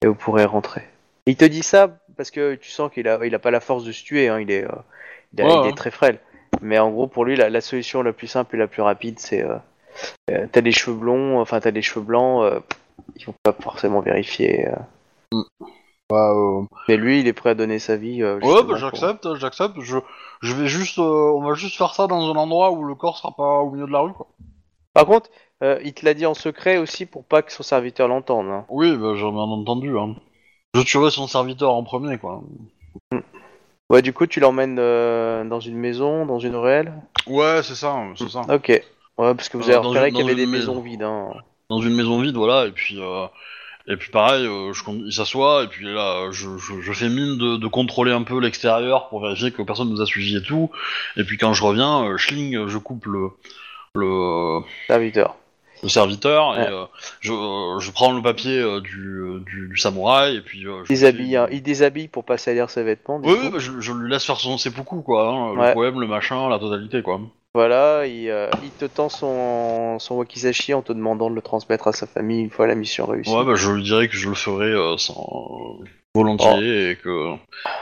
Speaker 1: et vous pourrez rentrer. Il te dit ça parce que tu sens qu'il a, il a pas la force de se tuer. hein, il est, euh, il, a-
Speaker 2: Ouais,
Speaker 1: il
Speaker 2: hein.
Speaker 1: est très frêle. Mais en gros pour lui la, la solution la plus simple et la plus rapide c'est euh, euh, t'as des cheveux blonds, enfin t'as des cheveux blancs. euh, ils vont pas forcément vérifier. euh.
Speaker 2: Bah, euh,
Speaker 1: Mais lui, il est prêt à donner sa vie. euh,
Speaker 2: ouais,
Speaker 1: justement,
Speaker 2: bah,
Speaker 1: pour-
Speaker 2: j'accepte, j'accepte. Je je vais juste euh, on va juste faire ça dans un endroit où le corps sera pas au milieu de la rue, quoi.
Speaker 1: Par contre, euh, il te l'a dit en secret aussi pour pas que son serviteur l'entende. hein.
Speaker 2: Oui, bah, j'ai bien entendu. Hein. Je tuerai son serviteur en premier, quoi.
Speaker 1: Ouais, du coup, tu l'emmènes euh, dans une maison, dans une ruelle.
Speaker 2: Ouais, c'est ça, c'est ça.
Speaker 1: Ok. Ouais, parce que vous
Speaker 2: Euh,
Speaker 1: avez
Speaker 2: dans
Speaker 1: repéré
Speaker 2: une-
Speaker 1: qu'il y
Speaker 2: dans
Speaker 1: avait des
Speaker 2: une
Speaker 1: maisons
Speaker 2: maison.
Speaker 1: vides. Hein.
Speaker 2: dans une maison vide, voilà, et puis euh, et puis pareil, euh, je, con- il s'assoit, et puis là, euh, je, je, je fais mine de, de contrôler un peu l'extérieur pour vérifier que personne nous a suivis et tout, et puis quand je reviens, euh, schling, euh, je coupe le le,
Speaker 1: Serviteur.
Speaker 2: le serviteur,
Speaker 1: Ouais.
Speaker 2: et euh, je, euh, je prends le papier euh, du, du, du samouraï, et puis... euh, je
Speaker 1: Il
Speaker 2: fais-
Speaker 1: déshabille, hein. il déshabille pour pas salir ses vêtements. du
Speaker 2: Oui,
Speaker 1: coup.
Speaker 2: oui, bah, je, je lui laisse faire son seppuku, quoi, hein,
Speaker 1: Ouais.
Speaker 2: le poème, le machin, la totalité, quoi.
Speaker 1: Voilà, il, euh, il te tend son, son wakizashi en te demandant de le transmettre à sa famille une fois la mission réussie.
Speaker 2: Ouais, bah, je lui dirais que je le ferai euh, sans... volontiers,
Speaker 1: Oh.
Speaker 2: et que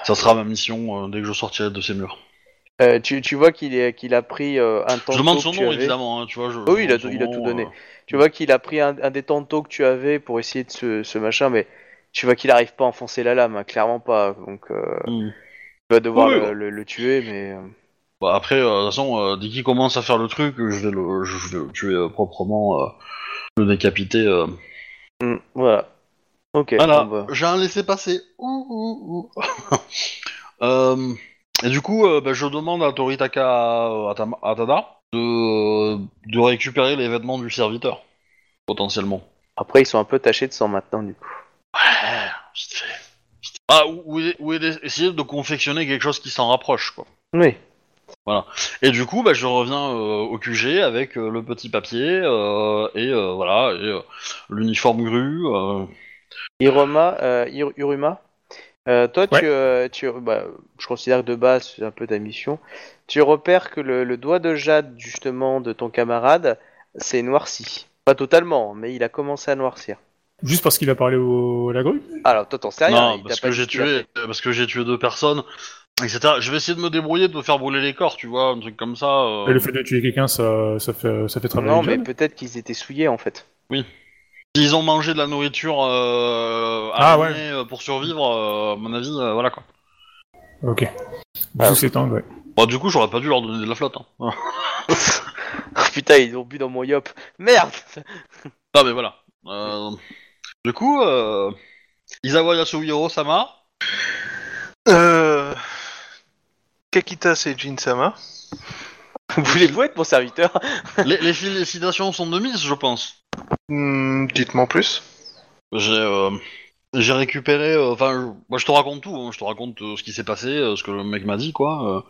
Speaker 2: ça sera ma mission euh, dès que je sortirai de ces murs.
Speaker 1: Euh, tu, tu vois qu'il est- qu'il a pris euh, un temps
Speaker 2: Je demande son
Speaker 1: que tu
Speaker 2: nom,
Speaker 1: avais.
Speaker 2: évidemment, hein, tu vois. Je,
Speaker 1: Oui, il a
Speaker 2: je demande
Speaker 1: tout- il a
Speaker 2: son
Speaker 1: tout
Speaker 2: nom,
Speaker 1: donné.
Speaker 2: euh.
Speaker 1: Tu vois qu'il a pris un, un des tantos que tu avais pour essayer de ce, ce machin, mais tu vois qu'il arrive pas à enfoncer la lame, hein, clairement pas. Donc euh,
Speaker 2: Mm.
Speaker 1: tu vas devoir
Speaker 2: Oui,
Speaker 1: le,
Speaker 2: bon.
Speaker 1: le- le tuer, mais euh,
Speaker 2: Bah, après, euh, de toute façon, euh, dès qu'il commence à faire le truc, je vais le, je vais le tuer euh, proprement, euh, le décapiter. euh.
Speaker 1: mm, voilà. Ok.
Speaker 2: Voilà,
Speaker 1: bon, bah.
Speaker 2: j'ai un laissé-passer. Ouh, ouh, ouh. [LAUGHS] Euh, et du coup, euh, bah, je demande à Toritaka euh, Atama- Atada de, de récupérer les vêtements du serviteur, potentiellement.
Speaker 1: Après, ils sont un peu tachés de sang maintenant, du coup.
Speaker 2: Ah, Vite fait. Vite. Ah, ou, ou- ou essayer de confectionner quelque chose qui s'en rapproche, quoi.
Speaker 1: Oui.
Speaker 2: Et du coup, bah, je reviens euh, au QG avec euh, le petit papier euh, et euh, voilà et, euh, l'uniforme grue. euh.
Speaker 1: Iroma, euh, Ir- Iruma, euh, toi,
Speaker 3: Ouais.
Speaker 1: tu, euh, tu- bah, je considère que de base, c'est un peu ta mission. Tu repères que le, le doigt de jade, justement, de ton camarade, s'est noirci. Pas totalement, mais il a commencé à noircir.
Speaker 3: Juste parce qu'il a parlé au... à la grue
Speaker 1: Alors, toi, t'en sais rien.
Speaker 2: Non,
Speaker 1: il t'a
Speaker 2: parce
Speaker 1: pas
Speaker 2: que
Speaker 1: dit
Speaker 2: j'ai
Speaker 1: ce qu'il a
Speaker 2: tué, parce que j'ai tué deux personnes, etc. Je vais essayer de me débrouiller, de me faire brûler les corps, tu vois, un truc comme ça. euh.
Speaker 3: Et Le fait de tuer quelqu'un, ça, ça, fait, ça fait travailler.
Speaker 1: Oh. Non,
Speaker 3: le
Speaker 1: mais
Speaker 3: bah, jeune.
Speaker 1: peut-être qu'ils étaient souillés en fait. [LAUGHS]
Speaker 2: S'ils ont mangé de la nourriture euh,
Speaker 3: Ah,
Speaker 2: araignée, euh, pour survivre, euh, à mon avis, euh, voilà quoi.
Speaker 3: Ok. Sous
Speaker 1: Ah.
Speaker 3: ses tangs, ouais.
Speaker 2: Bon, du coup, j'aurais pas dû leur donner de la flotte. Hein.
Speaker 1: Oh, Putain, ils ont bu dans mon yop. Merde [LAUGHS]
Speaker 2: non, mais voilà. Euh, du coup, euh, Isawa Yasuhiro-sama.
Speaker 4: Euh... Kakita, c'est Jin-sama.
Speaker 1: Voulez-vous être mon serviteur
Speaker 2: les, les félicitations sont de mise, je pense.
Speaker 4: Hmm, Dites-moi plus.
Speaker 2: J'ai euh, j'ai récupéré. euh, Enfin, je- moi je te raconte tout. hein, je te raconte euh, ce qui s'est passé, euh, ce que le mec m'a dit, quoi, euh,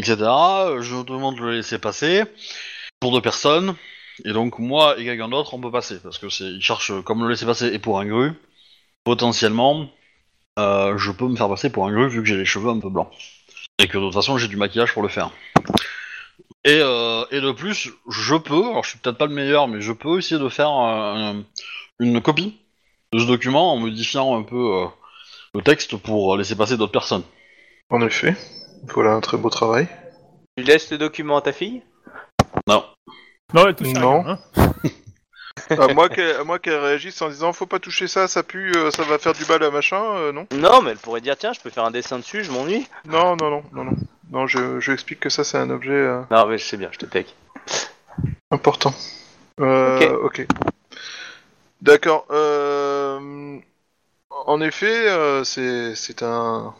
Speaker 2: etc. Euh, Je demande de le laisser passer pour deux personnes. Et donc moi et quelqu'un d'autre, on peut passer parce que c'est ils cherchent euh, comme le laisser passer et pour un gru. Potentiellement, euh, je peux me faire passer pour un gru vu que j'ai les cheveux un peu blancs et que de toute façon j'ai du maquillage pour le faire. Et, euh, et de plus, je peux, alors je suis peut-être pas le meilleur, mais je peux essayer de faire euh, une copie de ce document en modifiant un peu euh, le texte pour laisser passer d'autres personnes.
Speaker 4: En effet. Voilà un très beau
Speaker 2: [LAUGHS]
Speaker 4: travail.
Speaker 1: Tu laisses le document à ta fille
Speaker 2: Non.
Speaker 3: Non, elle touche à
Speaker 4: Non.
Speaker 3: rien, hein.
Speaker 4: à moi qu'elle à moi qu'elle réagisse en disant faut pas toucher ça, ça pue, euh, ça va faire du bal à machin, euh, non
Speaker 1: Non, mais elle pourrait dire tiens, je peux faire un dessin dessus, je m'ennuie.
Speaker 4: Non, non, non, non, non. Non, je, je explique que ça c'est un objet euh,
Speaker 1: Non, mais je sais bien, je te tech.
Speaker 4: important. Euh, ok. D'accord. euh, En effet, euh, c'est c'est un.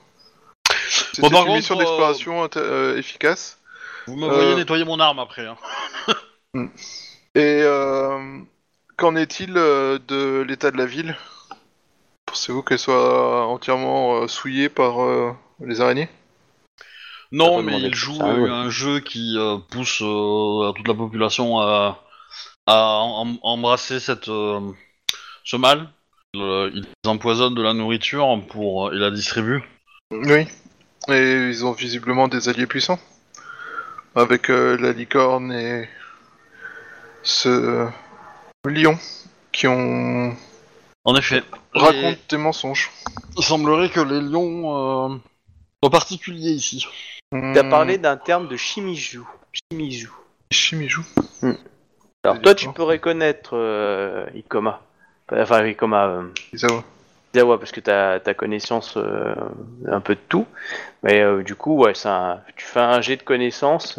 Speaker 4: C'est
Speaker 2: Bon,
Speaker 4: c'est
Speaker 2: par
Speaker 4: une mission
Speaker 2: contre, euh,
Speaker 4: d'exploration inté- euh, efficace.
Speaker 2: Vous me
Speaker 4: Euh,
Speaker 2: voyez nettoyer mon arme après. Hein.
Speaker 4: Et euh, qu'en est-il euh, de l'état de la ville Pensez-vous qu'elle soit entièrement euh, souillée par euh, les araignées
Speaker 2: Non,
Speaker 1: pas
Speaker 2: mais
Speaker 1: demandé
Speaker 2: il
Speaker 1: de
Speaker 2: joue
Speaker 1: faire ça, ouais.
Speaker 2: un jeu qui euh, pousse euh, à toute la population à, à em- embrasser cette, euh, ce mal. Le- ils empoisonnent de la nourriture pour, euh, et la distribuent.
Speaker 4: Oui. Et ils ont visiblement des alliés puissants. Avec euh, la licorne et ce lion qui ont
Speaker 2: En effet.
Speaker 4: raconte des mensonges.
Speaker 2: Il semblerait que les lions euh, soient particuliers ici.
Speaker 1: T'as
Speaker 4: Hmm,
Speaker 1: parlé d'un terme de chimijou. Chimijou.
Speaker 4: Shimijou.
Speaker 1: Alors
Speaker 4: C'est
Speaker 1: toi,
Speaker 4: du
Speaker 1: tu
Speaker 4: quoi
Speaker 1: peux reconnaître euh, Ikoma. Enfin, Ikoma, euh,
Speaker 4: Isawa.
Speaker 1: Zawa, parce que t'as as connaissance euh, un peu de tout. Mais euh, du coup, ouais, c'est un- tu fais un jet de connaissances.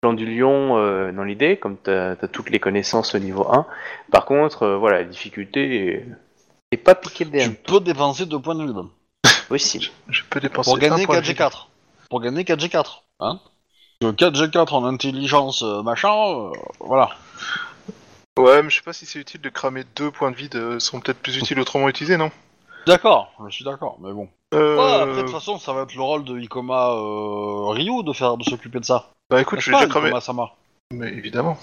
Speaker 1: Plan du lion euh, dans l'idée, comme t'as as toutes les connaissances au niveau 1. Par contre, euh, voilà, la difficulté est, est pas piqué le
Speaker 2: Tu
Speaker 1: DM.
Speaker 2: peux dépenser deux points de vide.
Speaker 1: Possible.
Speaker 4: Je peux dépenser
Speaker 2: Pour gagner
Speaker 4: un point
Speaker 2: 4G4. Pour gagner 4G4. Hein Parce que 4G4 en intelligence, euh, machin, euh, voilà.
Speaker 4: de vie. Ouais, mais je sais pas si c'est utile de cramer deux points de vie. De... sont peut-être plus utiles autrement utilisés, non
Speaker 2: D'accord, je suis d'accord, mais bon.
Speaker 4: euh...
Speaker 2: Ouais, après, de toute façon, ça va être le rôle de Ikoma euh, Ryu de, faire, de s'occuper de ça.
Speaker 4: Bah écoute,
Speaker 2: N'est-ce
Speaker 4: je vais
Speaker 2: pas,
Speaker 4: déjà cramer.
Speaker 2: Ikoma Sama.
Speaker 4: Mais évidemment.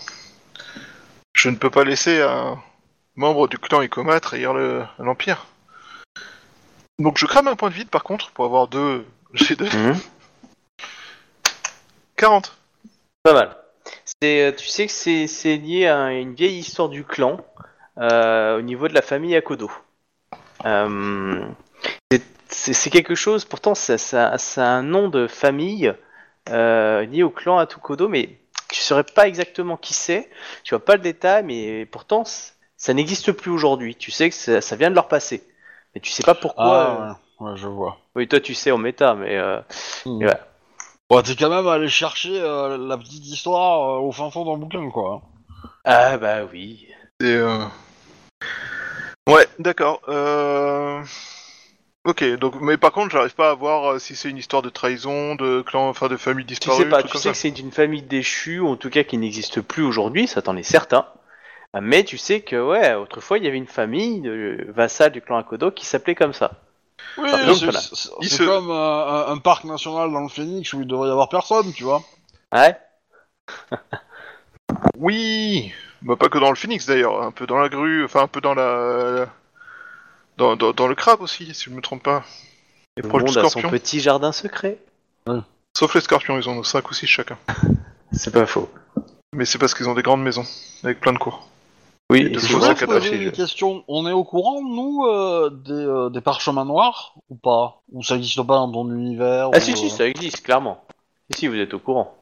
Speaker 4: Je ne peux pas laisser un membre du clan Ikoma trahir le- l'Empire. Donc je crame un point de vide par contre pour avoir deux. [LAUGHS] J'ai deux.
Speaker 1: Mhm.
Speaker 4: 40.
Speaker 1: Pas mal. C'est, euh, tu sais que c'est, c'est lié à une vieille histoire du clan euh, au niveau de la famille Akodo. Euh, c'est, c'est- c'est quelque chose, pourtant, ça, ça- ça a un nom de famille euh, lié au clan Atukodo, mais tu ne saurais pas exactement qui c'est, tu vois pas le détail, mais pourtant, c- ça n'existe plus aujourd'hui. Tu sais que ça, ça vient de leur passé. Mais tu sais pas pourquoi. euh,
Speaker 2: Ah, ouais, ouais, je vois. Hmm.
Speaker 1: Oui, toi, tu sais en méta, mais. euh,
Speaker 2: Ouais, t'es quand même allé chercher euh, la petite histoire euh, au fin fond d'un bouquin, quoi. hein.
Speaker 1: Ah, bah oui.
Speaker 4: Et euh, Ouais, d'accord. Euh... Ok, donc mais par contre j'arrive pas à voir euh, si c'est une histoire de trahison, de clan, enfin de famille
Speaker 1: Tu
Speaker 4: disparue.
Speaker 1: sais pas,
Speaker 4: truc
Speaker 1: tu
Speaker 4: comme
Speaker 1: sais
Speaker 4: ça.
Speaker 1: que c'est d'une famille déchue, ou en tout cas qui n'existe plus aujourd'hui, ça t'en est certain. Ah, Mais tu sais que, ouais, autrefois, il y avait une famille de vassal du clan Akodo qui s'appelait comme ça.
Speaker 2: Oui,
Speaker 1: Par exemple,
Speaker 2: c'est-
Speaker 1: voilà.
Speaker 2: c'est
Speaker 4: Il
Speaker 2: c'est
Speaker 4: se-
Speaker 2: comme euh, un, un parc national dans le Phoenix où il devrait y avoir personne, tu vois.
Speaker 1: Ah Ouais
Speaker 4: Oui, bah pas que dans le Phoenix d'ailleurs, un peu dans la grue, enfin un peu dans la, dans, dans, dans le crabe aussi, si je me trompe pas. Et
Speaker 1: Tout
Speaker 4: proche
Speaker 1: le
Speaker 4: du
Speaker 1: monde a son
Speaker 4: scorpion.
Speaker 1: petit jardin secret.
Speaker 4: Sauf les scorpions, ils en ont 5 ou 6 chacun.
Speaker 1: C'est pas faux.
Speaker 4: Mais c'est parce qu'ils ont des grandes maisons, avec plein de cours.
Speaker 1: Oui,
Speaker 4: Et de
Speaker 1: c'est
Speaker 2: Je
Speaker 4: Toujours
Speaker 1: vrai.
Speaker 4: ça
Speaker 2: voudrais
Speaker 4: qu'à
Speaker 2: poser
Speaker 4: taffer, je-
Speaker 2: une question. On est au courant, nous, euh, des, euh, des parchemins noirs ou pas Ou ça existe pas dans ton univers
Speaker 1: Ah
Speaker 2: ou,
Speaker 1: si, si,
Speaker 2: euh,
Speaker 1: ça existe, clairement. Si, si, vous êtes au courant.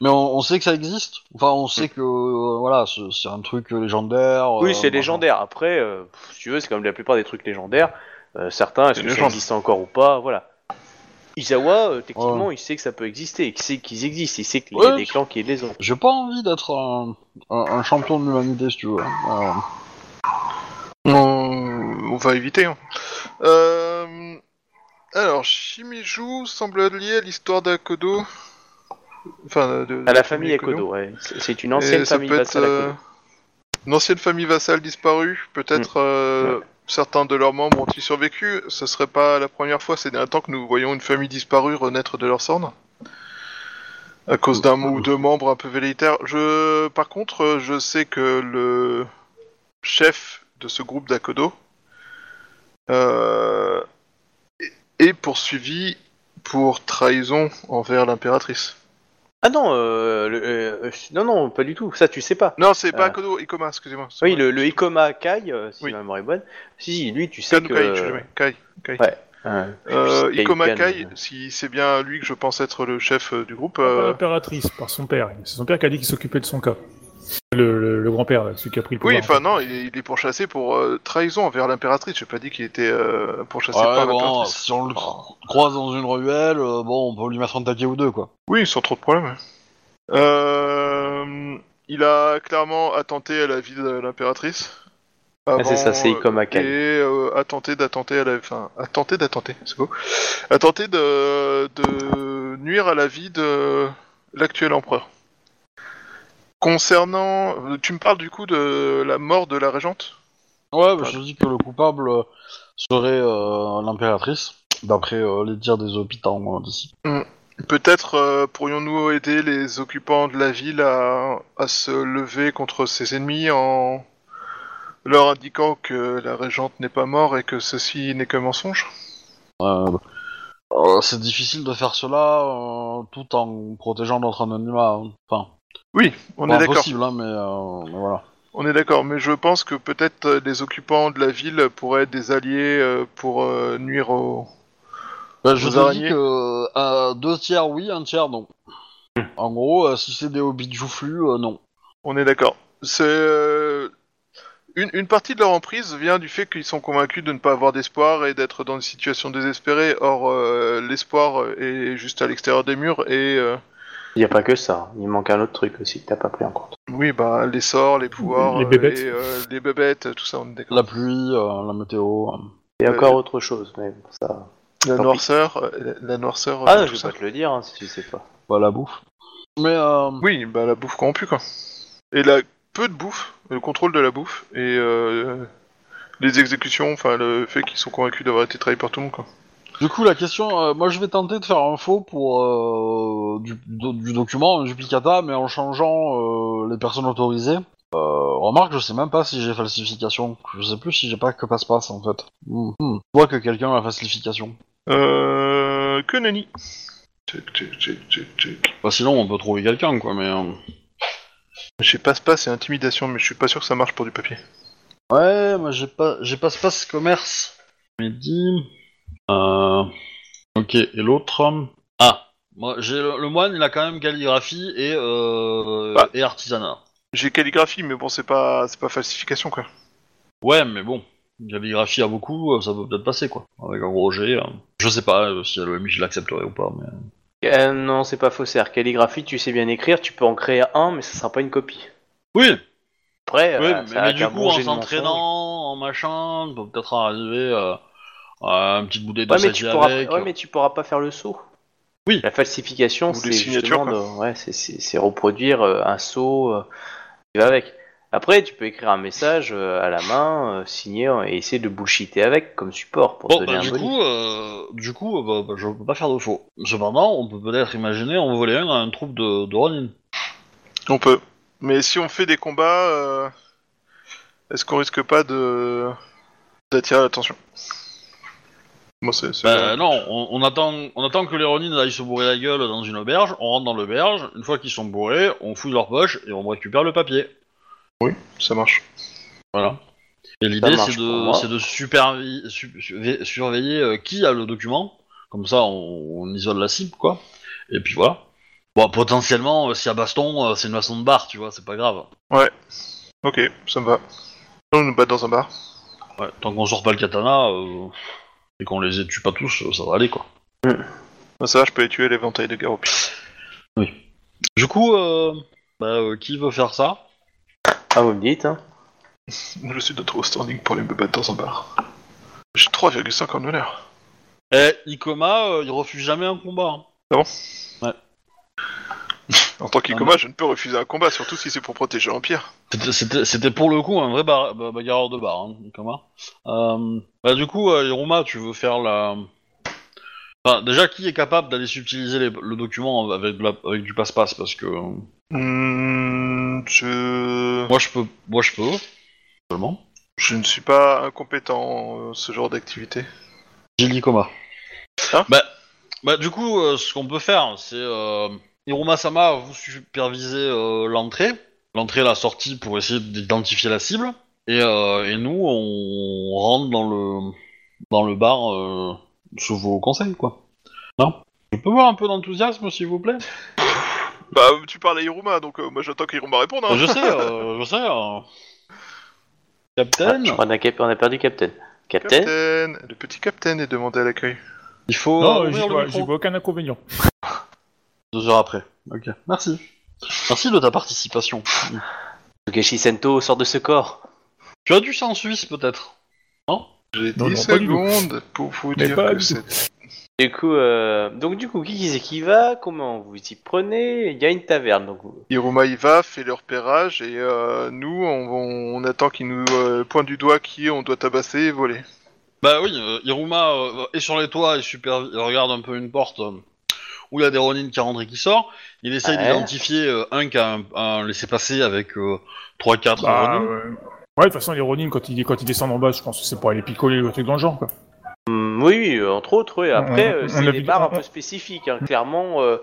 Speaker 2: Mais on, on sait que ça existe Enfin, on
Speaker 1: Hmm.
Speaker 2: sait que euh, voilà, ce- c'est un truc euh, légendaire. euh,
Speaker 1: oui, c'est
Speaker 2: machin.
Speaker 1: légendaire. Après, euh, pff, si tu veux, c'est comme la plupart des trucs légendaires. Euh, certains, est-ce
Speaker 4: C'est
Speaker 1: que
Speaker 4: une
Speaker 1: ça
Speaker 4: légende.
Speaker 1: existe encore ou pas, voilà. Izawa, euh,
Speaker 4: Oh.
Speaker 1: techniquement, il sait que ça peut exister, il sait qu'ils existent, il sait qu'il y a
Speaker 2: Ouais.
Speaker 1: des clans qui les ont.
Speaker 2: J'ai pas envie d'être un, un- un champion de l'humanité, si tu veux. Euh,
Speaker 4: On, on va éviter. hein. Euh, Alors, Shimiju semble lié à l'histoire d'Akodo. Enfin, de,
Speaker 1: À
Speaker 4: de
Speaker 1: Ah, la famille
Speaker 4: Akodo.
Speaker 1: Akodo, ouais. C'est- C'est une
Speaker 4: Et
Speaker 1: ancienne
Speaker 4: ça
Speaker 1: famille
Speaker 4: peut être,
Speaker 1: vassale
Speaker 4: euh,
Speaker 1: Akodo.
Speaker 4: une ancienne famille vassale disparue. Peut-être
Speaker 1: Mm.
Speaker 4: euh, certains de leurs membres ont-ils survécu. Ce serait pas la première fois ces derniers temps que nous voyons une famille disparue renaître de leur cendres. À cause d'un mot ou deux membres un peu velléitaires. Je, par contre, euh, je sais que le chef de ce groupe d'Akodo euh, est est poursuivi pour trahison envers l'impératrice.
Speaker 1: Ah non, euh, le- euh, non, non, pas du tout. Ça, tu sais pas.
Speaker 4: Non, c'est pas
Speaker 1: Euh.
Speaker 4: Akodo, Ikoma, excusez-moi. C'est
Speaker 1: Oui,
Speaker 4: vrai.
Speaker 1: le, le Ikoma Kai, euh, si
Speaker 4: Oui.
Speaker 1: ma mémoire est bonne. Si, si, lui, tu Ah sais
Speaker 4: Kanu
Speaker 1: que. euh,
Speaker 4: Kai, excusez-moi, Kai.
Speaker 1: Ouais.
Speaker 4: Euh,
Speaker 1: Kai
Speaker 4: Ikoma
Speaker 1: Kan.
Speaker 4: Kai, si c'est bien lui que je pense être le chef euh, du
Speaker 2: Ah
Speaker 4: groupe,
Speaker 3: Par
Speaker 4: euh,
Speaker 2: bah,
Speaker 3: l'impératrice, par son père. C'est son père qui a dit qu'il s'occupait de son cas. Le, le- le grand-père, là, celui qui a pris le pouvoir.
Speaker 4: oui, enfin non, il est, il est pourchassé pour euh, trahison envers l'impératrice. J'ai pas dit qu'il était euh, pourchassé
Speaker 2: Ah ouais,
Speaker 4: par
Speaker 2: bon,
Speaker 4: l'impératrice.
Speaker 2: si on le cro- croise dans une ruelle, euh, bon, on peut lui mettre un taquet ou deux, quoi.
Speaker 4: Oui, sans trop de problèmes. Euh, il a clairement attenté à la vie de l'impératrice.
Speaker 1: Ah, c'est ça, c'est
Speaker 4: Avant, euh,
Speaker 1: Ikoma
Speaker 4: et
Speaker 1: Kane.
Speaker 4: euh, a tenté d'attenter à la, enfin, a tenté d'attenter, c'est beau, a tenté de, de nuire à la vie de l'actuel empereur. Concernant, tu me parles du coup de la mort de la régente.
Speaker 2: Ouais, bah, je te dis que le coupable euh, serait euh, l'impératrice, d'après euh, les dires des hôpitaux euh, d'ici.
Speaker 4: Peut-être euh, pourrions-nous aider les occupants de la ville à, à se lever contre ses ennemis en leur indiquant que la régente n'est pas morte et que ceci n'est que mensonge.
Speaker 2: Euh, euh, c'est difficile de faire cela euh, tout en protégeant notre anonymat. hein. Enfin,
Speaker 4: On
Speaker 2: pas
Speaker 4: est d'accord.
Speaker 2: impossible, hein, mais, euh, mais voilà.
Speaker 4: On est d'accord, mais je pense que peut-être euh, les occupants de la ville pourraient être des alliés euh, pour euh, nuire au.
Speaker 2: Bah, je
Speaker 4: Vous
Speaker 2: te dis
Speaker 4: auriez-
Speaker 2: que euh, deux tiers oui, un tiers non.
Speaker 4: Hmm.
Speaker 2: En gros, euh, si c'est des hobbits joufflus, euh, non.
Speaker 4: On est d'accord. C'est euh, une, une partie de leur emprise vient du fait qu'ils sont convaincus de ne pas avoir d'espoir et d'être dans une situation désespérée. Or, euh, l'espoir est juste à l'extérieur des murs et euh,
Speaker 1: Il n'y a pas que ça. Il manque un autre truc aussi que t'as pas pris en compte.
Speaker 4: oui, bah les sorts, les pouvoirs,
Speaker 3: Les
Speaker 4: euh,
Speaker 3: bébêtes.
Speaker 4: et, euh, les bébêtes, tout ça, on est d'accord.
Speaker 2: La pluie, euh, la météo. euh.
Speaker 1: Et
Speaker 4: Euh,
Speaker 1: encore autre chose, mais bon, ça.
Speaker 4: La,
Speaker 1: tant pis.
Speaker 4: noirceur, euh, la, la noirceur. euh,
Speaker 1: Ah non,
Speaker 4: tout
Speaker 1: je vais
Speaker 4: ça.
Speaker 1: pas te le dire hein, si tu sais pas.
Speaker 2: Bah, la bouffe. Mais euh,
Speaker 4: Oui, bah la bouffe corrompue quoi. Et la peu de bouffe, le contrôle de la bouffe et euh, les exécutions, enfin le fait qu'ils sont convaincus d'avoir été trahis par tout le monde quoi.
Speaker 2: du coup, la question, euh, moi je vais tenter de faire un faux pour euh, du, do- du document, un duplicata, mais en changeant euh, les personnes autorisées. Euh, remarque, je sais même pas si j'ai falsification. Je sais plus si j'ai pas que passe-passe en fait. Hmm, hmm. Je vois que quelqu'un a falsification.
Speaker 4: Euh, que nenni. Tchic, tchic, tchic, tchic, tchic.
Speaker 2: Bah, sinon, on peut trouver quelqu'un quoi, mais. euh,
Speaker 4: J'ai passe-passe et intimidation, mais je suis pas sûr que ça marche pour du papier.
Speaker 2: Ouais, moi j'ai pas j'ai pas passe commerce. Mais dis. Euh... Ok, et l'autre Ah, moi j'ai le, le moine, il a quand même calligraphie et euh,
Speaker 4: Bah.
Speaker 2: et artisanat.
Speaker 4: J'ai calligraphie, mais bon, c'est pas, c'est pas falsification quoi.
Speaker 2: Ouais, mais bon, calligraphie à beaucoup, euh, ça peut peut-être passer quoi. Avec un gros G, euh, je sais pas euh, si le MJ l'accepterait ou pas, mais
Speaker 1: Euh, non, c'est pas faussaire. Calligraphie, tu sais bien écrire, tu peux en créer un, mais ça sera pas une copie.
Speaker 2: oui,
Speaker 1: Après,
Speaker 2: oui,
Speaker 1: euh,
Speaker 2: mais,
Speaker 1: ça a
Speaker 2: mais
Speaker 1: qu'un
Speaker 2: du
Speaker 1: bon
Speaker 2: coup en
Speaker 1: jet de mensonge.
Speaker 2: s'entraînant, en machin, on peut peut-être arriver euh, à une petite bouteille de
Speaker 1: Ouais mais,
Speaker 2: saké
Speaker 1: tu pourras...
Speaker 2: avec. euh.
Speaker 1: ouais, mais tu pourras pas faire le saut.
Speaker 2: Oui.
Speaker 1: La falsification,
Speaker 4: hein. Ou
Speaker 1: c'est
Speaker 4: les signatures,
Speaker 1: justement de- ouais, c'est- c'est c'est reproduire euh, un saut euh, qui va avec. Après, tu peux écrire un message euh, à la main, euh, signer euh, et essayer de bullshiter avec comme support pour
Speaker 2: Bon,
Speaker 1: donner
Speaker 2: bah,
Speaker 1: un
Speaker 2: du,
Speaker 1: bonus.
Speaker 2: coup, euh, du coup, euh, bah, bah, je peux pas faire de faux. Cependant, on peut peut-être imaginer en voler un à un troupe de, de Ronin.
Speaker 4: On peut. Mais si on fait des combats, euh, est-ce qu'on risque pas de d'attirer l'attention Moi, c'est. c'est-
Speaker 2: Bah, non, on, on attend, on attend que les Ronin aillent se bourrer la gueule dans une auberge, on rentre dans l'auberge, une fois qu'ils sont bourrés, on fouille leur poche et on récupère le papier.
Speaker 4: ça marche.
Speaker 2: Voilà. Et l'idée,
Speaker 1: marche
Speaker 2: c'est
Speaker 1: pour moi.
Speaker 2: de, c'est de supervi- su- su- surveiller euh, qui a le document. Comme ça, on, on isole la cible, quoi. Et puis voilà. Bon, potentiellement, euh, s'il y a baston, euh, c'est une façon de barre, tu vois, c'est pas grave.
Speaker 4: Ok, ça me va. On nous bat dans un bar.
Speaker 2: Ouais, tant qu'on sort pas le katana euh, et qu'on les tue pas tous, euh, ça va aller quoi.
Speaker 4: Ah, Ça, va, je peux les tuer à l'éventail de Garopi. [LAUGHS]
Speaker 2: Du coup, euh, bah, euh, qui veut faire ça
Speaker 1: Ah, vous me dites, hein.
Speaker 4: Je suis de trop standing pour les me battre dans un bar. J'ai 3,5 en honneur.
Speaker 2: Eh, Ikoma, euh, il refuse jamais un combat. hein.
Speaker 4: En
Speaker 3: Ah
Speaker 4: tant qu'Ikoma, je ne peux refuser un combat, surtout si c'est pour protéger l'Empire.
Speaker 2: C'était- C'était c'était pour le coup un vrai bar- ba- bagarreur de bar, hein, Ikoma. Euh, bah, du coup, euh, Iruma, tu veux faire la. Enfin, déjà, qui est capable d'aller subtiliser les- le document avec, de la- avec du passe-passe Parce que euh,
Speaker 4: Hmm, je...
Speaker 2: moi, je peux. Moi, je peux. Seulement.
Speaker 4: je ne suis pas incompétent euh, ce genre d'activité.
Speaker 2: J'ai dit coma.
Speaker 4: Hein
Speaker 2: bah, bah, du coup, euh, ce qu'on peut faire, c'est euh, Hiruma-sama, vous supervisez euh, l'entrée, l'entrée et la sortie pour essayer d'identifier la cible, et, euh, et nous, on rentre dans le dans le bar euh, sous vos conseils, quoi. Non Je peux voir un peu d'enthousiasme, s'il vous [LAUGHS] plaît
Speaker 4: Bah, tu parles à Hiruma, donc euh, moi j'attends qu'Hiruma réponde.
Speaker 2: Bah,
Speaker 4: Hein.
Speaker 2: Je sais, euh, je sais. euh.
Speaker 1: Ah,
Speaker 2: Captain,
Speaker 1: je crois qu'on a cap- on a perdu Captain. Captain,
Speaker 4: Captain, le petit Captain est demandé à l'accueil.
Speaker 2: il faut
Speaker 3: Non,
Speaker 2: euh,
Speaker 3: j'y
Speaker 2: ouvrir le
Speaker 3: vois,
Speaker 2: micro.
Speaker 3: j'y vois aucun inconvénient.
Speaker 2: Deux heures après. Ok, merci. Merci de ta participation.
Speaker 1: Togashi Sento sort de ce corps.
Speaker 2: Tu as dû ça en Suisse, peut-être Non
Speaker 4: J'ai
Speaker 3: Non,
Speaker 4: 10
Speaker 3: non, pas du tout.
Speaker 4: secondes pour vous
Speaker 3: Mais
Speaker 4: dire
Speaker 3: pas
Speaker 4: que
Speaker 3: du tout.
Speaker 4: c'est...
Speaker 1: Du coup, euh, donc du coup, qui qui c'est qui va Comment vous y prenez Il y a une taverne, donc vous-
Speaker 4: Hiruma y va, fait le repérage, et euh, nous, on, on- on attend qu'il nous euh, pointe du doigt qui on doit tabasser et voler.
Speaker 2: Bah oui, euh, Iruma euh, est sur les toits et super... regarde un peu une porte euh, où il y a des Ronin qui rentrent et qui sortent. Il essaye
Speaker 1: Ouais.
Speaker 2: d'identifier euh, un qui a un, un laissé-passer avec euh, 3-4
Speaker 4: Ah,
Speaker 3: Bah,
Speaker 2: Ronin.
Speaker 3: ouais. Ouais, de toute façon, les Ronin, quand ils, quand ils descendent en bas, je pense que c'est pour aller picoler ou un truc dans le genre. Quoi.
Speaker 1: Hum, oui, oui, euh, entre autres. oui. Après,
Speaker 3: On-
Speaker 1: euh,
Speaker 3: on
Speaker 1: c'est des
Speaker 3: a vu-
Speaker 1: bars un
Speaker 3: on-
Speaker 1: peu spécifiques. hein. Clairement, euh,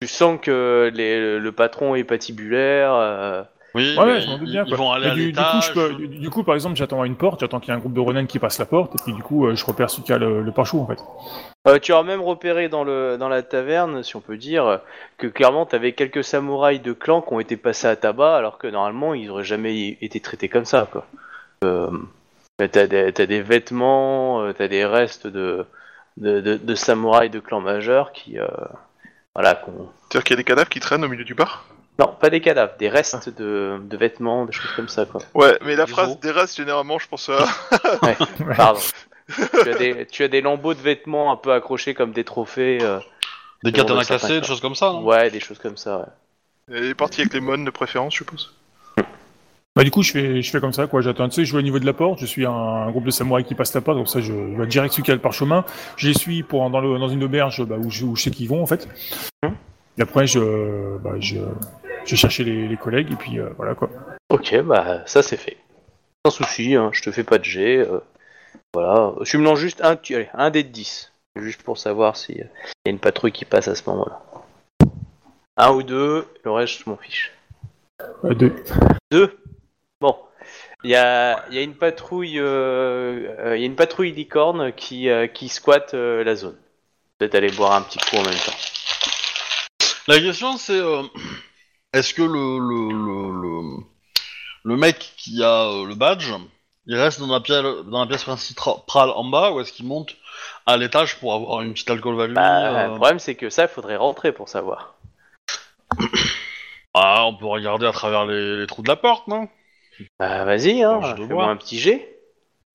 Speaker 1: tu sens que les- le patron est patibulaire. euh,
Speaker 2: Oui,
Speaker 3: Ouais,
Speaker 2: mais
Speaker 3: je m'en doute
Speaker 2: ils-
Speaker 3: bien.
Speaker 2: ils
Speaker 3: quoi.
Speaker 2: vont aller
Speaker 3: Mais
Speaker 2: à
Speaker 3: du, du coup, je
Speaker 2: l'étage. euh.
Speaker 3: peux- du- du coup, par exemple, j'attends à une porte, j'attends qu'il y ait un groupe de Ronin qui passe la porte, et puis du coup, euh, je repère celui qui a le, le pare-choux, en fait.
Speaker 1: Euh, tu as même repéré dans, le, dans la taverne, si on peut dire, euh, que clairement t'avais quelques samouraïs de clan qui ont été passés à tabac alors que normalement ils auraient jamais été traités comme ça. quoi. Euh, bah, t'as, des, t'as des vêtements, euh, t'as des restes de, de, de- de samouraïs de clan majeur qui. euh, voilà, qu'on-
Speaker 4: C'est-à-dire qu'il y a des cadavres qui traînent au milieu du bar
Speaker 1: Non, pas des cadavres, des restes de, de vêtements, des choses comme ça. Quoi.
Speaker 4: Ouais, mais la
Speaker 2: Du
Speaker 4: phrase
Speaker 2: gros.
Speaker 4: des races, généralement, je pense à...
Speaker 1: Pardon. tu, as des, tu as des lambeaux de vêtements un peu accrochés comme des trophées. euh,
Speaker 2: Des
Speaker 1: Ils vont
Speaker 2: katanas
Speaker 1: de certains,
Speaker 2: cassés, des
Speaker 1: quoi.
Speaker 2: choses comme ça. hein. non
Speaker 1: ouais, des choses comme ça. ouais.
Speaker 4: Elle est partie avec les mônes de préférence, je suppose.
Speaker 3: Bah, du coup, je fais, je fais comme ça, quoi. J'attends, tu sais, je vais au niveau de la porte, je suis un, un groupe de samouraïs qui passe la porte, donc ça, je, je vois direct celui qui a le parchemin. Je les suis pour, en- dans, le, dans une auberge bah, où, je, où je sais qu'ils vont, en fait. Et après, je, bah, je, je vais chercher les, les collègues, et puis euh, voilà, quoi.
Speaker 1: Ok, bah ça c'est fait. Sans souci, hein, je te fais pas de jet. euh, voilà, tu me lances juste un, tu- allez, un dé de 10. Juste pour savoir s'il y a une patrouille qui passe à ce moment-là. Un ou deux, le reste je m'en fiche.
Speaker 3: Euh, deux.
Speaker 1: Deux Bon. Il y a, il y a une patrouille euh, euh, il y a une patrouille licorne qui, euh, qui squatte euh, la zone. Peut-être aller boire un petit coup en même temps.
Speaker 2: La question c'est euh, est-ce que le, le, le, le, le mec qui a euh, le badge, il reste dans la pièce, dans la pièce principale en bas ou est-ce qu'il monte à l'étage pour avoir une petite alcool value
Speaker 1: Bah,
Speaker 2: euh,
Speaker 1: Le problème c'est que ça, il faudrait rentrer pour savoir.
Speaker 2: bah, On peut regarder à travers les, les trous de la porte, non
Speaker 1: Bah vas-y, hein,
Speaker 2: Bon, je te
Speaker 1: fais-moi
Speaker 2: vois.
Speaker 1: un petit jet.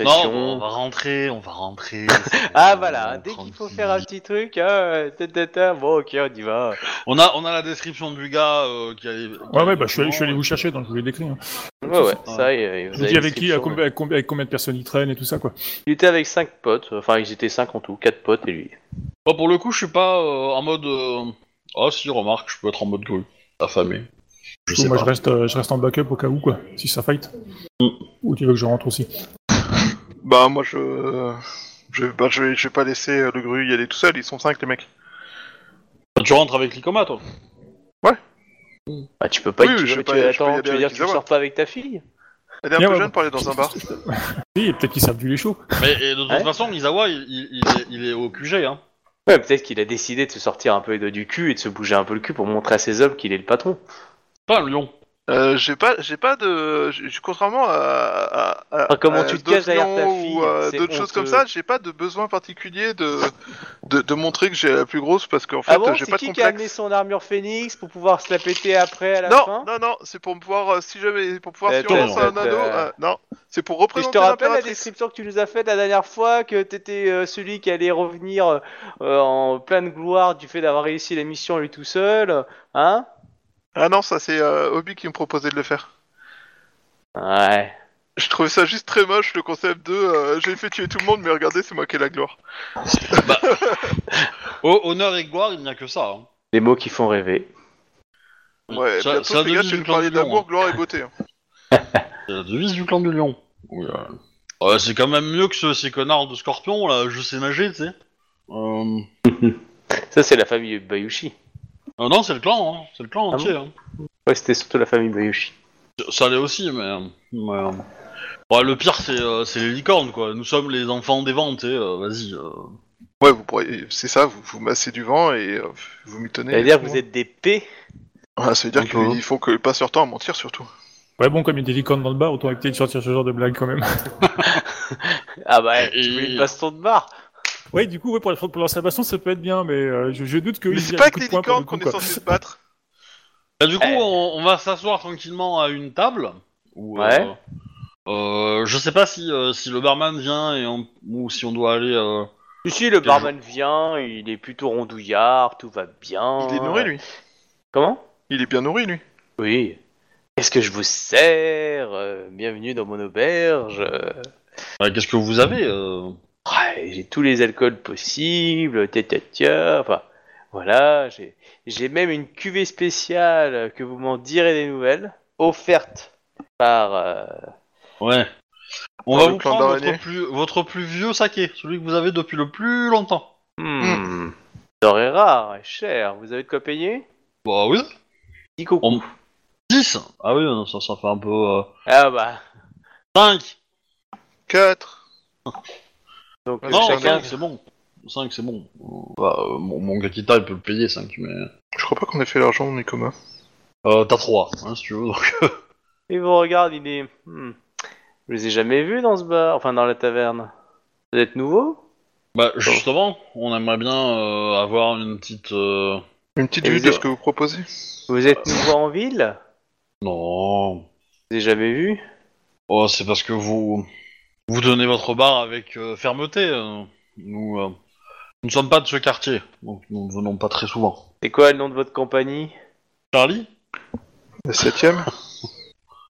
Speaker 2: Non,
Speaker 1: Pression.
Speaker 2: on va rentrer, on va
Speaker 1: [LAUGHS]
Speaker 2: rentrer.
Speaker 1: Ah voilà, dès qu'il faut
Speaker 2: Tranquille.
Speaker 1: faire un petit truc, hein, ta, ta, ta, bon ok on y va.
Speaker 2: On a, on a la description du gars euh, qui a. euh.
Speaker 3: Ouais, ouais, bah, je suis allé, je suis allé vous chercher, donc je vous l'ai décrit. hein.
Speaker 1: Ouais ouais, ça
Speaker 2: Ouais.
Speaker 1: et, euh, vous
Speaker 3: Je vous
Speaker 1: avez
Speaker 3: dis avec qui, à
Speaker 1: description,
Speaker 3: combien,
Speaker 1: ouais.
Speaker 3: avec combien- avec combien de personnes ils traînent et tout ça, quoi.
Speaker 1: Il était avec 5 potes, enfin ils étaient 5 en tout, 4 potes et lui.
Speaker 2: Bon, Bah, pour le coup, je suis pas euh, en mode. euh, Oh, si, remarque, je peux être en mode grue, affamé. Je sais
Speaker 3: moi,
Speaker 2: pas.
Speaker 3: je reste, euh, je reste en backup au cas où, quoi, si ça fight.
Speaker 2: Mm.
Speaker 3: Ou tu veux que je rentre aussi
Speaker 4: Bah, moi, je... Je, bah, je, vais, je vais pas laisser euh, le gru y aller tout seul, ils sont cinq les mecs.
Speaker 2: Tu rentres avec l'icoma, toi
Speaker 1: Bah tu peux pas,
Speaker 4: Oui,
Speaker 1: tu,
Speaker 4: oui, je
Speaker 1: tu-
Speaker 4: vais pas- je
Speaker 1: attends,
Speaker 4: peux y aller
Speaker 1: tu veux
Speaker 4: avec
Speaker 1: dire que tu
Speaker 4: Izawa.
Speaker 1: sors pas avec ta fille
Speaker 4: Elle est un
Speaker 3: Bien,
Speaker 4: peu
Speaker 3: ouais,
Speaker 4: jeune
Speaker 3: bon.
Speaker 4: pour aller dans
Speaker 3: [LAUGHS]
Speaker 4: un bar.
Speaker 3: Si, et peut-être qu'ils servent du lait chaud.
Speaker 2: Mais et de toute
Speaker 1: Ouais.
Speaker 2: façon, Izawa, il, il- il est, il est au QG, hein.
Speaker 1: Ouais peut-être qu'il a décidé de se sortir un peu les doigts du cul et de se bouger un peu le cul pour montrer à ses hommes qu'il est le patron.
Speaker 2: Pas un lion.
Speaker 4: Euh, j'ai pas, j'ai pas de, j'ai- contrairement à, à, à-
Speaker 1: Ah, comment
Speaker 4: à
Speaker 1: tu te
Speaker 4: d'autres
Speaker 1: caches derrière ta
Speaker 4: lions
Speaker 1: fille,
Speaker 4: ou à
Speaker 1: c'est
Speaker 4: d'autres choses
Speaker 1: honteux.
Speaker 4: comme ça, j'ai pas de besoin particulier de, de, de montrer que j'ai la plus grosse parce qu'en fait
Speaker 1: ah bon
Speaker 4: j'ai
Speaker 1: c'est
Speaker 4: pas de
Speaker 1: qui qui a amené
Speaker 4: complexe.
Speaker 1: son armure phoenix pour pouvoir se la péter après à la
Speaker 4: non,
Speaker 1: fin
Speaker 4: non, non, c'est pour me pouvoir, euh, si jamais, pour pouvoir
Speaker 2: Eh,
Speaker 1: Euh,
Speaker 4: si on lance
Speaker 1: attends,
Speaker 4: un anneau,
Speaker 1: euh,
Speaker 4: euh, non, c'est pour
Speaker 1: Et je
Speaker 4: représenter
Speaker 1: te rappelle la
Speaker 4: l'impératrice.
Speaker 1: description que tu nous as faite la dernière fois, que t'étais euh, celui qui allait revenir euh, euh, en pleine gloire du fait d'avoir réussi la mission lui tout seul, hein
Speaker 4: Ah non, ça c'est euh, Obi qui me proposait de le faire.
Speaker 1: Ouais.
Speaker 4: Je trouvais ça juste très moche le concept de, euh, j'ai fait tuer tout le monde, mais regardez, c'est moi qui ai la gloire.
Speaker 2: Au- honneur et gloire, il n'y a que ça. hein.
Speaker 1: Les mots qui font rêver.
Speaker 4: Ouais,
Speaker 2: Mm. Ça-
Speaker 4: bientôt
Speaker 2: ça
Speaker 4: les gars,
Speaker 2: devise
Speaker 4: je vais
Speaker 2: du
Speaker 4: vous
Speaker 2: clan
Speaker 4: parler
Speaker 2: du lion,
Speaker 4: d'amour,
Speaker 2: hein.
Speaker 4: gloire et beauté. hein.
Speaker 2: C'est la devise du clan du lion. Oui, euh. Ouais, c'est quand même mieux que ce- ces connards de scorpion, là, je sais nager, tu sais. Euh,
Speaker 1: Ça, c'est la famille Bayushi.
Speaker 2: euh, non, c'est le clan, hein. c'est le clan
Speaker 1: Ah
Speaker 2: entier. hein.
Speaker 1: Ouais, c'était surtout la famille Bayushi.
Speaker 2: Ça l'est aussi, mais. euh, ouais, euh. Ouais, le pire, c'est euh, c'est les licornes, quoi. Nous sommes les enfants des ventes, vas-y. euh.
Speaker 4: Ouais, vous pourriez, c'est ça, vous, vous massez du vent et euh, vous mitonnez.
Speaker 1: C'est-à-dire que vous êtes des P.
Speaker 4: Ah, ça veut dire
Speaker 2: Donc,
Speaker 4: qu'ils
Speaker 2: euh,
Speaker 4: faut que passent leur temps à mentir surtout.
Speaker 3: Ouais, bon, comme il y a des licornes dans le bar, autant éviter de sortir ce genre de blague quand même. [LAUGHS]
Speaker 1: Ah bah, tu
Speaker 2: Et-
Speaker 1: voulais une baston de barre
Speaker 3: ouais, du coup, ouais, pour, la- pour lancer la baston, ça peut être bien, mais euh, je, je doute que.
Speaker 4: Mais c'est pas que les licornes qu'on est censé se battre.
Speaker 2: Bah, du coup,
Speaker 1: Eh.
Speaker 2: on, on va s'asseoir tranquillement à une table. où, euh,
Speaker 1: Ouais.
Speaker 2: euh, je sais pas si, euh, si le barman vient et on- ou si on doit aller. euh,
Speaker 1: Ici, le
Speaker 2: Quel
Speaker 1: barman vient, il est plutôt rondouillard, tout va bien.
Speaker 4: Il est nourri, lui.
Speaker 1: Comment
Speaker 4: Il est bien nourri, lui.
Speaker 1: Oui. Qu'est-ce que je vous sers Euh, Bienvenue dans mon auberge. Euh,
Speaker 2: bah, Qu'est-ce que vous avez euh
Speaker 1: ah, j'ai tous les alcools possibles, tia, tia, tia, Enfin, voilà, j'ai- j'ai même une cuvée spéciale euh, que vous m'en direz des nouvelles, offerte par. euh,
Speaker 2: Ouais. On
Speaker 4: Dans
Speaker 2: va
Speaker 4: le
Speaker 2: vous
Speaker 4: clan
Speaker 2: prendre votre
Speaker 4: d'araignée.
Speaker 2: plus, votre plus vieux saké, celui que vous avez depuis le plus longtemps.
Speaker 1: hmm, L'or est rare et cher. Vous avez de quoi payer
Speaker 2: Bah oui.
Speaker 1: Dis coucou.
Speaker 2: On- 10 Ah oui, non, ça, ça fait un peu... Euh...
Speaker 1: Ah bah.
Speaker 2: 5
Speaker 4: 4.
Speaker 1: Donc,
Speaker 4: Non,
Speaker 1: euh,
Speaker 2: Non,
Speaker 1: chacun.
Speaker 2: 5 c'est bon. 5 c'est bon. Euh, bah, euh, mon, mon Gatita, il peut le payer 5, mais...
Speaker 4: Je crois pas qu'on ait fait l'argent, on est commun.
Speaker 2: Euh, T'as 3, hein, si tu veux. donc.
Speaker 1: Il vous regarde, il est. Hmm, Je les ai jamais vus dans ce bar, enfin dans la taverne. Vous êtes nouveau
Speaker 2: Bah justement, on aimerait bien euh, avoir une petite... euh,
Speaker 4: Une petite
Speaker 1: Et
Speaker 4: vue
Speaker 1: vous
Speaker 4: de
Speaker 1: deux.
Speaker 4: ce que vous proposez.
Speaker 1: Vous êtes nouveau en ville
Speaker 2: Non...
Speaker 1: Vous avez jamais vu
Speaker 2: Oh, c'est parce que vous... Vous donnez votre bar avec euh, fermeté. euh. Nous, euh, nous ne sommes pas de ce quartier, donc nous ne venons pas très souvent.
Speaker 1: C'est quoi le nom de votre compagnie
Speaker 2: Charlie
Speaker 4: La
Speaker 1: [LAUGHS]
Speaker 4: septième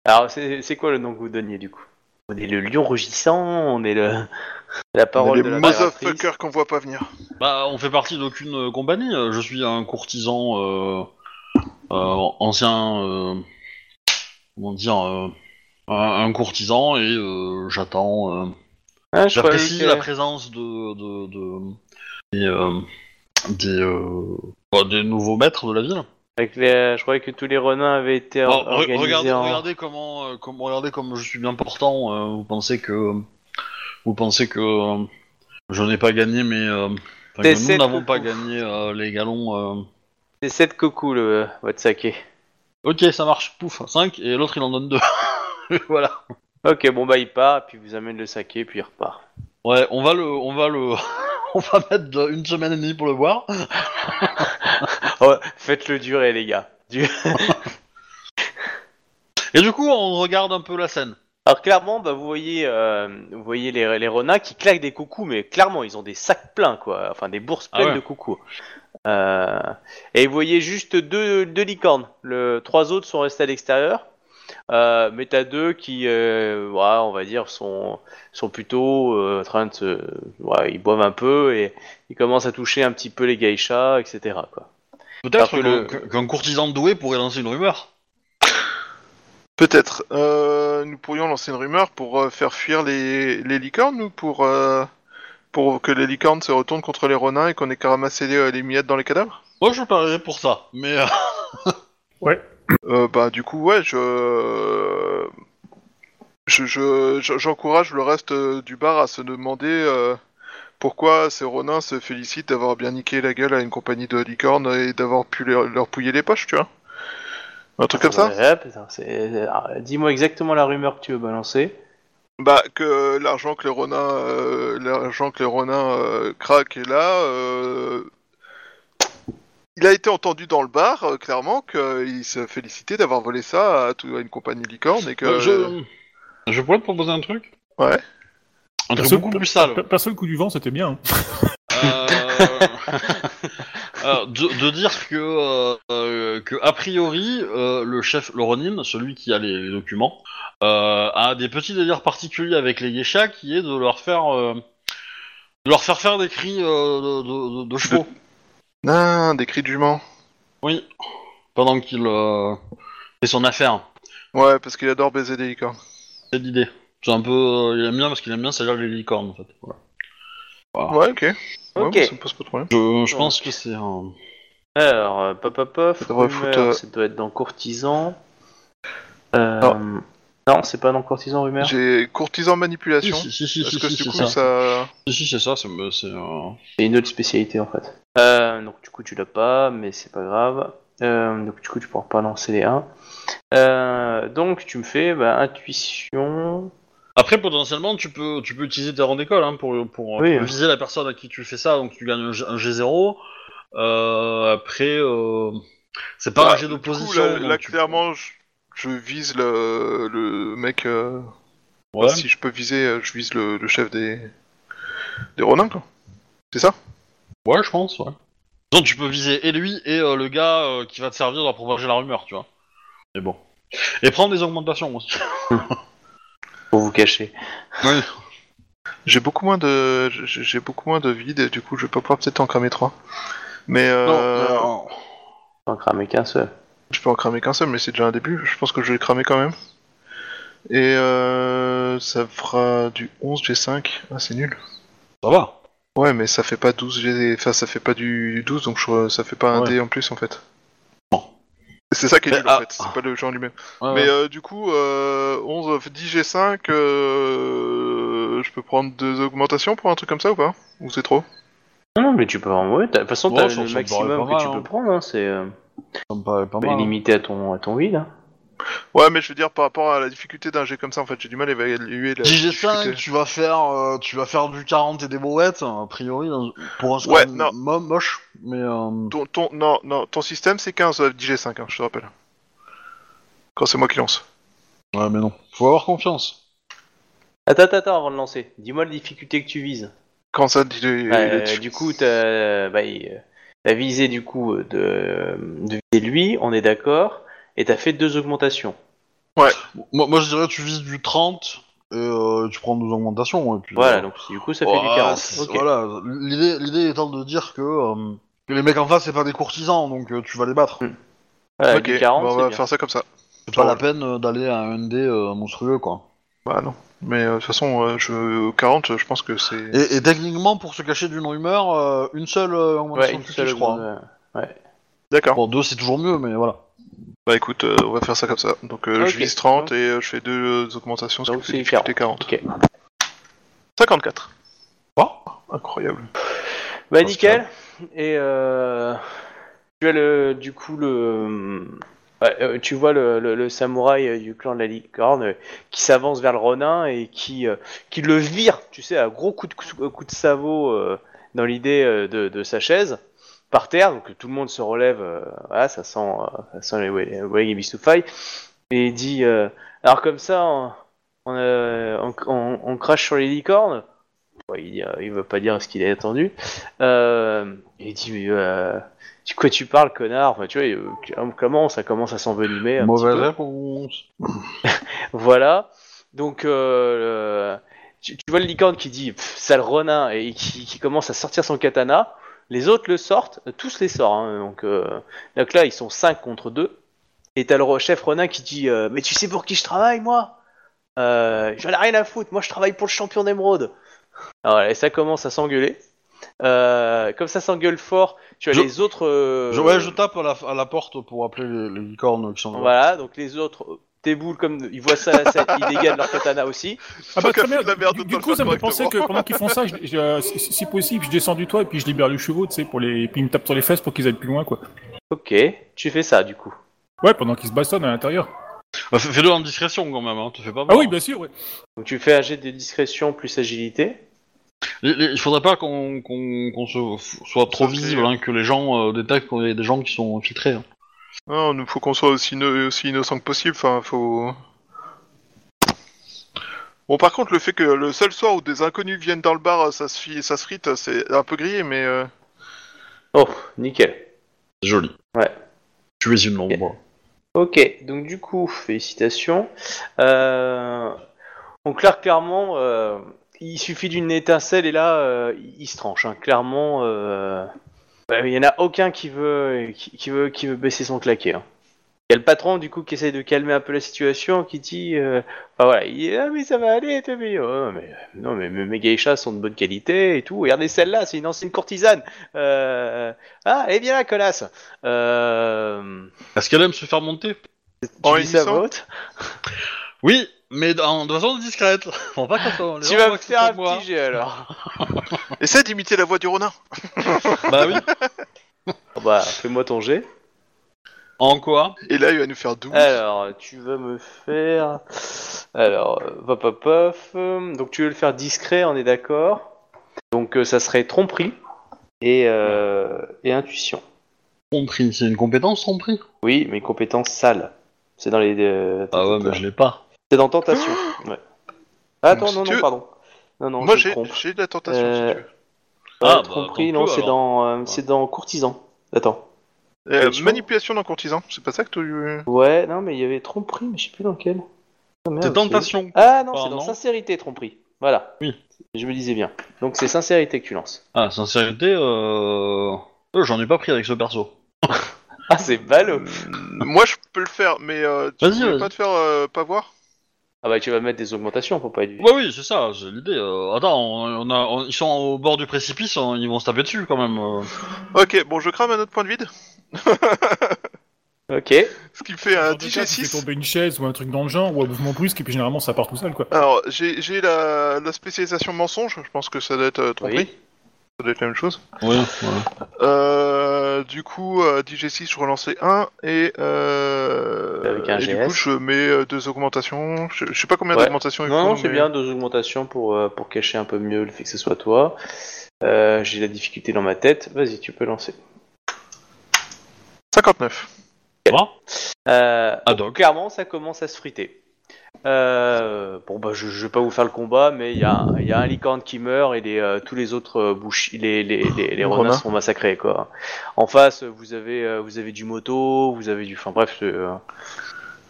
Speaker 1: Alors, c'est c'est quoi le nom que vous donniez du coup On est le lion rugissant, on est le [LAUGHS] la parole
Speaker 4: Les
Speaker 1: de la narratrice.
Speaker 4: motherfuckers qu'on voit pas venir.
Speaker 2: Bah, on fait partie d'aucune euh, compagnie. Euh, Je suis un courtisan euh, euh, ancien, euh, comment dire, euh, un, un courtisan et euh, j'attends. euh,
Speaker 1: Hein, je croyais
Speaker 2: J'apprécie
Speaker 1: que-
Speaker 2: la présence de, de, de- des, euh, des, euh, bah, des nouveaux maîtres de la ville.
Speaker 1: avec les- euh, je croyais que tous les renards avaient été
Speaker 2: Bon,
Speaker 1: or-
Speaker 2: re-
Speaker 1: organisés
Speaker 2: regardez,
Speaker 1: en-
Speaker 2: regardez comment, euh, comme, regardez comme je suis bien portant. euh, vous pensez que, vous pensez que euh, je n'ai pas gagné, mais euh,
Speaker 1: T'es
Speaker 2: nous
Speaker 1: sept
Speaker 2: n'avons pas
Speaker 1: coucous.
Speaker 2: gagné euh, les galons. euh.
Speaker 1: C'est 7 cocos le euh, votre saké.
Speaker 2: Ok, ça marche. Pouf, 5 et l'autre il en donne 2 [LAUGHS] voilà.
Speaker 1: Ok, bon bah il part, puis il vous amène le saké, puis il repart.
Speaker 2: Ouais, on va le, on va le, [LAUGHS] on va mettre de- une semaine et demie pour le boire.
Speaker 1: [LAUGHS] Oh, faites-le durer les gars. Du-
Speaker 2: Et du coup, on regarde un peu la scène.
Speaker 1: Alors clairement, bah, vous voyez, euh, vous voyez les, les renards qui claquent des coucous, mais clairement, ils ont des sacs pleins, quoi. Enfin, des bourses
Speaker 2: Ah
Speaker 1: pleines
Speaker 2: ouais.
Speaker 1: de coucous. Euh, et vous voyez juste deux, deux licornes. Le, trois autres sont restés à l'extérieur. Euh, mais t'as deux qui, euh, ouais, on va dire, sont, sont plutôt euh, en train de se... Ouais, ils boivent un peu et ils commencent à toucher un petit peu les geishas, etc. Quoi.
Speaker 2: Peut-être
Speaker 1: que
Speaker 2: que
Speaker 1: le-
Speaker 2: qu'un courtisan doué pourrait lancer une rumeur.
Speaker 4: Peut-être. Euh, nous pourrions lancer une rumeur pour euh, faire fuir les, les licornes ou pour, euh, pour que les licornes se retournent contre les renins et qu'on ait qu'à ramasser les, euh, les miettes dans les cadavres
Speaker 2: Moi, je parierais pour ça, mais euh,
Speaker 4: euh, Bah du coup ouais, je... je- je- je- J'encourage le reste euh, du bar à se demander euh, pourquoi ces renins se félicitent d'avoir bien niqué la gueule à une compagnie de licornes et d'avoir pu leur, leur pouiller les poches, tu vois Un truc comme ça
Speaker 1: Ouais, putain, c'est- alors, Dis-moi exactement la rumeur que tu veux balancer.
Speaker 4: Bah que l'argent que le Ronin, euh, l'argent que le Ronin euh, craque est là. euh, Il a été entendu dans le bar, euh, clairement, qu'il se félicitait d'avoir volé ça à, tout- à une compagnie licorne et que.
Speaker 2: je, je pourrais te proposer un truc.
Speaker 4: Ouais.
Speaker 2: Un truc
Speaker 3: Perso-
Speaker 2: beaucoup plus
Speaker 4: euh.
Speaker 2: sale.
Speaker 3: Pe- Perso, le coup du vent, c'était
Speaker 4: [LAUGHS]
Speaker 3: bien. hein.
Speaker 2: Euh, [LAUGHS] euh, de, de dire que, euh, euh, que a priori, euh, le chef, le Ronin, celui qui a les, les documents, euh, a des petits délires particuliers avec les geishas qui est de leur faire, euh, de leur faire faire des cris euh, de, de- de- de chevaux.
Speaker 4: Non, Ah, des cris de jument.
Speaker 2: Oui. Pendant qu'il euh, fait son affaire.
Speaker 4: Ouais, parce qu'il adore baiser des licornes.
Speaker 2: C'est l'idée. C'est un peu. euh, il aime bien parce qu'il aime bien salir les licornes en fait. Voilà. Ah.
Speaker 4: Ouais, ok. Ouais,
Speaker 1: Ok.
Speaker 4: bah, ça me pose pas de problème.
Speaker 2: Je, je pense que c'est un.
Speaker 1: Alors, euh, pop pop pop,
Speaker 4: Ça devrait
Speaker 1: rumeur,
Speaker 4: foutre, euh,
Speaker 1: ça doit être dans courtisan. Euh, Non, c'est pas dans courtisan rumeur.
Speaker 4: J'ai courtisan
Speaker 2: Si,
Speaker 4: manipulation.
Speaker 2: si, si, si,
Speaker 4: Est-ce
Speaker 2: si,
Speaker 4: que
Speaker 2: si,
Speaker 4: du
Speaker 2: c'est
Speaker 4: coup
Speaker 2: ça.
Speaker 4: ça.
Speaker 2: Si, si, c'est ça. C'est. c'est, euh,
Speaker 1: C'est une autre spécialité en fait. Euh, donc du coup tu l'as pas, mais c'est pas grave. Euh, donc du coup tu pourras pas lancer les 1. donc tu me fais bah, intuition.
Speaker 2: Après, potentiellement, tu peux, tu peux utiliser tes rangs d'école hein, pour, pour,
Speaker 1: Oui,
Speaker 2: pour
Speaker 1: oui.
Speaker 2: viser la personne à qui tu fais ça, donc tu gagnes un G- un G0. Euh, après, euh, C'est pas
Speaker 4: Bah,
Speaker 2: un jet
Speaker 4: du coup,
Speaker 2: d'opposition.
Speaker 4: là,
Speaker 2: donc
Speaker 4: là,
Speaker 2: tu-
Speaker 4: clairement, je, je vise le, le mec. euh,
Speaker 2: Ouais.
Speaker 4: Si je peux viser, euh, je vise le, le chef des, des Ronins, quoi. C'est ça
Speaker 2: Ouais, je pense, ouais. Donc tu peux viser et lui et euh, le gars euh, qui va te servir à propager la rumeur, tu vois. Mais bon. Et prendre des augmentations aussi.
Speaker 1: pour vous cacher.
Speaker 4: J'ai beaucoup moins de j'ai j'ai beaucoup moins de vide et du coup je vais pas pouvoir peut-être en cramer trois. Mais euh,
Speaker 2: Non, non.
Speaker 1: Pas cramer qu'un seul.
Speaker 4: je peux en cramer qu'un seul, mais c'est déjà un début. Je pense que je vais le cramer quand même. Et euh, ça fera du 11 G5. Ah c'est nul.
Speaker 2: ça va.
Speaker 4: Ouais, mais ça fait pas 12 G. Enfin ça fait pas du 12, donc je... ça fait pas un
Speaker 2: Ouais.
Speaker 4: dé en plus en fait.
Speaker 2: Bon.
Speaker 4: C'est ça qui est
Speaker 2: Mais,
Speaker 4: nul
Speaker 2: ah.
Speaker 4: en fait. C'est pas le jeu en lui-même.
Speaker 2: Ouais,
Speaker 4: Mais
Speaker 2: ouais.
Speaker 4: euh, du coup, euh, 11, 10 G5, euh, je peux prendre deux augmentations pour un truc comme ça ou pas Ou c'est trop
Speaker 1: Non, non, mais tu peux en ouais, t'as- De toute façon,
Speaker 2: Ouais,
Speaker 1: t'as
Speaker 2: ça- ça
Speaker 1: le
Speaker 2: me
Speaker 1: maximum
Speaker 2: paraît pas
Speaker 1: que tu
Speaker 2: mal,
Speaker 1: peux
Speaker 2: hein.
Speaker 1: prendre. Hein, c'est euh,
Speaker 2: ça me paraît pas mal. hein.
Speaker 1: limité à ton, à ton vide. hein.
Speaker 4: Ouais, mais je veux dire, par rapport à la difficulté d'un jet comme ça, en fait, j'ai du mal à évaluer la
Speaker 2: 10 G5,
Speaker 4: difficulté.
Speaker 2: tu vas faire, euh, tu vas faire du 40 et des brouettes, a priori, dans- pour un score
Speaker 4: Ouais, non.
Speaker 2: mo- moche, mais euh,
Speaker 4: Ton, ton- non, non, ton système, c'est 15 euh, 10 G5, hein, je te rappelle. Quand c'est moi qui lance.
Speaker 2: ouais, mais non. Faut avoir confiance.
Speaker 1: Attends, attends, attends, avant de lancer. Dis-moi la difficulté que tu vises.
Speaker 4: Quand ça dit...
Speaker 1: Euh, du coup, t'as bah, il- euh, t'as visé du coup euh, de, de viser lui, on est d'accord, et t'as fait deux augmentations.
Speaker 2: Moi, moi, je dirais, tu vises du 30 et euh, tu prends deux augmentations. Et puis,
Speaker 1: Voilà,
Speaker 2: euh,
Speaker 1: donc du coup, ça fait
Speaker 2: Ouais,
Speaker 1: du 40.
Speaker 2: c'est-
Speaker 1: Ok.
Speaker 2: Voilà, l'idée, l'idée étant de dire que, euh, que les mecs en face, c'est pas des courtisans, donc euh, tu vas les battre.
Speaker 1: Mm. Voilà,
Speaker 4: Ok,
Speaker 1: du 40,
Speaker 4: bon,
Speaker 1: c'est
Speaker 2: bah,
Speaker 4: on va
Speaker 1: bien.
Speaker 4: faire ça comme ça.
Speaker 2: C'est pas
Speaker 4: Ouais.
Speaker 2: la peine euh, d'aller à un dé euh, monstrueux, quoi.
Speaker 4: Bah non. Mais euh, de toute façon, euh, je... 40, je pense que c'est...
Speaker 2: Et, et techniquement, pour se cacher d'une rumeur, euh, une seule euh, augmentation
Speaker 1: Ouais, une
Speaker 2: suffit,
Speaker 1: seule
Speaker 2: je crois.
Speaker 1: augmentation.
Speaker 4: D'accord.
Speaker 2: Bon, deux, c'est toujours mieux, mais voilà.
Speaker 4: Bah écoute, euh, on va faire ça comme ça. Donc euh, je
Speaker 1: Ok.
Speaker 4: vise 30 et euh, je fais deux euh, augmentations, ce qui
Speaker 1: Donc,
Speaker 4: fait
Speaker 1: c'est
Speaker 4: difficulté 40.
Speaker 1: Ok.
Speaker 4: 54.
Speaker 2: Quoi
Speaker 4: Incroyable.
Speaker 1: Bah
Speaker 2: Parce que-
Speaker 1: nickel. Et euh, tu as le, du coup le, ouais, euh, tu vois le, le- le samouraï euh, du clan de la licorne euh, qui s'avance vers le Ronin et qui, euh, qui le vire, tu sais, à gros coup de, cou- coup de savot euh, dans l'idée euh, de, de sa chaise par terre, donc tout le monde se relève. euh, voilà, ça sent, euh, ça sent les Wei- Wei et Bistoufai. Et il dit, euh, alors comme ça, on, on, euh, on- on- on crache sur les licornes. Bon, il, euh, il veut pas dire ce qu'il a attendu. Euh, et il dit, mais euh, de quoi tu parles, connard Enfin, tu vois, il- euh, comment ça commence à s'envenimer un petit
Speaker 2: Mauvaise
Speaker 1: peu.
Speaker 2: réponse.
Speaker 1: Voilà. Donc, euh, le- tu, tu vois le licorne qui dit, Pff, sale ronin, et qui, qui commence à sortir son katana. Les autres le sortent, euh, tous les sortent. hein. donc, euh, donc là, ils sont 5 contre 2. Et t'as le re- chef ronin qui dit, euh, mais tu sais pour qui je travaille, moi euh, J'en ai rien à foutre, moi je travaille pour le champion d'émeraude. Alors, voilà, et ça commence à s'engueuler. Euh, comme ça s'engueule fort, tu as
Speaker 2: Je-
Speaker 1: les autres... euh,
Speaker 2: Je, ouais, je tape à la, à la porte pour appeler les, les licornes qui sont là.
Speaker 1: Voilà, donc les autres euh, déboulent comme... Ils voient ça, ça ils dégainent leur katana aussi.
Speaker 3: Ah bah
Speaker 4: Donc,
Speaker 3: très
Speaker 4: elle
Speaker 3: bien.
Speaker 4: fout de la merde
Speaker 3: Du,
Speaker 4: de
Speaker 3: du
Speaker 4: pas
Speaker 3: coup,
Speaker 4: le
Speaker 3: ça
Speaker 4: faire
Speaker 3: me fait penser que
Speaker 4: correctement.
Speaker 3: pendant qu'ils font ça, je- je- euh, si, si possible, je descends du toit et puis je libère le chevaux, tu sais, pour les, puis ils me tapent sur les fesses pour qu'ils aillent plus loin, quoi.
Speaker 1: Ok, tu fais ça du coup.
Speaker 3: Ouais, pendant qu'ils se bastonnent à l'intérieur.
Speaker 2: Bah, fais- Fais-le en discrétion quand même, hein, te fais pas
Speaker 3: Ah
Speaker 2: peur.
Speaker 3: oui, bien sûr. Ouais.
Speaker 1: Donc tu fais un jet de discrétion plus agilité.
Speaker 2: Il- Il il faudrait pas qu'on qu'on- qu'on se- f- soit trop
Speaker 4: Ok.
Speaker 2: visible, hein, que les gens euh, détectent qu'il y a des gens qui sont infiltrés. hein.
Speaker 4: Non, nous faut qu'on soit aussi, inno- aussi innocent que possible. Enfin, faut. Bon, par contre, le fait que le seul soir où des inconnus viennent dans le bar, euh, ça se, fi- ça se frite, euh, c'est un peu grillé, mais. euh,
Speaker 1: Oh, nickel.
Speaker 2: C'est joli.
Speaker 1: Ouais.
Speaker 2: Tu es une ombre.
Speaker 1: Ok, donc du coup, félicitations. Euh, Donc là, clairement, euh, il suffit d'une étincelle et là, euh, il il se tranche. hein. Clairement, euh, bah, il y en a aucun qui veut, qui, qui veut, qui veut baisser son claquet. hein. Il y a le patron du coup qui essaye de calmer un peu la situation, qui dit, euh, enfin, voilà, il dit, ah mais ça va aller, t'es mais, oh, mais non mais mes mes geishas sont de bonne qualité et tout. Regardez celle-là, c'est une ancienne courtisane. Euh, Ah, elle est bien la connasse. Euh...
Speaker 2: Est-ce qu'elle aime se faire monter
Speaker 1: tu
Speaker 4: En
Speaker 1: dis ça à
Speaker 4: hennissant.
Speaker 1: voix haute
Speaker 2: Oui, mais dans- de façon discrète. [LAUGHS] Faut pas qu'on- les
Speaker 1: Tu
Speaker 2: gens
Speaker 1: vas
Speaker 2: voient
Speaker 1: me
Speaker 2: que
Speaker 1: faire
Speaker 2: c'est pas
Speaker 1: un
Speaker 2: moi.
Speaker 1: petit jet alors.
Speaker 4: Essaie d'imiter la voix du Ronin.
Speaker 2: Bah oui.
Speaker 1: Oh, bah, fais-moi ton jet.
Speaker 2: En quoi
Speaker 4: Et là, il va nous faire double.
Speaker 1: Euh, Alors, tu vas me faire. Alors, euh, hop hop hop. euh, Donc, tu veux le faire discret, on est d'accord. Donc, euh, ça serait tromperie et, euh, et intuition.
Speaker 2: Tromperie, c'est une compétence tromperie
Speaker 1: Oui, mais compétence sale. C'est dans les. euh,
Speaker 2: Ah ouais, mais je l'ai pas.
Speaker 1: C'est dans tentation. ouais. Ah, Attends,
Speaker 4: Si
Speaker 1: non,
Speaker 4: tu
Speaker 1: non,
Speaker 4: veux.
Speaker 1: pardon. Non, non,
Speaker 4: Moi
Speaker 1: je
Speaker 4: j'ai
Speaker 1: me trompe.
Speaker 4: j'ai de la tentation
Speaker 1: Euh,
Speaker 4: si tu
Speaker 1: Ouais,
Speaker 4: veux.
Speaker 2: Ah, bah,
Speaker 1: tromperie,
Speaker 2: tant
Speaker 1: non,
Speaker 2: pis,
Speaker 1: c'est
Speaker 2: alors.
Speaker 1: dans, euh, c'est dans courtisan. Attends.
Speaker 4: Euh,
Speaker 1: je-
Speaker 4: manipulation d'un courtisan, c'est pas ça que tu. euh,
Speaker 1: Ouais, non, mais il y avait tromperie, mais je sais plus dans quel. Ah, merde,
Speaker 2: C'est tentation.
Speaker 1: Ah non,
Speaker 2: Ah,
Speaker 1: c'est dans
Speaker 2: non.
Speaker 1: sincérité, tromperie. Voilà.
Speaker 2: Oui.
Speaker 1: Je me disais bien. Donc c'est sincérité que tu lances.
Speaker 2: Ah, sincérité, euh... euh, j'en ai pas pris avec ce perso.
Speaker 1: Ah, c'est ballot. Hmm.
Speaker 4: Moi je peux le faire, mais euh, tu
Speaker 2: Vas-y,
Speaker 4: peux
Speaker 2: vas-y.
Speaker 4: pas te faire euh, pas voir
Speaker 1: Ah bah tu vas mettre des augmentations pour pas être vu.
Speaker 2: Bah oui, c'est ça, c'est l'idée. euh, Attends, on, on a, on- ils sont au bord du précipice, hein, ils vont se taper dessus quand même. euh.
Speaker 4: Ok, bon je crame un autre point de vide,
Speaker 1: Ok.
Speaker 4: ce qui me fait un
Speaker 3: Dans deux cas, tu fais
Speaker 4: 10G6.
Speaker 3: tomber une chaise ou un truc dans le genre ou un mouvement brusque et puis généralement ça part tout seul quoi.
Speaker 4: Alors j'ai j'ai la, la spécialisation mensonge, je pense que ça doit être euh, tromperie,
Speaker 1: Oui.
Speaker 4: ça doit être la même chose.
Speaker 2: Ouais, ouais.
Speaker 4: Euh, du coup, euh, DG6, je relançais 1 et, euh,
Speaker 1: Avec un
Speaker 4: et du
Speaker 1: GS.
Speaker 4: coup, je mets euh, deux augmentations. Je, je sais pas combien
Speaker 1: Ouais.
Speaker 4: d'augmentations il
Speaker 1: Non,
Speaker 4: faut,
Speaker 1: non, c'est
Speaker 4: mais-
Speaker 1: bien deux augmentations pour, euh, pour cacher un peu mieux le fait que ce soit toi. Euh, J'ai la difficulté dans ma tête. Vas-y, tu peux lancer.
Speaker 4: 59.
Speaker 1: Euh,
Speaker 2: Ah donc.
Speaker 1: clairement, ça commence à se friter. Euh, bon, bah, je, je vais pas vous faire le combat, mais il y a, il y a un licorne qui meurt et les, euh, tous les autres euh, bouch- les, les, les, les
Speaker 4: Le
Speaker 1: renards
Speaker 4: renard.
Speaker 1: sont massacrés, quoi. En face, vous avez, euh, vous avez du moto, vous avez du. Enfin, bref. c'est, euh,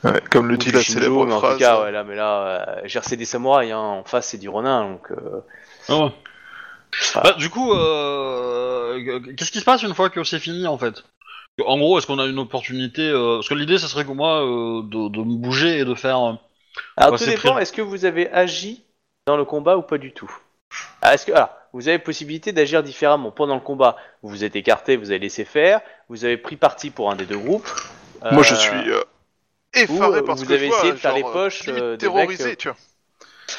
Speaker 4: Ouais, comme le
Speaker 1: ou
Speaker 4: dit
Speaker 1: du
Speaker 4: la
Speaker 1: Shinjo,
Speaker 4: célèbre
Speaker 1: mais en
Speaker 4: phrase. hein.
Speaker 1: tout cas, ouais, là, mais là, euh, c'est des samouraïs, hein. En face, c'est du ronin, donc. euh,
Speaker 2: Ah ouais.
Speaker 1: Ah.
Speaker 2: Bah, du coup, euh, qu'est-ce qui se passe une fois que c'est fini en fait En gros, est-ce qu'on a une opportunité euh, Parce que l'idée, ça serait que moi euh, de, de me bouger et de faire. euh,
Speaker 1: Alors
Speaker 2: Bah,
Speaker 1: tout
Speaker 2: c'est
Speaker 1: dépend,
Speaker 2: pris-
Speaker 1: est-ce que vous avez agi dans le combat ou pas du tout Ah, Est-ce que alors, vous avez possibilité d'agir différemment pendant le combat Vous vous êtes écarté, vous avez laissé faire, vous avez pris parti pour un des deux groupes. euh,
Speaker 4: Moi, je suis euh,
Speaker 1: ou,
Speaker 4: effaré
Speaker 1: euh,
Speaker 4: par ce
Speaker 1: vous
Speaker 4: que
Speaker 1: avez
Speaker 4: je vois,
Speaker 1: essayé de faire
Speaker 4: genre,
Speaker 1: les poches,
Speaker 4: limite
Speaker 1: euh, des
Speaker 4: terrorisé,
Speaker 1: mecs, euh,
Speaker 4: tu vois.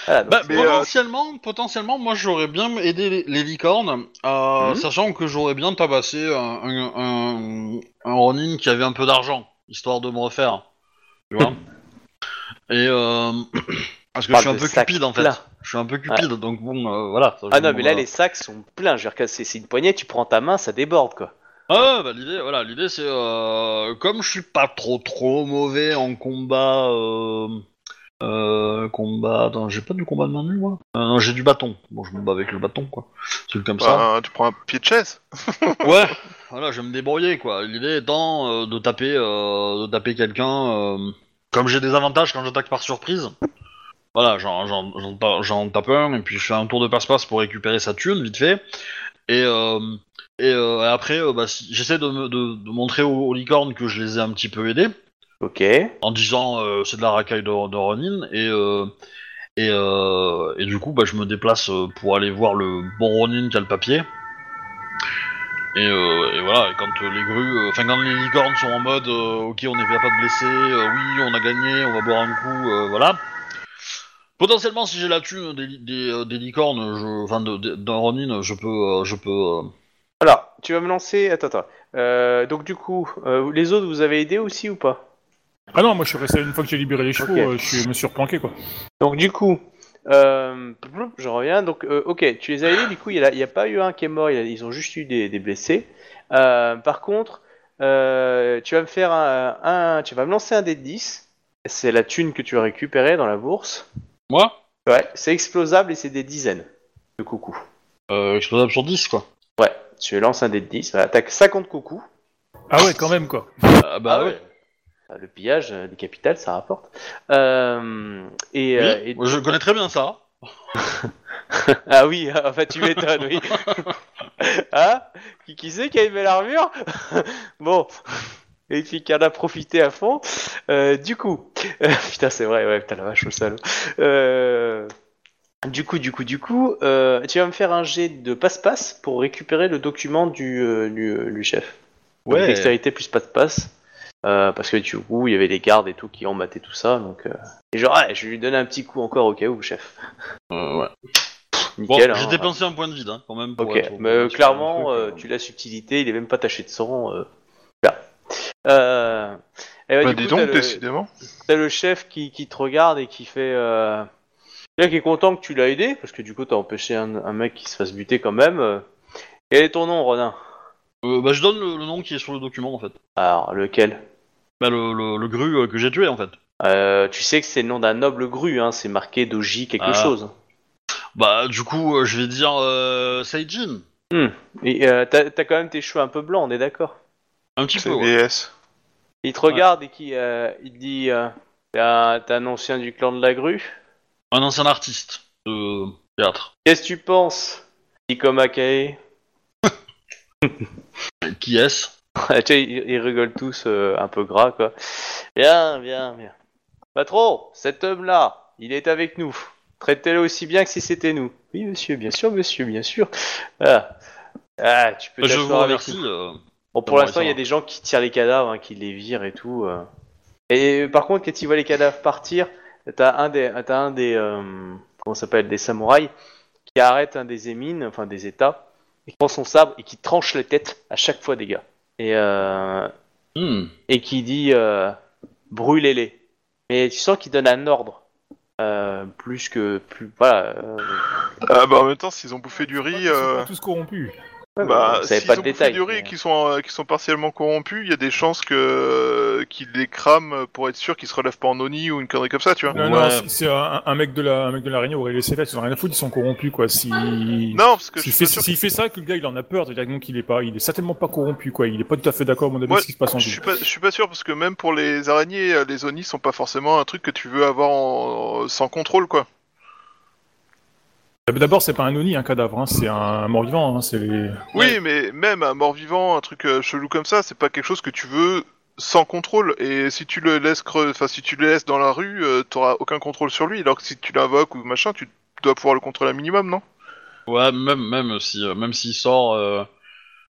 Speaker 1: voilà, donc
Speaker 2: Bah,
Speaker 1: c'est-
Speaker 4: Mais, euh,
Speaker 2: potentiellement, potentiellement, moi j'aurais bien aidé les, les licornes, euh,
Speaker 1: Mhm.
Speaker 2: sachant que j'aurais bien tabassé un, un, un, un Ronin qui avait un peu d'argent, histoire de me refaire. Tu vois Et euh, [CLEARS THROAT] parce que je suis un
Speaker 1: Parle
Speaker 2: peu
Speaker 1: de sac
Speaker 2: cupide en fait.
Speaker 1: plein.
Speaker 2: Je suis un peu cupide, donc bon, euh, voilà. ça,
Speaker 1: Ah
Speaker 2: je-
Speaker 1: non,
Speaker 2: bon,
Speaker 1: mais là
Speaker 2: euh,
Speaker 1: les sacs sont pleins. Je veux dire que c'est c'est une poignée, tu prends ta main, ça déborde quoi.
Speaker 2: Ah, ouais, bah, l'idée, voilà, l'idée c'est euh, comme je suis pas trop trop mauvais en combat, euh, euh, combat, attends, j'ai pas du combat de main nue moi. Euh, non, j'ai du bâton. Bon, je me bats avec le bâton quoi, truc comme ça.
Speaker 4: Bah, tu prends un pied de chaise.
Speaker 2: Ouais, [LAUGHS] voilà, je vais me débrouiller quoi. L'idée étant euh, de taper, euh, de taper quelqu'un. euh, comme j'ai des avantages quand j'attaque par surprise, voilà, j'en- j'en j'en ta- j'en tape un et puis je fais un tour de passe-passe pour récupérer sa thune vite fait. Et, euh, et euh, après, euh, bah, si- j'essaie de, me- de, de montrer aux, aux licornes que je les ai un petit peu aidés
Speaker 1: Ok.
Speaker 2: en disant euh, c'est de la racaille de, de Ronin et euh, et, euh, et du coup bah, je me déplace euh, pour aller voir le bon Ronin qui a le papier et, euh, et voilà et quand euh, les grues euh, enfin quand les licornes sont en mode euh, ok on n'est pas de blessés euh, oui on a gagné on va boire un coup euh, voilà potentiellement si j'ai la thune des, li- des, euh, des licornes je enfin de- de- d'un Ronin je peux euh, je peux euh,
Speaker 1: Alors, tu vas me lancer. Attends, attends. Euh, donc du coup, euh, les autres vous avez aidé aussi ou pas
Speaker 3: Ah non, moi je suis resté une fois que j'ai libéré les chevaux,
Speaker 1: Ok.
Speaker 3: euh, je suis- je me suis replanqué quoi.
Speaker 1: Donc du coup, euh, je reviens. Donc euh, ok, tu les as aidés. Du coup, il n'y a, il y a pas eu un qui est mort. il y a- ils ont juste eu des, des blessés. Euh, par contre, euh, tu vas me faire un, un- tu vas me lancer un dé de 10. C'est la thune que tu as récupérée dans la bourse.
Speaker 2: moi
Speaker 1: Ouais, c'est explosable et c'est des dizaines de coucou.
Speaker 2: euh, explosable sur 10 quoi
Speaker 1: Ouais, tu lances un dé de 10. Voilà, t'as que 50 coucou.
Speaker 3: Ah ouais, quand même quoi.
Speaker 2: Ah, bah
Speaker 1: Ah ouais. Le pillage euh, des capitales, ça rapporte. Euh, et,
Speaker 2: Oui,
Speaker 1: euh, et-
Speaker 2: je connais très bien ça
Speaker 1: Ah oui, [LAUGHS] en fait, tu
Speaker 2: [LAUGHS]
Speaker 1: m'étonnes, oui. hein qui, qui c'est qui a aimé l'armure Bon. Et qui, qui en a profité à fond. Euh, du coup. [LAUGHS] euh, putain, c'est vrai, ouais, putain, la vache, le salaud. Euh, du coup, du coup, du coup, euh, tu vas me faire un jet de passe-passe pour récupérer le document du, euh, du, euh, du chef. Donc,
Speaker 2: Ouais.
Speaker 1: Dextérité plus passe-passe. Euh, parce que du coup, il y avait les gardes et tout qui ont maté tout ça. Donc, euh, Et genre, ouais, je vais lui donner un petit coup encore au cas où, chef.
Speaker 2: Euh, ouais. Bon,
Speaker 1: Nickel,
Speaker 2: j'ai
Speaker 1: hein.
Speaker 2: dépensé un point de vide, hein, quand même. pour
Speaker 1: Ok,
Speaker 2: être-
Speaker 1: mais euh,
Speaker 2: pour être
Speaker 1: clairement,
Speaker 2: sur un
Speaker 1: euh,
Speaker 2: truc,
Speaker 1: tu l'as subtilité, il est même pas taché de sang. Euh... Là. Euh... Et ouais,
Speaker 4: Bah,
Speaker 1: du
Speaker 4: dis
Speaker 1: coup, t'as
Speaker 4: donc,
Speaker 1: le-
Speaker 4: décidément.
Speaker 1: t'as le, chef qui, qui te regarde et qui fait. Euh... Là, qui est content que tu l'as aidé, parce que du coup, t'as empêché un, un mec qui se fasse buter quand même. euh. Quel est ton nom, Ronin
Speaker 2: Euh, bah, je donne le, le nom qui est sur le document en fait.
Speaker 1: Alors, lequel
Speaker 2: Bah, le, le, le gru euh, que j'ai tué en fait.
Speaker 1: Euh, Tu sais que c'est le nom d'un noble gru, hein, c'est marqué Doji quelque
Speaker 2: Ah.
Speaker 1: chose.
Speaker 2: Bah, du coup, euh, je vais dire euh, Seijin.
Speaker 1: Et euh, t'as t'as quand même tes cheveux un peu blancs, on est d'accord
Speaker 2: Un petit
Speaker 4: C'est
Speaker 2: peu,
Speaker 1: Bah,
Speaker 2: ouais.
Speaker 4: BS.
Speaker 1: Il te regarde et qui, euh, il te dit euh, T'es un, t'es un ancien du clan de la grue
Speaker 2: Un ancien artiste de théâtre.
Speaker 1: Qu'est-ce que tu penses Ikomakae
Speaker 2: Qui est-ce
Speaker 1: [LAUGHS] Tu sais, ils, ils rigolent tous euh, un peu gras, quoi. Bien, bien, bien. Patron, cet homme-là, il est avec nous. Traitez-le aussi bien que si c'était nous. Oui, monsieur, bien sûr, monsieur, bien sûr. Ah, Ah, tu peux
Speaker 2: Bah, Je vous
Speaker 1: t'asseoir avec
Speaker 2: remercie.
Speaker 1: nous.
Speaker 2: euh,
Speaker 1: Bon, pour
Speaker 2: Bon,
Speaker 1: l'instant,
Speaker 2: ça
Speaker 1: il y a
Speaker 2: va.
Speaker 1: des gens qui tirent les cadavres, hein, qui les virent et tout. euh. Et euh, par contre, quand ils voient les cadavres partir, t'as un des, t'as un des, euh, comment ça s'appelle, des samouraïs qui arrête un des émines, enfin des états, et qui prend son sabre et qui tranche les têtes à chaque fois des gars. Et euh,
Speaker 2: hmm.
Speaker 1: et qui dit euh, brûlez-les. Mais tu sens qu'il donne un ordre. Euh, plus que plus voilà euh,
Speaker 4: Ah bah en même temps, s'ils ont bouffé du
Speaker 3: Ils
Speaker 4: riz,
Speaker 3: sont
Speaker 4: euh,
Speaker 3: pas tous corrompus.
Speaker 4: bah,
Speaker 1: vous savez
Speaker 4: s'ils
Speaker 1: pas
Speaker 4: ont
Speaker 1: de
Speaker 4: bouffé
Speaker 1: détails
Speaker 4: du riz et
Speaker 1: mais-
Speaker 4: qu'ils sont, euh, qu'ils sont partiellement corrompus, il y a des chances que euh, qu'ils les crament pour être sûr qu'ils se relèvent pas en oni ou une connerie comme ça, tu vois.
Speaker 3: Non,
Speaker 2: Ouais.
Speaker 3: non, c'est- c'est un, un mec de la, un mec de l'araignée aurait laissé là, ils en ont rien à foutre, ils sont corrompus, quoi. Si...
Speaker 4: Non, parce que je
Speaker 3: S'il
Speaker 4: suis
Speaker 3: fait,
Speaker 4: pas sûr.
Speaker 3: s'il fait ça, que le gars il en a peur, c'est-à-dire que donc il est pas, il est certainement pas corrompu, quoi. Il est pas tout à fait d'accord, à mon avis,
Speaker 4: Moi,
Speaker 3: avec ce qui se passe en
Speaker 4: Je
Speaker 3: ville.
Speaker 4: suis pas, je suis pas sûr parce que même pour les araignées, euh, les onis sont pas forcément un truc que tu veux avoir en- sans contrôle, quoi.
Speaker 3: Ah, D'abord, c'est pas un oni, un cadavre, hein, c'est un mort-vivant, hein, c'est les...
Speaker 4: Oui,
Speaker 2: Ouais.
Speaker 4: mais même un mort-vivant, un truc euh, chelou comme ça, c'est pas quelque chose que tu veux sans contrôle. Et si tu le laisses, creux- enfin si tu le laisses dans la rue, euh, t'auras aucun contrôle sur lui. Alors que si tu l'invoques ou machin, tu dois pouvoir le contrôler un minimum, non
Speaker 2: Ouais, même, même si, euh, même s'il sort, euh,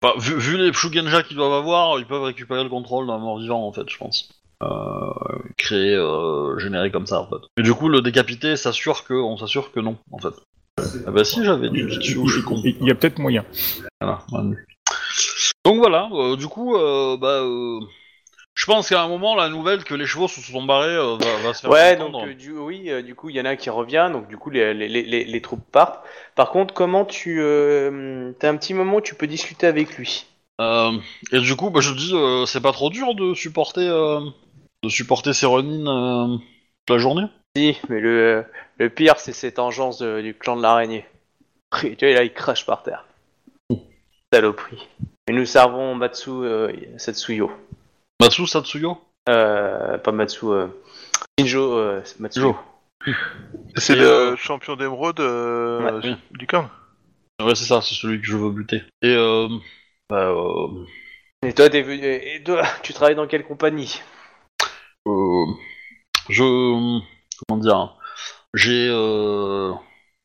Speaker 2: bah, vu, vu les Shugenja qu'ils doivent avoir, ils peuvent récupérer le contrôle d'un mort-vivant en fait, je pense. Euh, créé, euh, généré comme ça en fait. Et du coup, le décapité s'assure que, on s'assure que non en fait. Ah bah si, j'avais dit dessus, je suis con.
Speaker 3: Il y a peut-être moyen.
Speaker 2: Voilà, ouais, nul. Donc voilà, euh, du coup, euh, bah, euh, je pense qu'à un moment, la nouvelle que les chevaux se sont barrés euh, va, va se faire
Speaker 1: ouais donc
Speaker 2: entendre.
Speaker 1: euh, du, oui euh, du coup il y en a un qui revient donc du coup les, les, les- les- les troupes partent par contre comment tu euh, t'as un petit moment où tu peux discuter avec lui
Speaker 2: Euh, et du coup, bah, je dis, euh, c'est pas trop dur de supporter, euh, de supporter ces Ronin euh, toute la journée.
Speaker 1: si mais le, le pire c'est cette engeance de- du clan de l'araignée [LAUGHS] Et tu vois là il crache par terre saloperie et nous servons Matsu euh, Satsuyo
Speaker 2: Matsu Satsuyo.
Speaker 1: Euh, pas Matsu, euh, Shinjo euh, Matsu.
Speaker 2: Shinjo.
Speaker 4: C'est
Speaker 2: Et,
Speaker 4: le
Speaker 2: euh,
Speaker 4: champion d'émeraude euh,
Speaker 2: Ouais,
Speaker 4: du camp.
Speaker 2: Ouais, c'est ça, c'est celui que je veux buter. Et euh, bah, euh,
Speaker 1: Et toi, t'es venu- et toi, [LAUGHS] tu travailles dans quelle compagnie
Speaker 2: euh, je, comment dire, j'ai, euh,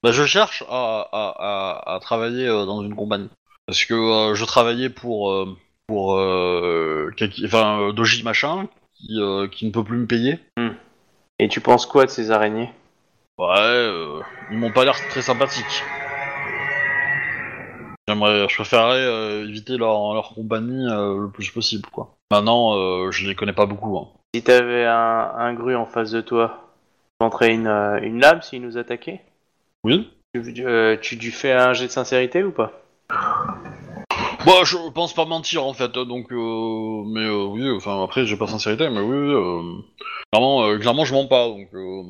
Speaker 2: bah, je cherche à, à, à, à travailler euh, dans une compagnie parce que euh, je travaillais pour euh, pour euh, Kaki- enfin euh, Doji machin qui, euh, qui ne peut plus me payer.
Speaker 1: Et tu penses quoi de ces araignées
Speaker 2: Ouais, euh, ils m'ont pas l'air très sympathiques. J'aimerais, je préférerais euh, éviter leur, leur compagnie euh, le plus possible, quoi. Maintenant, euh, je les connais pas beaucoup. Hein.
Speaker 1: Si t'avais un, un gru en face de toi, tu montrais une, euh, une lame s'il nous attaquait
Speaker 2: Oui.
Speaker 1: tu, euh, tu lui fais un jet de sincérité ou pas
Speaker 2: Bah, je pense pas mentir en fait, donc. Euh, mais euh, oui, enfin après, j'ai pas de sincérité, mais oui, oui, euh, clairement, euh, clairement, je mens pas, donc. euh,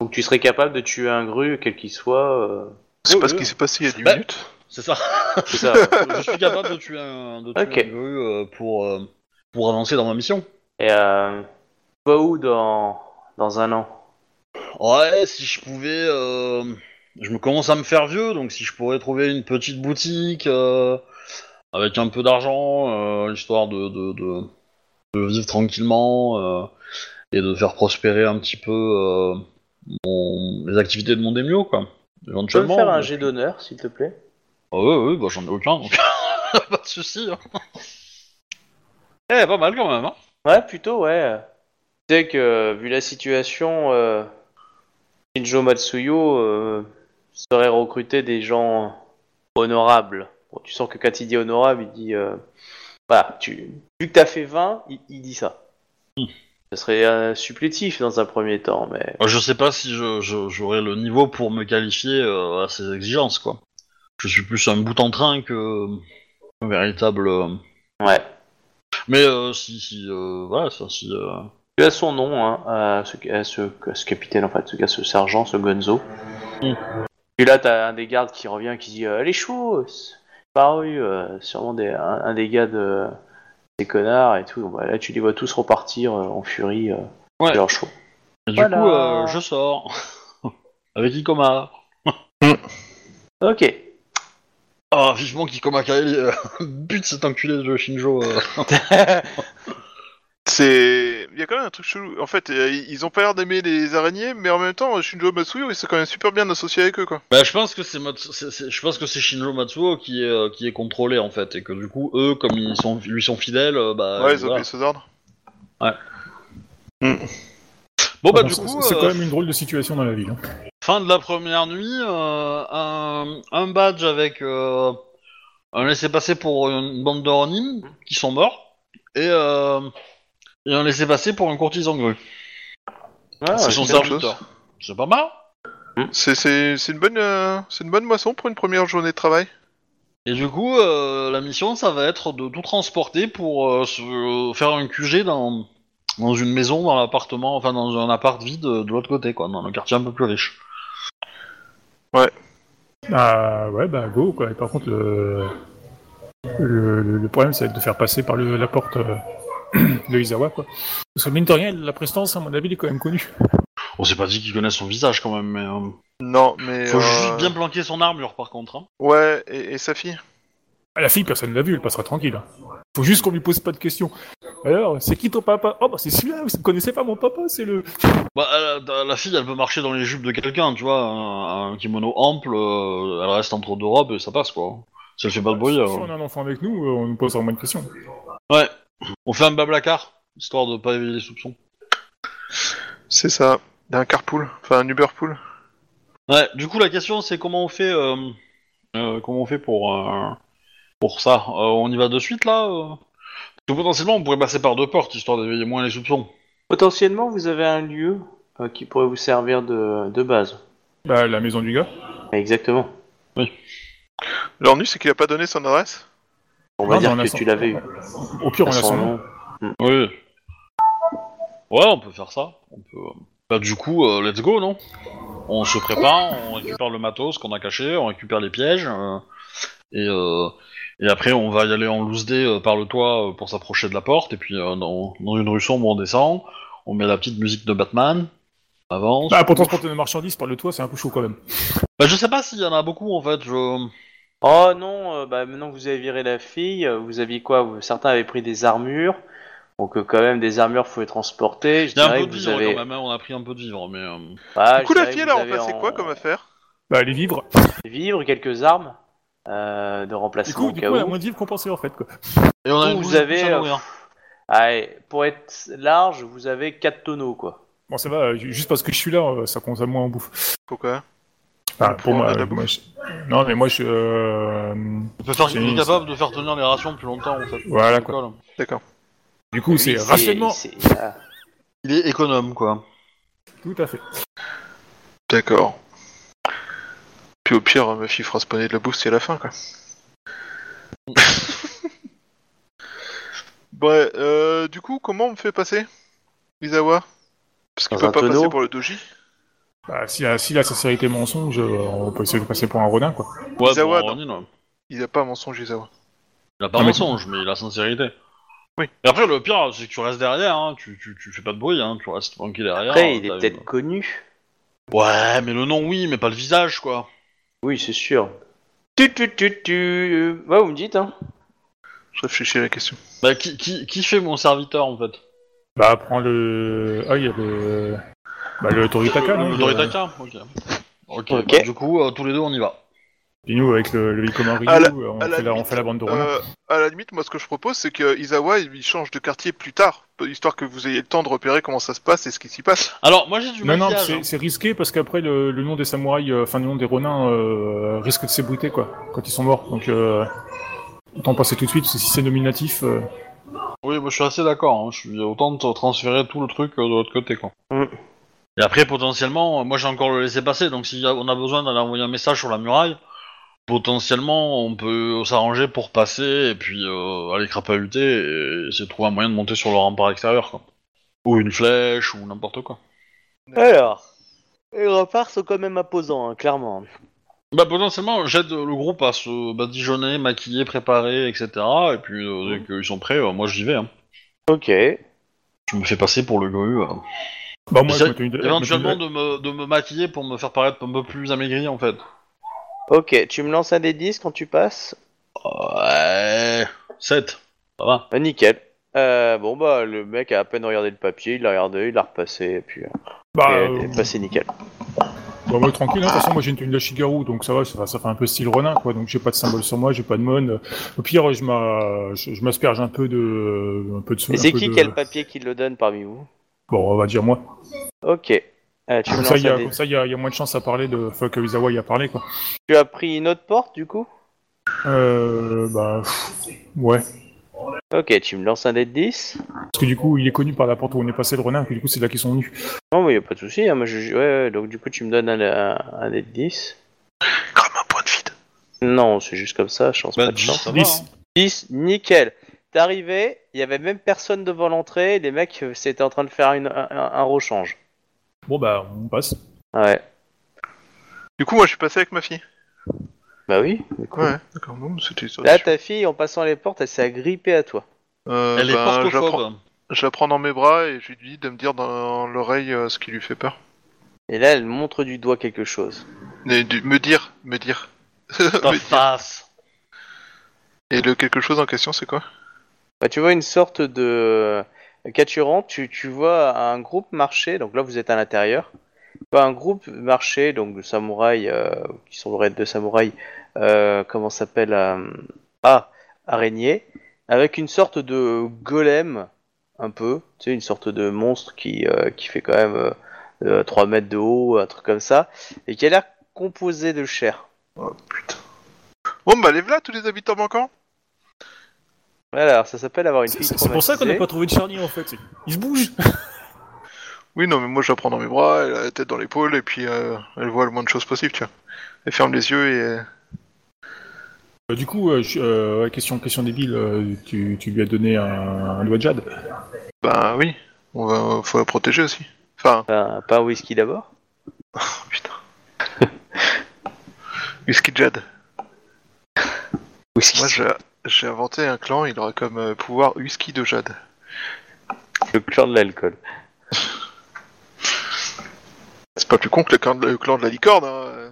Speaker 1: Donc tu serais capable de tuer un gru, quel qu'il soit euh,
Speaker 4: C'est
Speaker 2: Oui,
Speaker 4: pas ce
Speaker 2: oui.
Speaker 4: qui s'est passé il y a 10
Speaker 2: Bah,
Speaker 4: minutes.
Speaker 2: c'est ça. [LAUGHS]
Speaker 1: C'est ça.
Speaker 2: je suis capable de tuer un, de tuer
Speaker 1: Ok.
Speaker 2: un gru, euh, pour euh, pour avancer dans ma mission.
Speaker 1: Et euh, tu vas où dans, dans un an
Speaker 2: Ouais, si je pouvais, euh, je me commence à me faire vieux, donc si je pourrais trouver une petite boutique euh, avec un peu d'argent, euh, histoire de, de, de, de vivre tranquillement euh, et de faire prospérer un petit peu euh, mon- les activités de mon démio, quoi.
Speaker 1: Tu peux me
Speaker 2: Éventuellement.
Speaker 1: faire un jet d'honneur, s'il te plaît
Speaker 2: Ah ouais, ouais, bah j'en ai aucun, donc [LAUGHS] pas de soucis. hein. Eh, pas mal quand même. Hein.
Speaker 1: Ouais, plutôt, ouais. Tu sais que, euh, vu la situation, euh, Shinjo Matsuyo euh, serait recruté des gens honorables. Bon, tu sens que quand il dit honorable, il dit... euh, voilà, tu, vu que t'as fait 20, il, il dit ça.
Speaker 2: Hmm.
Speaker 1: Ce serait euh, supplétif dans un premier temps, mais...
Speaker 2: Je sais pas si je- je- j'aurai le niveau pour me qualifier euh, à ces exigences, quoi. Je suis plus un bout en train que un véritable. euh,
Speaker 1: Ouais.
Speaker 2: Mais euh, si, si, euh, voilà, ça, si. euh,
Speaker 1: Tu as son nom, hein, à ce, à ce, à ce capitaine, en fait, ce, à ce sergent, ce gonzo.
Speaker 2: Mm.
Speaker 1: Puis là, t'as un des gardes qui revient qui dit euh, Les chevaux c'est Paru, euh, sûrement des, un, un des gars de, des connards et tout. Donc, bah, là, tu les vois tous repartir euh, en furie euh,
Speaker 2: Ouais.
Speaker 1: de leurs chevaux.
Speaker 2: Et du
Speaker 1: Voilà.
Speaker 2: coup, euh, je sors [LAUGHS] avec Ikoma.
Speaker 1: Ok.
Speaker 2: [LAUGHS] Ah, vivement qu'Ikoma Kaeli euh, [LAUGHS] bute cet enculé de Shinjo. euh.
Speaker 1: Ah,
Speaker 4: C'est. Il y a quand même un truc chelou. En fait, euh, ils ont pas l'air d'aimer les araignées, mais en même temps, Shinjo Matsuyo, ils sont quand même super bien associés avec eux, quoi.
Speaker 2: Bah, je pense que c'est Matsu- c'est- c'est- je pense que c'est Shinjo Matsuo qui est euh, qui est contrôlé en fait et que du coup eux comme ils sont lui sont fidèles euh, bah
Speaker 4: ouais, ils
Speaker 2: voilà.
Speaker 4: obéissent aux ordres.
Speaker 2: bon bah
Speaker 3: Bon,
Speaker 2: du
Speaker 3: c'est-
Speaker 2: coup
Speaker 3: c'est
Speaker 2: euh,
Speaker 3: quand même une drôle de situation dans la ville. hein.
Speaker 2: fin de la première nuit euh, un, un badge avec euh, un laissez passer pour une bande de Ronin qui sont morts et euh, et un laissez passer pour un courtisan grue
Speaker 1: Ouais,
Speaker 2: c'est son
Speaker 4: c'est bien
Speaker 2: serviteur c'est pas mal
Speaker 4: C'est- C'est c'est une bonne, euh, c'est une bonne moisson pour une première journée de travail.
Speaker 2: Et du coup, euh, la mission, ça va être de tout transporter pour euh, se faire un QG dans, dans une maison, dans l'appartement, enfin dans un appart vide euh, de l'autre côté, quoi, dans le quartier un peu plus riche.
Speaker 3: Ah ouais, bah go quoi. Et par contre, le, le, le- le problème, ça va être de faire passer par le- la porte euh, [CLEARS THROAT] de Izawa quoi. Parce que mine de rien, la prestance, à mon avis, elle est quand même connue.
Speaker 2: On s'est pas dit qu'ils connaissent son visage quand même, mais euh,
Speaker 4: Non, mais.
Speaker 2: faut
Speaker 4: euh,
Speaker 2: juste bien planquer son armure par contre. hein.
Speaker 4: Ouais, et, et sa fille.
Speaker 3: Ah, La fille, personne ne l'a vue, elle passera tranquille. hein. Faut juste qu'on lui pose pas de questions. Alors, c'est qui ton papa Oh bah c'est celui-là, vous ne connaissez pas mon papa, c'est le.
Speaker 2: Bah, elle- la, fille, elle peut marcher dans les jupes de quelqu'un, tu vois, un, un kimono ample, euh, elle reste entre deux robes et ça passe quoi. Ça le fait pas de bruit.
Speaker 3: si
Speaker 2: euh.
Speaker 3: on a un enfant avec nous, euh, on nous posera moins de questions.
Speaker 2: Ouais, on fait un bablacar histoire de pas éveiller les soupçons.
Speaker 4: C'est ça. D'un carpool. Enfin, un Uberpool.
Speaker 2: Ouais, du coup la question c'est comment on fait euh, euh, comment on fait pour euh, pour ça Euh, On y va de suite là euh Parce que potentiellement on pourrait passer par deux portes histoire d'éveiller moins les soupçons.
Speaker 1: Potentiellement, vous avez un lieu euh, qui pourrait vous servir de, de base.
Speaker 3: Bah la maison du gars.
Speaker 1: Exactement.
Speaker 4: L'ennui, c'est qu'il a pas donné son adresse.
Speaker 1: On va
Speaker 3: Non,
Speaker 1: dire
Speaker 3: mais on a
Speaker 1: que
Speaker 3: son-
Speaker 1: tu l'avais eu.
Speaker 3: Au pire, on hein. a
Speaker 1: T'as
Speaker 3: son nom.
Speaker 2: Oui. Ouais, on peut faire ça. On peut. Bah du coup, euh, let's go non On se prépare, on récupère le matos qu'on a caché, on récupère les pièges euh, et euh, et après on va y aller en loose dé euh, par le toit euh, pour s'approcher de la porte et puis euh, dans, dans une rue sombre on descend, on met la petite musique de Batman. Avance.
Speaker 3: Bah pour transporter nos marchandises par le toit, c'est un peu chaud quand même.
Speaker 2: Bah, je sais pas s'il y en a beaucoup en fait. Je...
Speaker 1: Oh non, euh, bah maintenant que vous avez viré la fille, euh, vous aviez quoi vous- Certains avaient pris des armures, donc euh, quand même des armures faut les transporter. Je
Speaker 2: Il y a un
Speaker 1: dirais
Speaker 2: peu
Speaker 1: que
Speaker 2: de
Speaker 1: vous
Speaker 2: vivre
Speaker 1: avez.
Speaker 2: quand même, hein, on a pris un peu de vivre, mais. euh,
Speaker 1: Bah,
Speaker 4: du coup,
Speaker 1: je
Speaker 4: la
Speaker 1: dirais que
Speaker 4: fille, elle a
Speaker 1: vous avez
Speaker 4: remplacé
Speaker 1: en-
Speaker 4: quoi comme affaire
Speaker 3: Bah les vivres.
Speaker 1: des Vivres, quelques armes euh, de
Speaker 3: Du
Speaker 1: remplacement
Speaker 3: coup,
Speaker 1: au
Speaker 3: du
Speaker 1: cas
Speaker 3: coup, elle a
Speaker 1: où.
Speaker 3: moins de vivres qu'on pensait en fait quoi.
Speaker 2: Et on a
Speaker 1: Vous
Speaker 2: une douzaine de
Speaker 1: avez,
Speaker 2: plus à
Speaker 1: euh,
Speaker 2: nourrir.
Speaker 1: Allez, pour être large, vous avez quatre tonneaux quoi.
Speaker 3: Bon ça va, euh, ju- juste parce que je suis là, euh, ça compte à moins en bouffe.
Speaker 4: Pourquoi
Speaker 3: Enfin,
Speaker 4: Ah, Pour
Speaker 3: pour moi,
Speaker 4: la
Speaker 3: euh, moi, je- non, mais moi, je. euh,
Speaker 2: On peut faire
Speaker 3: j'ai-
Speaker 2: on est capable de faire tenir les rations plus longtemps en fait.
Speaker 3: Voilà, quoi.
Speaker 2: Alcool.
Speaker 4: D'accord.
Speaker 3: Du coup, c'est
Speaker 1: Lui,
Speaker 3: rationnement.
Speaker 1: c'est- ah.
Speaker 2: Il est économe quoi.
Speaker 3: Tout à fait.
Speaker 4: D'accord. Puis au pire, ma fille fera spawner de la bouffe, c'est la fin, quoi. [LAUGHS] ouais, euh, du coup, comment on me fait passer Isawa Parce qu'il
Speaker 1: Dans
Speaker 4: peut
Speaker 1: un
Speaker 4: pas
Speaker 1: tonneau.
Speaker 4: passer pour le doji.
Speaker 3: Bah, si, la, si la sincérité est mensonge, euh, on peut essayer de passer pour un rodin, quoi.
Speaker 2: Ouais,
Speaker 4: Isawa,
Speaker 2: bon,
Speaker 4: non.
Speaker 2: Ronin, ouais.
Speaker 4: Il a pas un mensonge, Isawa.
Speaker 1: Ah,
Speaker 2: Il a pas
Speaker 3: Non, mais-
Speaker 2: mensonge, mais il a sincérité.
Speaker 4: Oui.
Speaker 2: Et après, le pire, c'est que tu restes derrière, hein. tu, tu, tu fais pas de bruit, hein. tu restes tranquille derrière.
Speaker 1: Après, il
Speaker 2: t'as
Speaker 1: est
Speaker 2: une-
Speaker 1: peut-être connu.
Speaker 2: Ouais, mais le nom, oui, mais pas le visage quoi.
Speaker 1: Oui, c'est sûr. Tu, tu, tu, tu. Ouais, vous me dites, hein.
Speaker 4: Je réfléchis à la question.
Speaker 2: Bah, qui, qui, qui fait mon serviteur en fait
Speaker 3: Bah, prends le. Ah, il y a le. Bah, le Toritaka, non
Speaker 2: Le
Speaker 3: il y a-
Speaker 2: Doritaka Euh, Ok. Ok,
Speaker 1: Ok.
Speaker 2: bah, du coup, euh, tous les deux, on y va.
Speaker 3: Et nous, avec le, le Ikoma Ryu,
Speaker 4: À la-
Speaker 3: on,
Speaker 4: à la
Speaker 3: fait la, on
Speaker 4: limite,
Speaker 3: fait la bande de rodin.
Speaker 4: Euh, à la limite, moi, ce que je propose, c'est que Isawa, il change de quartier plus tard, histoire que vous ayez le temps de repérer comment ça se passe et ce qui s'y passe.
Speaker 2: Alors, moi j'ai du
Speaker 3: non, non,
Speaker 2: maquillage, hein.
Speaker 3: c'est c'est risqué parce qu'après, le, le nom des samouraïs, euh, enfin, le nom des rodins euh, risque de s'ébruiter, quoi, quand ils sont morts. Donc, euh, autant passer tout de suite, parce que si c'est nominatif. euh,
Speaker 2: Oui, moi je suis assez d'accord. hein. Je suis autant de transférer tout le truc euh, de l'autre côté, quoi.
Speaker 1: Mm.
Speaker 2: euh, Et après, potentiellement, euh, moi j'ai encore le laisser passer. Donc si y a- on a besoin d'aller envoyer un message sur la muraille, potentiellement on peut s'arranger pour passer et puis euh, aller crapahuter et essayer de trouver un moyen de monter sur le rempart extérieur quoi. Ou une flèche ou n'importe quoi.
Speaker 1: Alors, les remparts sont quand même imposants, hein, clairement.
Speaker 2: Bah potentiellement j'aide le groupe à se badigeonner, maquiller, préparer, etc. Et puis euh, dès qu'ils sont prêts, euh, moi j'y vais. Hein.
Speaker 1: Ok.
Speaker 2: Je me fais passer pour le gohu. euh.
Speaker 3: Bah, moi,
Speaker 2: J'essaie
Speaker 3: je continue de- [LAUGHS]
Speaker 2: éventuellement de me, de me maquiller pour me faire paraître un peu plus amaigri en fait.
Speaker 1: Ok, tu me lances un des 10 quand tu passes
Speaker 2: Ouais. 7. Ça va.
Speaker 1: Bah, Nickel. Euh, bon, bah, le mec a à peine regardé le papier, il l'a regardé, il l'a repassé, et puis. euh,
Speaker 3: Bah,
Speaker 1: et-
Speaker 3: euh,
Speaker 1: et passé nickel.
Speaker 3: Bah, moi, tranquille, hein. de toute façon, moi j'ai une tenue de la Shigaru, donc ça va, ça, ça fait un peu style renin, quoi. Donc j'ai pas de symbole sur moi, j'ai pas de mon. Au pire, je m'a- je je m'asperge un peu de. Un peu de
Speaker 1: Et c'est
Speaker 3: un peu
Speaker 1: qui
Speaker 3: de-
Speaker 1: qui a le papier qui le donne parmi vous
Speaker 3: Bon, on va dire moi.
Speaker 1: Ok. Euh, tu me
Speaker 3: Comme ça,
Speaker 1: lances
Speaker 3: il y, a-
Speaker 1: un des
Speaker 3: comme ça, il y a il y a moins de chance à parler de. Enfin, que Izawa y a parlé, quoi.
Speaker 1: Tu as pris une autre porte du coup
Speaker 3: Euh. Bah. pff, Ouais.
Speaker 1: Ok, tu me lances un dé de 10
Speaker 3: Parce que du coup, il est connu par la porte où on est passé le renard, que du coup, c'est de là qu'ils sont venus.
Speaker 1: Non, mais y a pas de souci. hein, moi, je- je- ouais, ouais, donc du coup, tu me donnes un, un, un dé de 10
Speaker 4: Crame un point de vide.
Speaker 1: Non, c'est juste comme ça, chance
Speaker 2: Bah,
Speaker 1: pas de
Speaker 2: 10,
Speaker 1: chance.
Speaker 2: ça va.
Speaker 3: Dix.
Speaker 2: hein.
Speaker 1: 10, nickel. T'es arrivé, il y avait même personne devant l'entrée, les mecs euh, c'était en train de faire une- un, un, un rechange.
Speaker 3: Bon, bah, on passe.
Speaker 1: Ouais.
Speaker 4: Du coup, moi, je suis passé avec ma fille.
Speaker 1: Bah oui.
Speaker 4: Ouais, d'accord. Non, mais c'était ça.
Speaker 1: Là, ta fille, en passant les portes, elle s'est agrippée à toi.
Speaker 4: Euh,
Speaker 2: Elle est
Speaker 4: ben, je la prends-
Speaker 2: portophobe.
Speaker 4: Je la prends dans mes bras et je lui dis de me dire dans l'oreille euh, ce qui lui fait peur.
Speaker 1: Et là, elle montre du doigt quelque chose.
Speaker 4: Et de- me dire, me dire. [LAUGHS]
Speaker 2: Ta
Speaker 4: Me dire.
Speaker 2: face.
Speaker 4: Et le quelque chose en question, c'est quoi
Speaker 1: Bah, tu vois une sorte de Caturant, tu, tu vois un groupe marcher, donc là vous êtes à l'intérieur. Tu vois un groupe marcher, donc de samouraïs, euh, qui sont le raid de samouraïs, euh, comment ça s'appelle euh, Ah, araignée, avec une sorte de golem, un peu, tu sais, une sorte de monstre qui, euh, qui fait quand même euh, euh, 3 mètres de haut, un truc comme ça, et qui a l'air composé de chair.
Speaker 4: Oh putain. Bon bah lève là tous les habitants manquants.
Speaker 1: Voilà, alors ça s'appelle avoir une
Speaker 3: C'est
Speaker 1: fille
Speaker 3: c'est pour ça qu'on n'a
Speaker 1: traumatisée.
Speaker 3: pas trouvé de charnier, en fait. Il se bouge
Speaker 4: Oui non mais moi je la prends dans mes bras, elle a la tête dans l'épaule et puis euh, elle voit le moins de choses possible tu vois. Elle ferme les yeux et euh,
Speaker 3: Euh, Du coup, euh, je- euh, ouais, question, question débile, euh, tu, tu lui as donné un, un doigt de jade.
Speaker 4: bah oui, on va faut la protéger aussi. Enfin
Speaker 1: Enfin, pas un whisky d'abord
Speaker 4: oh, putain. [LAUGHS] Whisky Jad.
Speaker 1: Whisky.
Speaker 4: Moi j'ai- j'ai inventé un clan, il aura comme euh, pouvoir Whisky de Jade.
Speaker 1: Le clan de l'alcool.
Speaker 4: C'est pas plus con que le clan de, le clan de la licorne, hein. euh,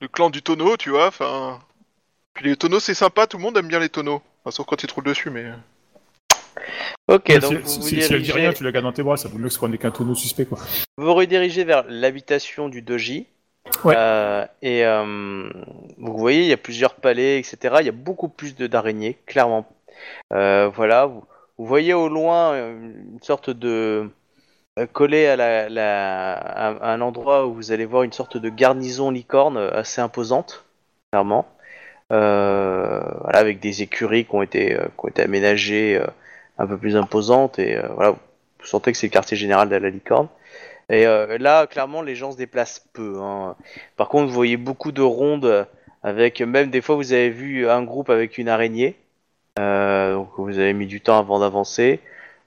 Speaker 4: le clan du tonneau tu vois. Enfin puis les tonneaux c'est sympa, tout le monde aime bien les tonneaux. Enfin, sauf quand ils te roulent dessus mais. euh,
Speaker 1: Ok,
Speaker 3: Mais
Speaker 1: donc
Speaker 3: si,
Speaker 1: vous
Speaker 3: si-
Speaker 1: vous,
Speaker 3: si- si elle dit
Speaker 1: dirigez,
Speaker 3: rien, tu la gardes dans tes bras, ça vaut mieux que ce qu'on ait qu'un tonneau suspect, quoi.
Speaker 1: vous redirigez vers l'habitation du doji.
Speaker 3: Ouais.
Speaker 1: Euh, et euh, vous voyez, il y a plusieurs palais, etc. Il y a beaucoup plus de d'araignées, clairement. Euh, voilà, vous, vous voyez au loin euh, une sorte de euh, collé à, la, la- à- à un endroit où vous allez voir une sorte de garnison licorne euh, assez imposante, clairement. Euh, voilà, avec des écuries qui ont été, euh, qui ont été aménagées euh, un peu plus imposantes et euh, voilà, vous sentez que c'est le quartier général de la licorne. Et euh, là, clairement, les gens se déplacent peu. hein. Par contre, vous voyez beaucoup de rondes avec, même des fois, vous avez vu un groupe avec une araignée. Euh, donc, vous avez mis du temps avant d'avancer.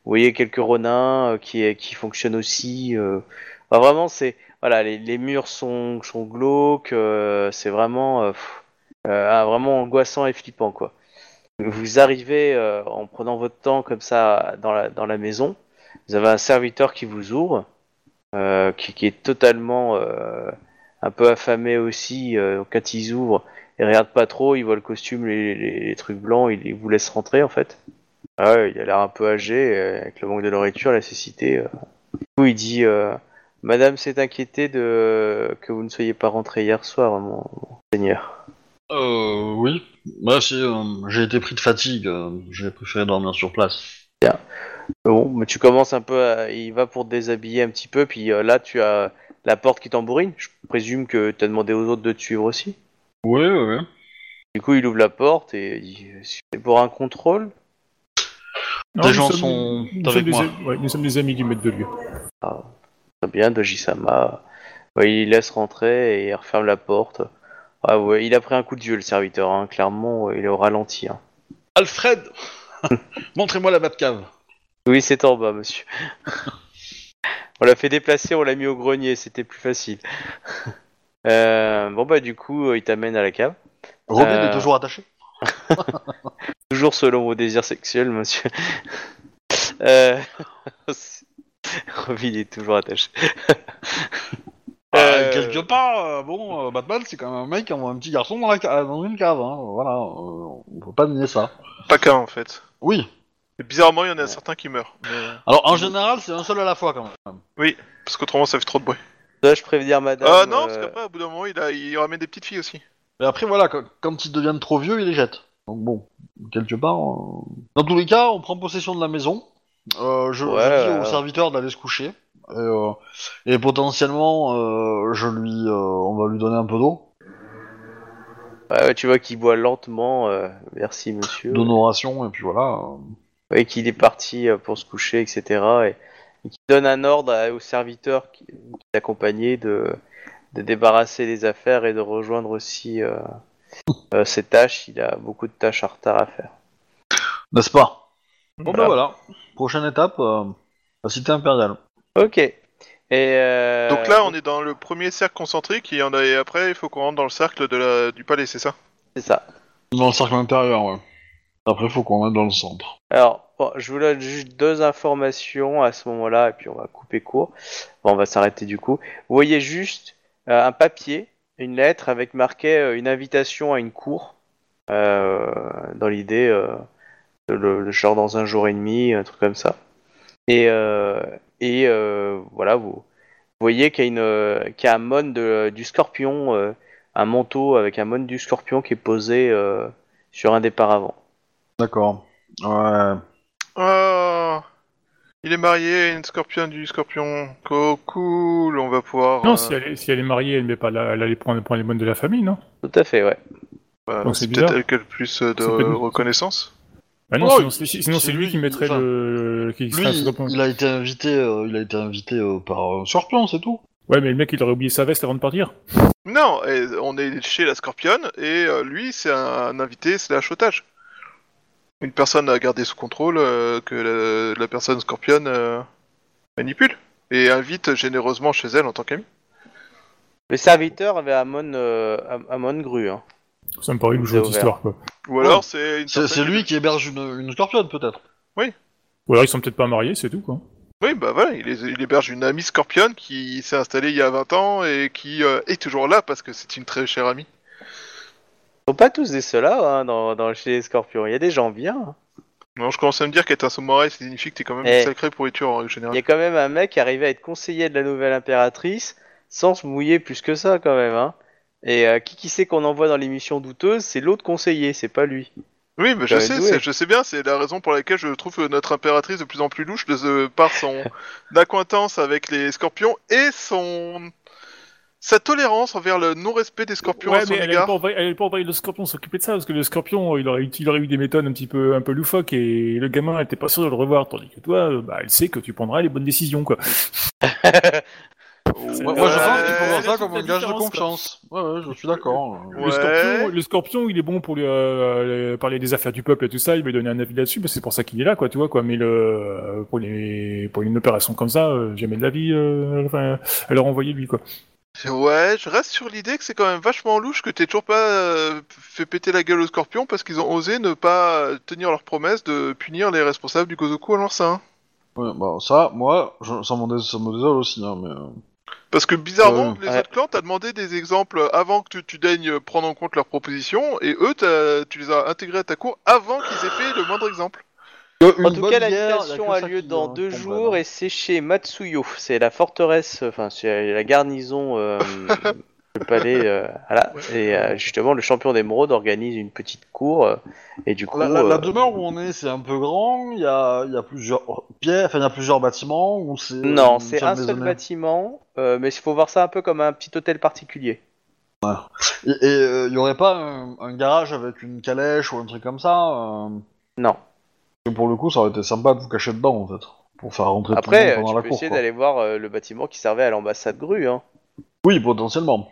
Speaker 1: Vous voyez quelques renins euh, qui, qui fonctionnent aussi. euh. Enfin, vraiment, c'est voilà, les, les murs sont, sont glauques. euh, c'est vraiment, euh, pff, euh, ah, vraiment angoissant et flippant, quoi. Vous arrivez euh, en prenant votre temps comme ça dans la, dans la maison. Vous avez un serviteur qui vous ouvre, euh, qui, qui est totalement euh, un peu affamé aussi. euh, quand ils ouvrent, il regarde pas trop, il voit le costume, les, les- les trucs blancs, il, il vous laisse rentrer en fait. Ah ouais, il a l'air un peu âgé, euh, avec le manque de nourriture, la cécité. euh. Du coup, il dit euh, Madame s'est inquiétée de que vous ne soyez pas rentré hier soir, mon, mon seigneur.
Speaker 2: Euh, oui. Bah, c'est, euh, j'ai été pris de fatigue. euh, j'ai préféré dormir sur place.
Speaker 1: Bon, mais tu commences un peu, à- il va pour te déshabiller un petit peu, puis euh, là tu as la porte qui tambourine. Je présume que tu as demandé aux autres de te suivre aussi.
Speaker 2: Oui, oui, oui.
Speaker 1: Du coup, il ouvre la porte et il... euh, c'est pour un contrôle.
Speaker 2: Des
Speaker 3: nous
Speaker 2: gens
Speaker 3: sommes-
Speaker 2: sont
Speaker 3: nous
Speaker 2: avec
Speaker 3: sommes des
Speaker 2: moi. Oh.
Speaker 3: am- ouais, nous sommes des amis du maître de lieu.
Speaker 1: Bah, Très bien, Doji-sama. Ouais, il laisse rentrer et il referme la porte. Ah ouais, il a pris un coup de vieux, le serviteur. hein. Clairement, euh, il est au ralenti. hein.
Speaker 2: Alfred [LAUGHS] Montrez-moi la Batcave.
Speaker 1: Oui, c'est en bas, monsieur. [LAUGHS] on l'a fait déplacer, on l'a mis au grenier, c'était plus facile. [LAUGHS] Euh, bon, bah, du coup, euh, il t'amène à la cave.
Speaker 2: Robin
Speaker 1: Euh.
Speaker 2: est toujours attaché.
Speaker 1: Toujours selon vos désirs sexuels, monsieur. [LAUGHS] euh... [LAUGHS] Robin est toujours attaché.
Speaker 2: Euh,
Speaker 1: Euh,
Speaker 2: Quelque part, euh, bon, euh, Batman, c'est quand même un mec qui envoie un petit garçon dans, la ca- dans une cave. Hein. Voilà, euh, on peut pas nier ça.
Speaker 4: Pas qu'un en fait.
Speaker 2: Oui.
Speaker 4: Et bizarrement, il y en a certains qui meurent. mais- euh,
Speaker 2: Alors, en général, c'est un seul à la fois, quand même.
Speaker 4: Parce qu'autrement, ça fait trop de bruit.
Speaker 1: Dois-je prévenir madame
Speaker 4: Ah non, parce
Speaker 1: euh,
Speaker 4: qu'après, au bout d'un moment, il, a... il ramène des petites filles aussi.
Speaker 2: Et après, voilà, quand, quand ils deviennent trop vieux, ils les jettent. Donc bon, quelque part... euh, Dans tous les cas, on prend possession de la maison. Euh, je, je
Speaker 1: Ouais,
Speaker 2: dis
Speaker 1: ouais.
Speaker 2: au serviteur d'aller se coucher. Et, euh, et potentiellement, euh, je lui, euh, on va lui donner un peu d'eau,
Speaker 1: ouais, ouais, tu vois qu'il boit lentement. euh, Merci, monsieur.
Speaker 2: d'honoration, et puis voilà. euh.
Speaker 1: et qu'il est parti euh, pour se coucher, etc. Et, et qu'il donne un ordre à- au serviteur qui, qui l'accompagnait de, de débarrasser les affaires et de rejoindre aussi euh, euh, ses tâches. Il a beaucoup de tâches en retard à faire.
Speaker 2: N'est-ce pas Bon
Speaker 1: Voilà.
Speaker 2: ben voilà, prochaine étape, euh, la cité impériale.
Speaker 1: Ok. Et euh,
Speaker 4: Donc là, on est dans le premier cercle concentrique et, on a... et après, il faut qu'on rentre dans le cercle de la... du palais, c'est ça
Speaker 1: c'est ça.
Speaker 2: Dans le cercle intérieur, ouais. Après, faut qu'on aille dans le centre.
Speaker 1: Alors, bon, je vous donne juste deux informations à ce moment-là, et puis on va couper court. Bon, on va s'arrêter du coup. Vous voyez juste euh, un papier, une lettre avec marqué euh, une invitation à une cour, euh, dans l'idée, euh, de le, le genre dans un jour et demi, un truc comme ça. Et, euh, et euh, voilà, vous voyez qu'il y a, une, euh, qu'il y a un mône de- du scorpion, euh, un manteau avec un mône du scorpion qui est posé euh, sur un des paravents.
Speaker 2: D'accord. Ouais.
Speaker 4: Oh Il est marié à une scorpion du scorpion. Co- cool, on va pouvoir.
Speaker 3: Non,
Speaker 4: euh,
Speaker 3: si elle, est, si elle est mariée, elle ne met pas la- elle allait prendre, prendre les bonnes de la famille, non
Speaker 1: Tout à fait, ouais.
Speaker 4: bah,
Speaker 3: donc c'est
Speaker 4: c'est peut-être
Speaker 3: bizarre.
Speaker 4: elle qui a le plus euh, de
Speaker 3: C'est peut-être-
Speaker 4: reconnaissance.
Speaker 3: Bah non,
Speaker 2: Oh,
Speaker 3: sinon, c'est- sinon, c'est
Speaker 2: c'est
Speaker 3: lui
Speaker 2: lui,
Speaker 3: qui mettrait
Speaker 2: enfin,
Speaker 3: le. Qui
Speaker 2: Lui,
Speaker 3: serait sur le point.
Speaker 2: il a été invité, euh, il a été invité euh, par euh, Scorpion, c'est tout.
Speaker 3: Ouais, mais le mec, il aurait oublié sa veste avant de partir.
Speaker 4: Non, et on est chez la scorpionne et euh, lui, c'est un invité slash otage. Une personne à garder sous contrôle euh, que la, la personne scorpionne euh, manipule et invite généreusement chez elle en tant qu'ami.
Speaker 1: Le serviteur avait Amon, euh, Am- Amon Gru. Hein.
Speaker 3: Ça me paraît une
Speaker 1: C'est
Speaker 3: jolie
Speaker 1: ouvert.
Speaker 3: histoire, quoi.
Speaker 4: Ou alors, c'est une
Speaker 2: C'est
Speaker 4: personne
Speaker 2: c'est lui qui héberge une, une Scorpion, peut-être.
Speaker 3: Ou alors, ils sont peut-être pas mariés, c'est tout, quoi.
Speaker 4: Oui, bah voilà, il, hé- il héberge une amie scorpionne qui s'est installée il y a 20 ans et qui euh, est toujours là parce que c'est une très chère amie.
Speaker 1: Ils sont pas tous des ceux-là hein, dans, dans, chez les scorpions. Il y a des gens bien. hein.
Speaker 4: Non, je commence à me dire qu'être un samouraï, ça signifie que t'es quand même
Speaker 1: Eh.
Speaker 4: sacré pour les tueurs en règle
Speaker 1: Il
Speaker 4: générale.
Speaker 1: y a quand même un mec qui arrivait à être conseiller de la nouvelle impératrice sans se mouiller plus que ça, quand même. Hein. Et euh, qui qui sait qu'on envoie dans l'émission douteuse C'est l'autre conseiller, c'est pas lui.
Speaker 4: Oui, mais je
Speaker 1: T'aurais
Speaker 4: sais,
Speaker 1: doué.
Speaker 4: c'est- je sais bien, c'est la raison pour laquelle je trouve euh, notre impératrice de plus en plus louche de, de- par son acquaintance avec les scorpions et son sa tolérance envers le non-respect des scorpions
Speaker 3: ouais,
Speaker 4: à son
Speaker 3: mais elle n'allait
Speaker 4: égard.
Speaker 3: pas, envoyer- elle allait pas envoyer le scorpion s'occuper de ça, parce que le scorpion, il aurait, eu- il aurait eu des méthodes un petit peu, un peu loufoques, et le gamin n'était pas sûr de le revoir, tandis que toi, euh, bah, elle sait que tu prendras les bonnes décisions, quoi.
Speaker 2: Moi, je pense
Speaker 3: Ouais,
Speaker 2: qu'il faut
Speaker 3: c'est
Speaker 2: voir ça
Speaker 3: toute
Speaker 2: comme
Speaker 3: la
Speaker 2: un gage de
Speaker 3: différence,
Speaker 2: confiance. Ouais, ouais, je suis d'accord.
Speaker 4: Ouais.
Speaker 3: Le, scorpion, le scorpion, il est bon pour lui, euh, euh, parler des affaires du peuple et tout ça, il va lui donner un avis là-dessus, parce que c'est pour ça qu'il est là, quoi, tu vois, quoi. Mais le, euh, pour, les, pour une opération comme ça, euh, jamais de la vie, euh, enfin, elle leur envoyé lui, quoi.
Speaker 4: Ouais, je reste sur l'idée que c'est quand même vachement louche que t'aies toujours pas euh, fait péter la gueule aux scorpions parce qu'ils ont osé ne pas tenir leur promesse de punir les responsables du Gozoku à leur sein.
Speaker 2: Ouais, bah, ça, moi, je- ça me dés- ça me désole aussi. Hein, mais... euh,
Speaker 4: Parce que bizarrement,
Speaker 2: Ouais.
Speaker 4: les
Speaker 1: Ouais.
Speaker 4: autres clans, t'as demandé des exemples avant que tu, tu daignes prendre en compte leurs propositions, et eux, t'as- tu les as intégrés à ta cour avant qu'ils aient fait le moindre exemple.
Speaker 1: en
Speaker 2: Une
Speaker 1: tout
Speaker 2: bonne
Speaker 1: cas,
Speaker 2: guerre, il y a
Speaker 1: l'invitation
Speaker 2: que
Speaker 1: a
Speaker 2: ça
Speaker 1: lieu
Speaker 2: qui,
Speaker 1: dans
Speaker 2: euh,
Speaker 1: deux
Speaker 2: tombe,
Speaker 1: jours
Speaker 2: là.
Speaker 1: et c'est chez Matsuyo. C'est la forteresse, enfin, c'est la garnison.
Speaker 2: [LAUGHS]
Speaker 1: euh, Le palais, euh, voilà. et euh, justement, le champion d'émeraude organise une petite cour, euh, et du coup,
Speaker 2: La, la- la
Speaker 1: euh,
Speaker 2: demeure où on est, c'est un peu grand. Il y a, il y a plusieurs pierres, enfin, il y a plusieurs bâtiments. Ou c'est euh,
Speaker 1: Non,
Speaker 2: une
Speaker 1: c'est
Speaker 2: seule
Speaker 1: un seul
Speaker 2: maisonnée
Speaker 1: bâtiment, euh, mais il faut voir ça un peu comme un petit hôtel particulier.
Speaker 2: Et et, euh, il y aurait pas un, un garage avec une calèche ou un truc comme ça euh,
Speaker 1: Non.
Speaker 2: que Pour le coup, ça aurait été sympa de vous cacher dedans, en fait, pour faire rentrer tout le
Speaker 1: Après,
Speaker 2: monde
Speaker 1: tu
Speaker 2: pendant la
Speaker 1: peux
Speaker 2: cour.
Speaker 1: essayer
Speaker 2: quoi.
Speaker 1: d'aller voir euh, le bâtiment qui servait à l'ambassade Grue. Hein.
Speaker 2: Oui, potentiellement.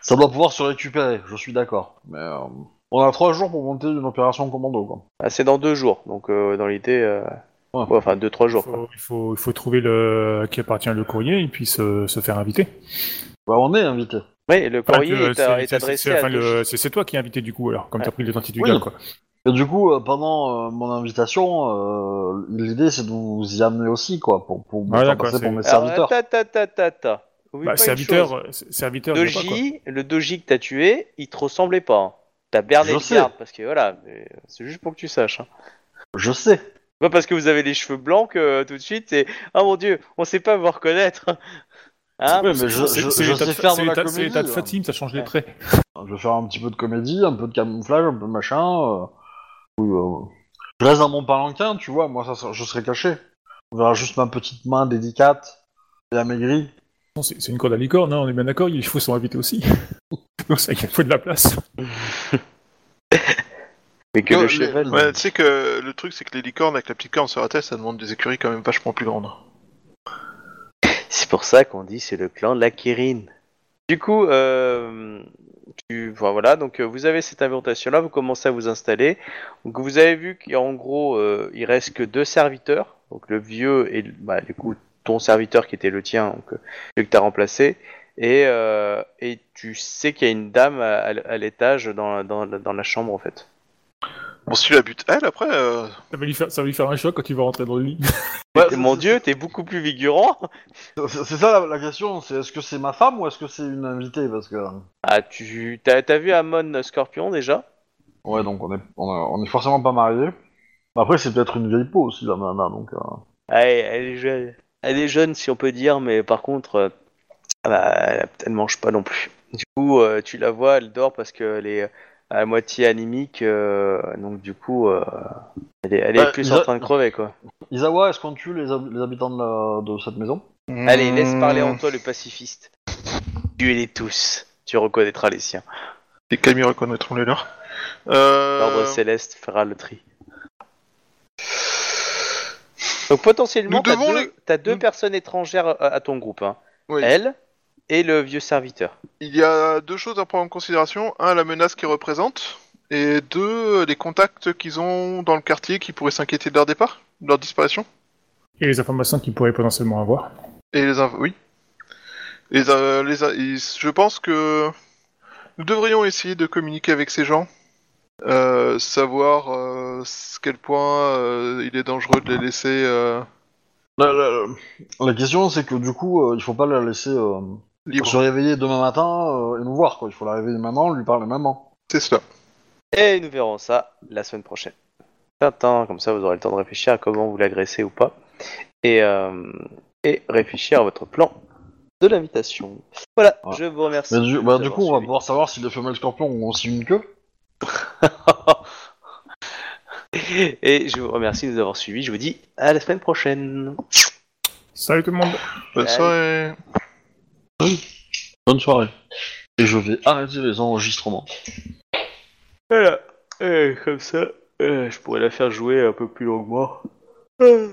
Speaker 2: Ça doit pouvoir se récupérer, je suis d'accord. Mais euh, on a trois jours pour monter une opération commando. Quoi.
Speaker 1: Ah, c'est dans deux jours, donc euh, dans l'idée, euh,
Speaker 2: Ouais.
Speaker 1: ouais, enfin deux trois
Speaker 3: Il
Speaker 1: jours. quoi.
Speaker 3: faut, il faut- il faut trouver le à qui appartient le courrier et puis se, se faire inviter.
Speaker 2: Bah, on est invité.
Speaker 1: Ouais, le
Speaker 3: Enfin,
Speaker 1: courrier
Speaker 3: que
Speaker 1: est,
Speaker 3: c'est-
Speaker 1: à- est
Speaker 3: c'est-
Speaker 1: adressé
Speaker 3: c'est-
Speaker 1: à.
Speaker 3: enfin,
Speaker 1: deux-
Speaker 3: le- C'est c'est toi qui es invité du coup alors, comme
Speaker 1: Ouais.
Speaker 3: t'as pris l'identité du
Speaker 2: Oui.
Speaker 3: gars quoi.
Speaker 2: Et du coup, euh, pendant euh, mon invitation, euh, l'idée c'est de vous y amener aussi, quoi, pour, pour me
Speaker 3: Ouais,
Speaker 2: faire
Speaker 3: d'accord,
Speaker 2: passer pour
Speaker 3: c'est-
Speaker 2: mes
Speaker 1: Alors,
Speaker 2: serviteurs.
Speaker 1: Ah, ta ta ta ta ta. Oublie pas
Speaker 3: Bah,
Speaker 1: une chose.
Speaker 3: serviteur, c'est- serviteur. je sais pas, quoi.
Speaker 1: Doji, le Doji que t'as tué, il te ressemblait pas. hein. T'as berné
Speaker 2: Je
Speaker 1: le
Speaker 2: sais.
Speaker 1: garde, parce que voilà, mais euh, c'est juste pour que tu saches. hein.
Speaker 2: Je sais.
Speaker 1: Pas parce que vous avez les cheveux blancs que euh, tout de suite, c'est Ah mon dieu, on sait pas vous reconnaître. [LAUGHS] Hein
Speaker 2: Ouais, mais je,
Speaker 3: C'est-
Speaker 2: je-
Speaker 3: c'est
Speaker 2: je
Speaker 3: l'état
Speaker 2: sais
Speaker 3: de-
Speaker 2: faire
Speaker 3: c'est
Speaker 2: de la
Speaker 3: l'état-
Speaker 2: comédie.
Speaker 3: C'est l'état de
Speaker 2: hein.
Speaker 3: Fatim, ça change les traits.
Speaker 2: Je vais faire un petit peu de comédie, un peu de camouflage, un peu de machin. euh, oui, euh, Je reste dans mon palanquin, tu vois, moi ça, sera- je serai caché. On verra juste ma petite main délicate et amaigrie.
Speaker 3: Non, C'est c'est une corde à licorne, hein, on est bien d'accord, il faut s'en inviter aussi. [LAUGHS] Donc ça, il faut de la place.
Speaker 1: Mais que
Speaker 4: Non,
Speaker 1: le
Speaker 4: mais-
Speaker 1: chef.
Speaker 4: Ouais, tu sais que le truc, c'est que les licornes avec la petite corne sur la tête, ça demande des écuries quand même vachement plus grandes.
Speaker 1: C'est pour ça qu'on dit c'est le clan de la Kirin. Du coup, euh, tu, enfin, voilà, donc euh, vous avez cette invitation-là, vous commencez à vous installer. Donc vous avez vu qu'en gros, euh, il reste que deux serviteurs, donc le vieux et le- bah, du coup ton serviteur qui était le tien, donc euh, celui que t'as remplacé. Et, euh, et tu sais qu'il y a une dame à, à l- à l'étage dans, dans, dans la chambre en fait.
Speaker 4: Bon, si tu la butes, elle, après, euh,
Speaker 3: Ça va lui faire, ça va lui faire un choc quand il va rentrer dans le lit.
Speaker 2: Ouais,
Speaker 1: Et mon
Speaker 2: c'est-
Speaker 1: dieu, t'es beaucoup plus vigorant.
Speaker 2: C'est c'est ça la, la question, c'est est-ce que c'est ma femme ou est-ce que c'est une invitée Parce que.
Speaker 1: Ah, tu t'as t'as vu Amon Scorpion déjà
Speaker 2: Ouais, donc on est, on a- on est forcément pas mariés. Après, c'est peut-être une vieille peau aussi, la nana, donc. euh,
Speaker 1: Ouais, Ah, elle est jeune. Elle est jeune, si on peut dire, mais par contre, euh, bah, elle, elle mange pas non plus. Du coup, euh, tu la vois, elle dort parce qu'elle est à moitié animique, euh, donc du coup, euh, elle est, elle est
Speaker 2: Bah,
Speaker 1: plus
Speaker 2: ils
Speaker 1: en
Speaker 2: a-
Speaker 1: train de crever, quoi.
Speaker 2: Isawa, est-ce qu'on tue les, hab- les habitants de, la- de cette maison
Speaker 1: Allez, laisse parler en
Speaker 4: en
Speaker 1: toi le pacifiste. Tuez-les tous, tu reconnaîtras les siens.
Speaker 4: Les camis reconnaîtront les leurs. Euh,
Speaker 1: L'ordre céleste fera le tri. Donc potentiellement,
Speaker 4: Nous
Speaker 1: t'as
Speaker 4: devons
Speaker 1: deux,
Speaker 4: les-
Speaker 1: t'as deux
Speaker 4: Nous-
Speaker 1: personnes étrangères à, à ton groupe, hein.
Speaker 4: oui.
Speaker 1: elle et le vieux serviteur.
Speaker 4: Il y a deux choses à prendre en considération. Un, la menace qu'ils représentent. Et deux, les contacts qu'ils ont dans le quartier qui pourraient s'inquiéter de leur départ, de leur disparition.
Speaker 3: Et les informations qu'il pourrait potentiellement avoir.
Speaker 4: Et les inv- oui. Les, euh, les in- ils- je pense que nous devrions essayer de communiquer avec ces gens, euh, savoir euh, s- quel point euh, il est dangereux de les laisser. euh,
Speaker 2: la, la- la question, c'est que du coup, euh, il faut pas la laisser euh,
Speaker 4: libres.
Speaker 2: se réveiller demain matin euh, et nous voir, quoi. Il faut la réveiller maintenant, lui parler maintenant.
Speaker 4: C'est cela.
Speaker 1: Et nous verrons ça la semaine prochaine. Tintin, comme ça vous aurez le temps de réfléchir à comment vous l'agressez ou pas. Et, euh, et réfléchir à votre plan de l'invitation. Voilà,
Speaker 2: Ouais.
Speaker 1: je vous remercie.
Speaker 2: Mais du, bah, du
Speaker 1: d'avoir
Speaker 2: coup, on va
Speaker 1: suivi.
Speaker 2: pouvoir savoir si les femelles scorpions ont aussi une queue.
Speaker 1: et je vous remercie de nous avoir suivis. Je vous dis à la semaine prochaine.
Speaker 3: Salut tout le monde
Speaker 4: Bonne
Speaker 1: Allez.
Speaker 4: soirée.
Speaker 2: Bonne soirée. Et je vais arrêter les enregistrements.
Speaker 1: euh, Voilà. Et comme ça, euh, je pourrais la faire jouer un peu plus longuement. Ah.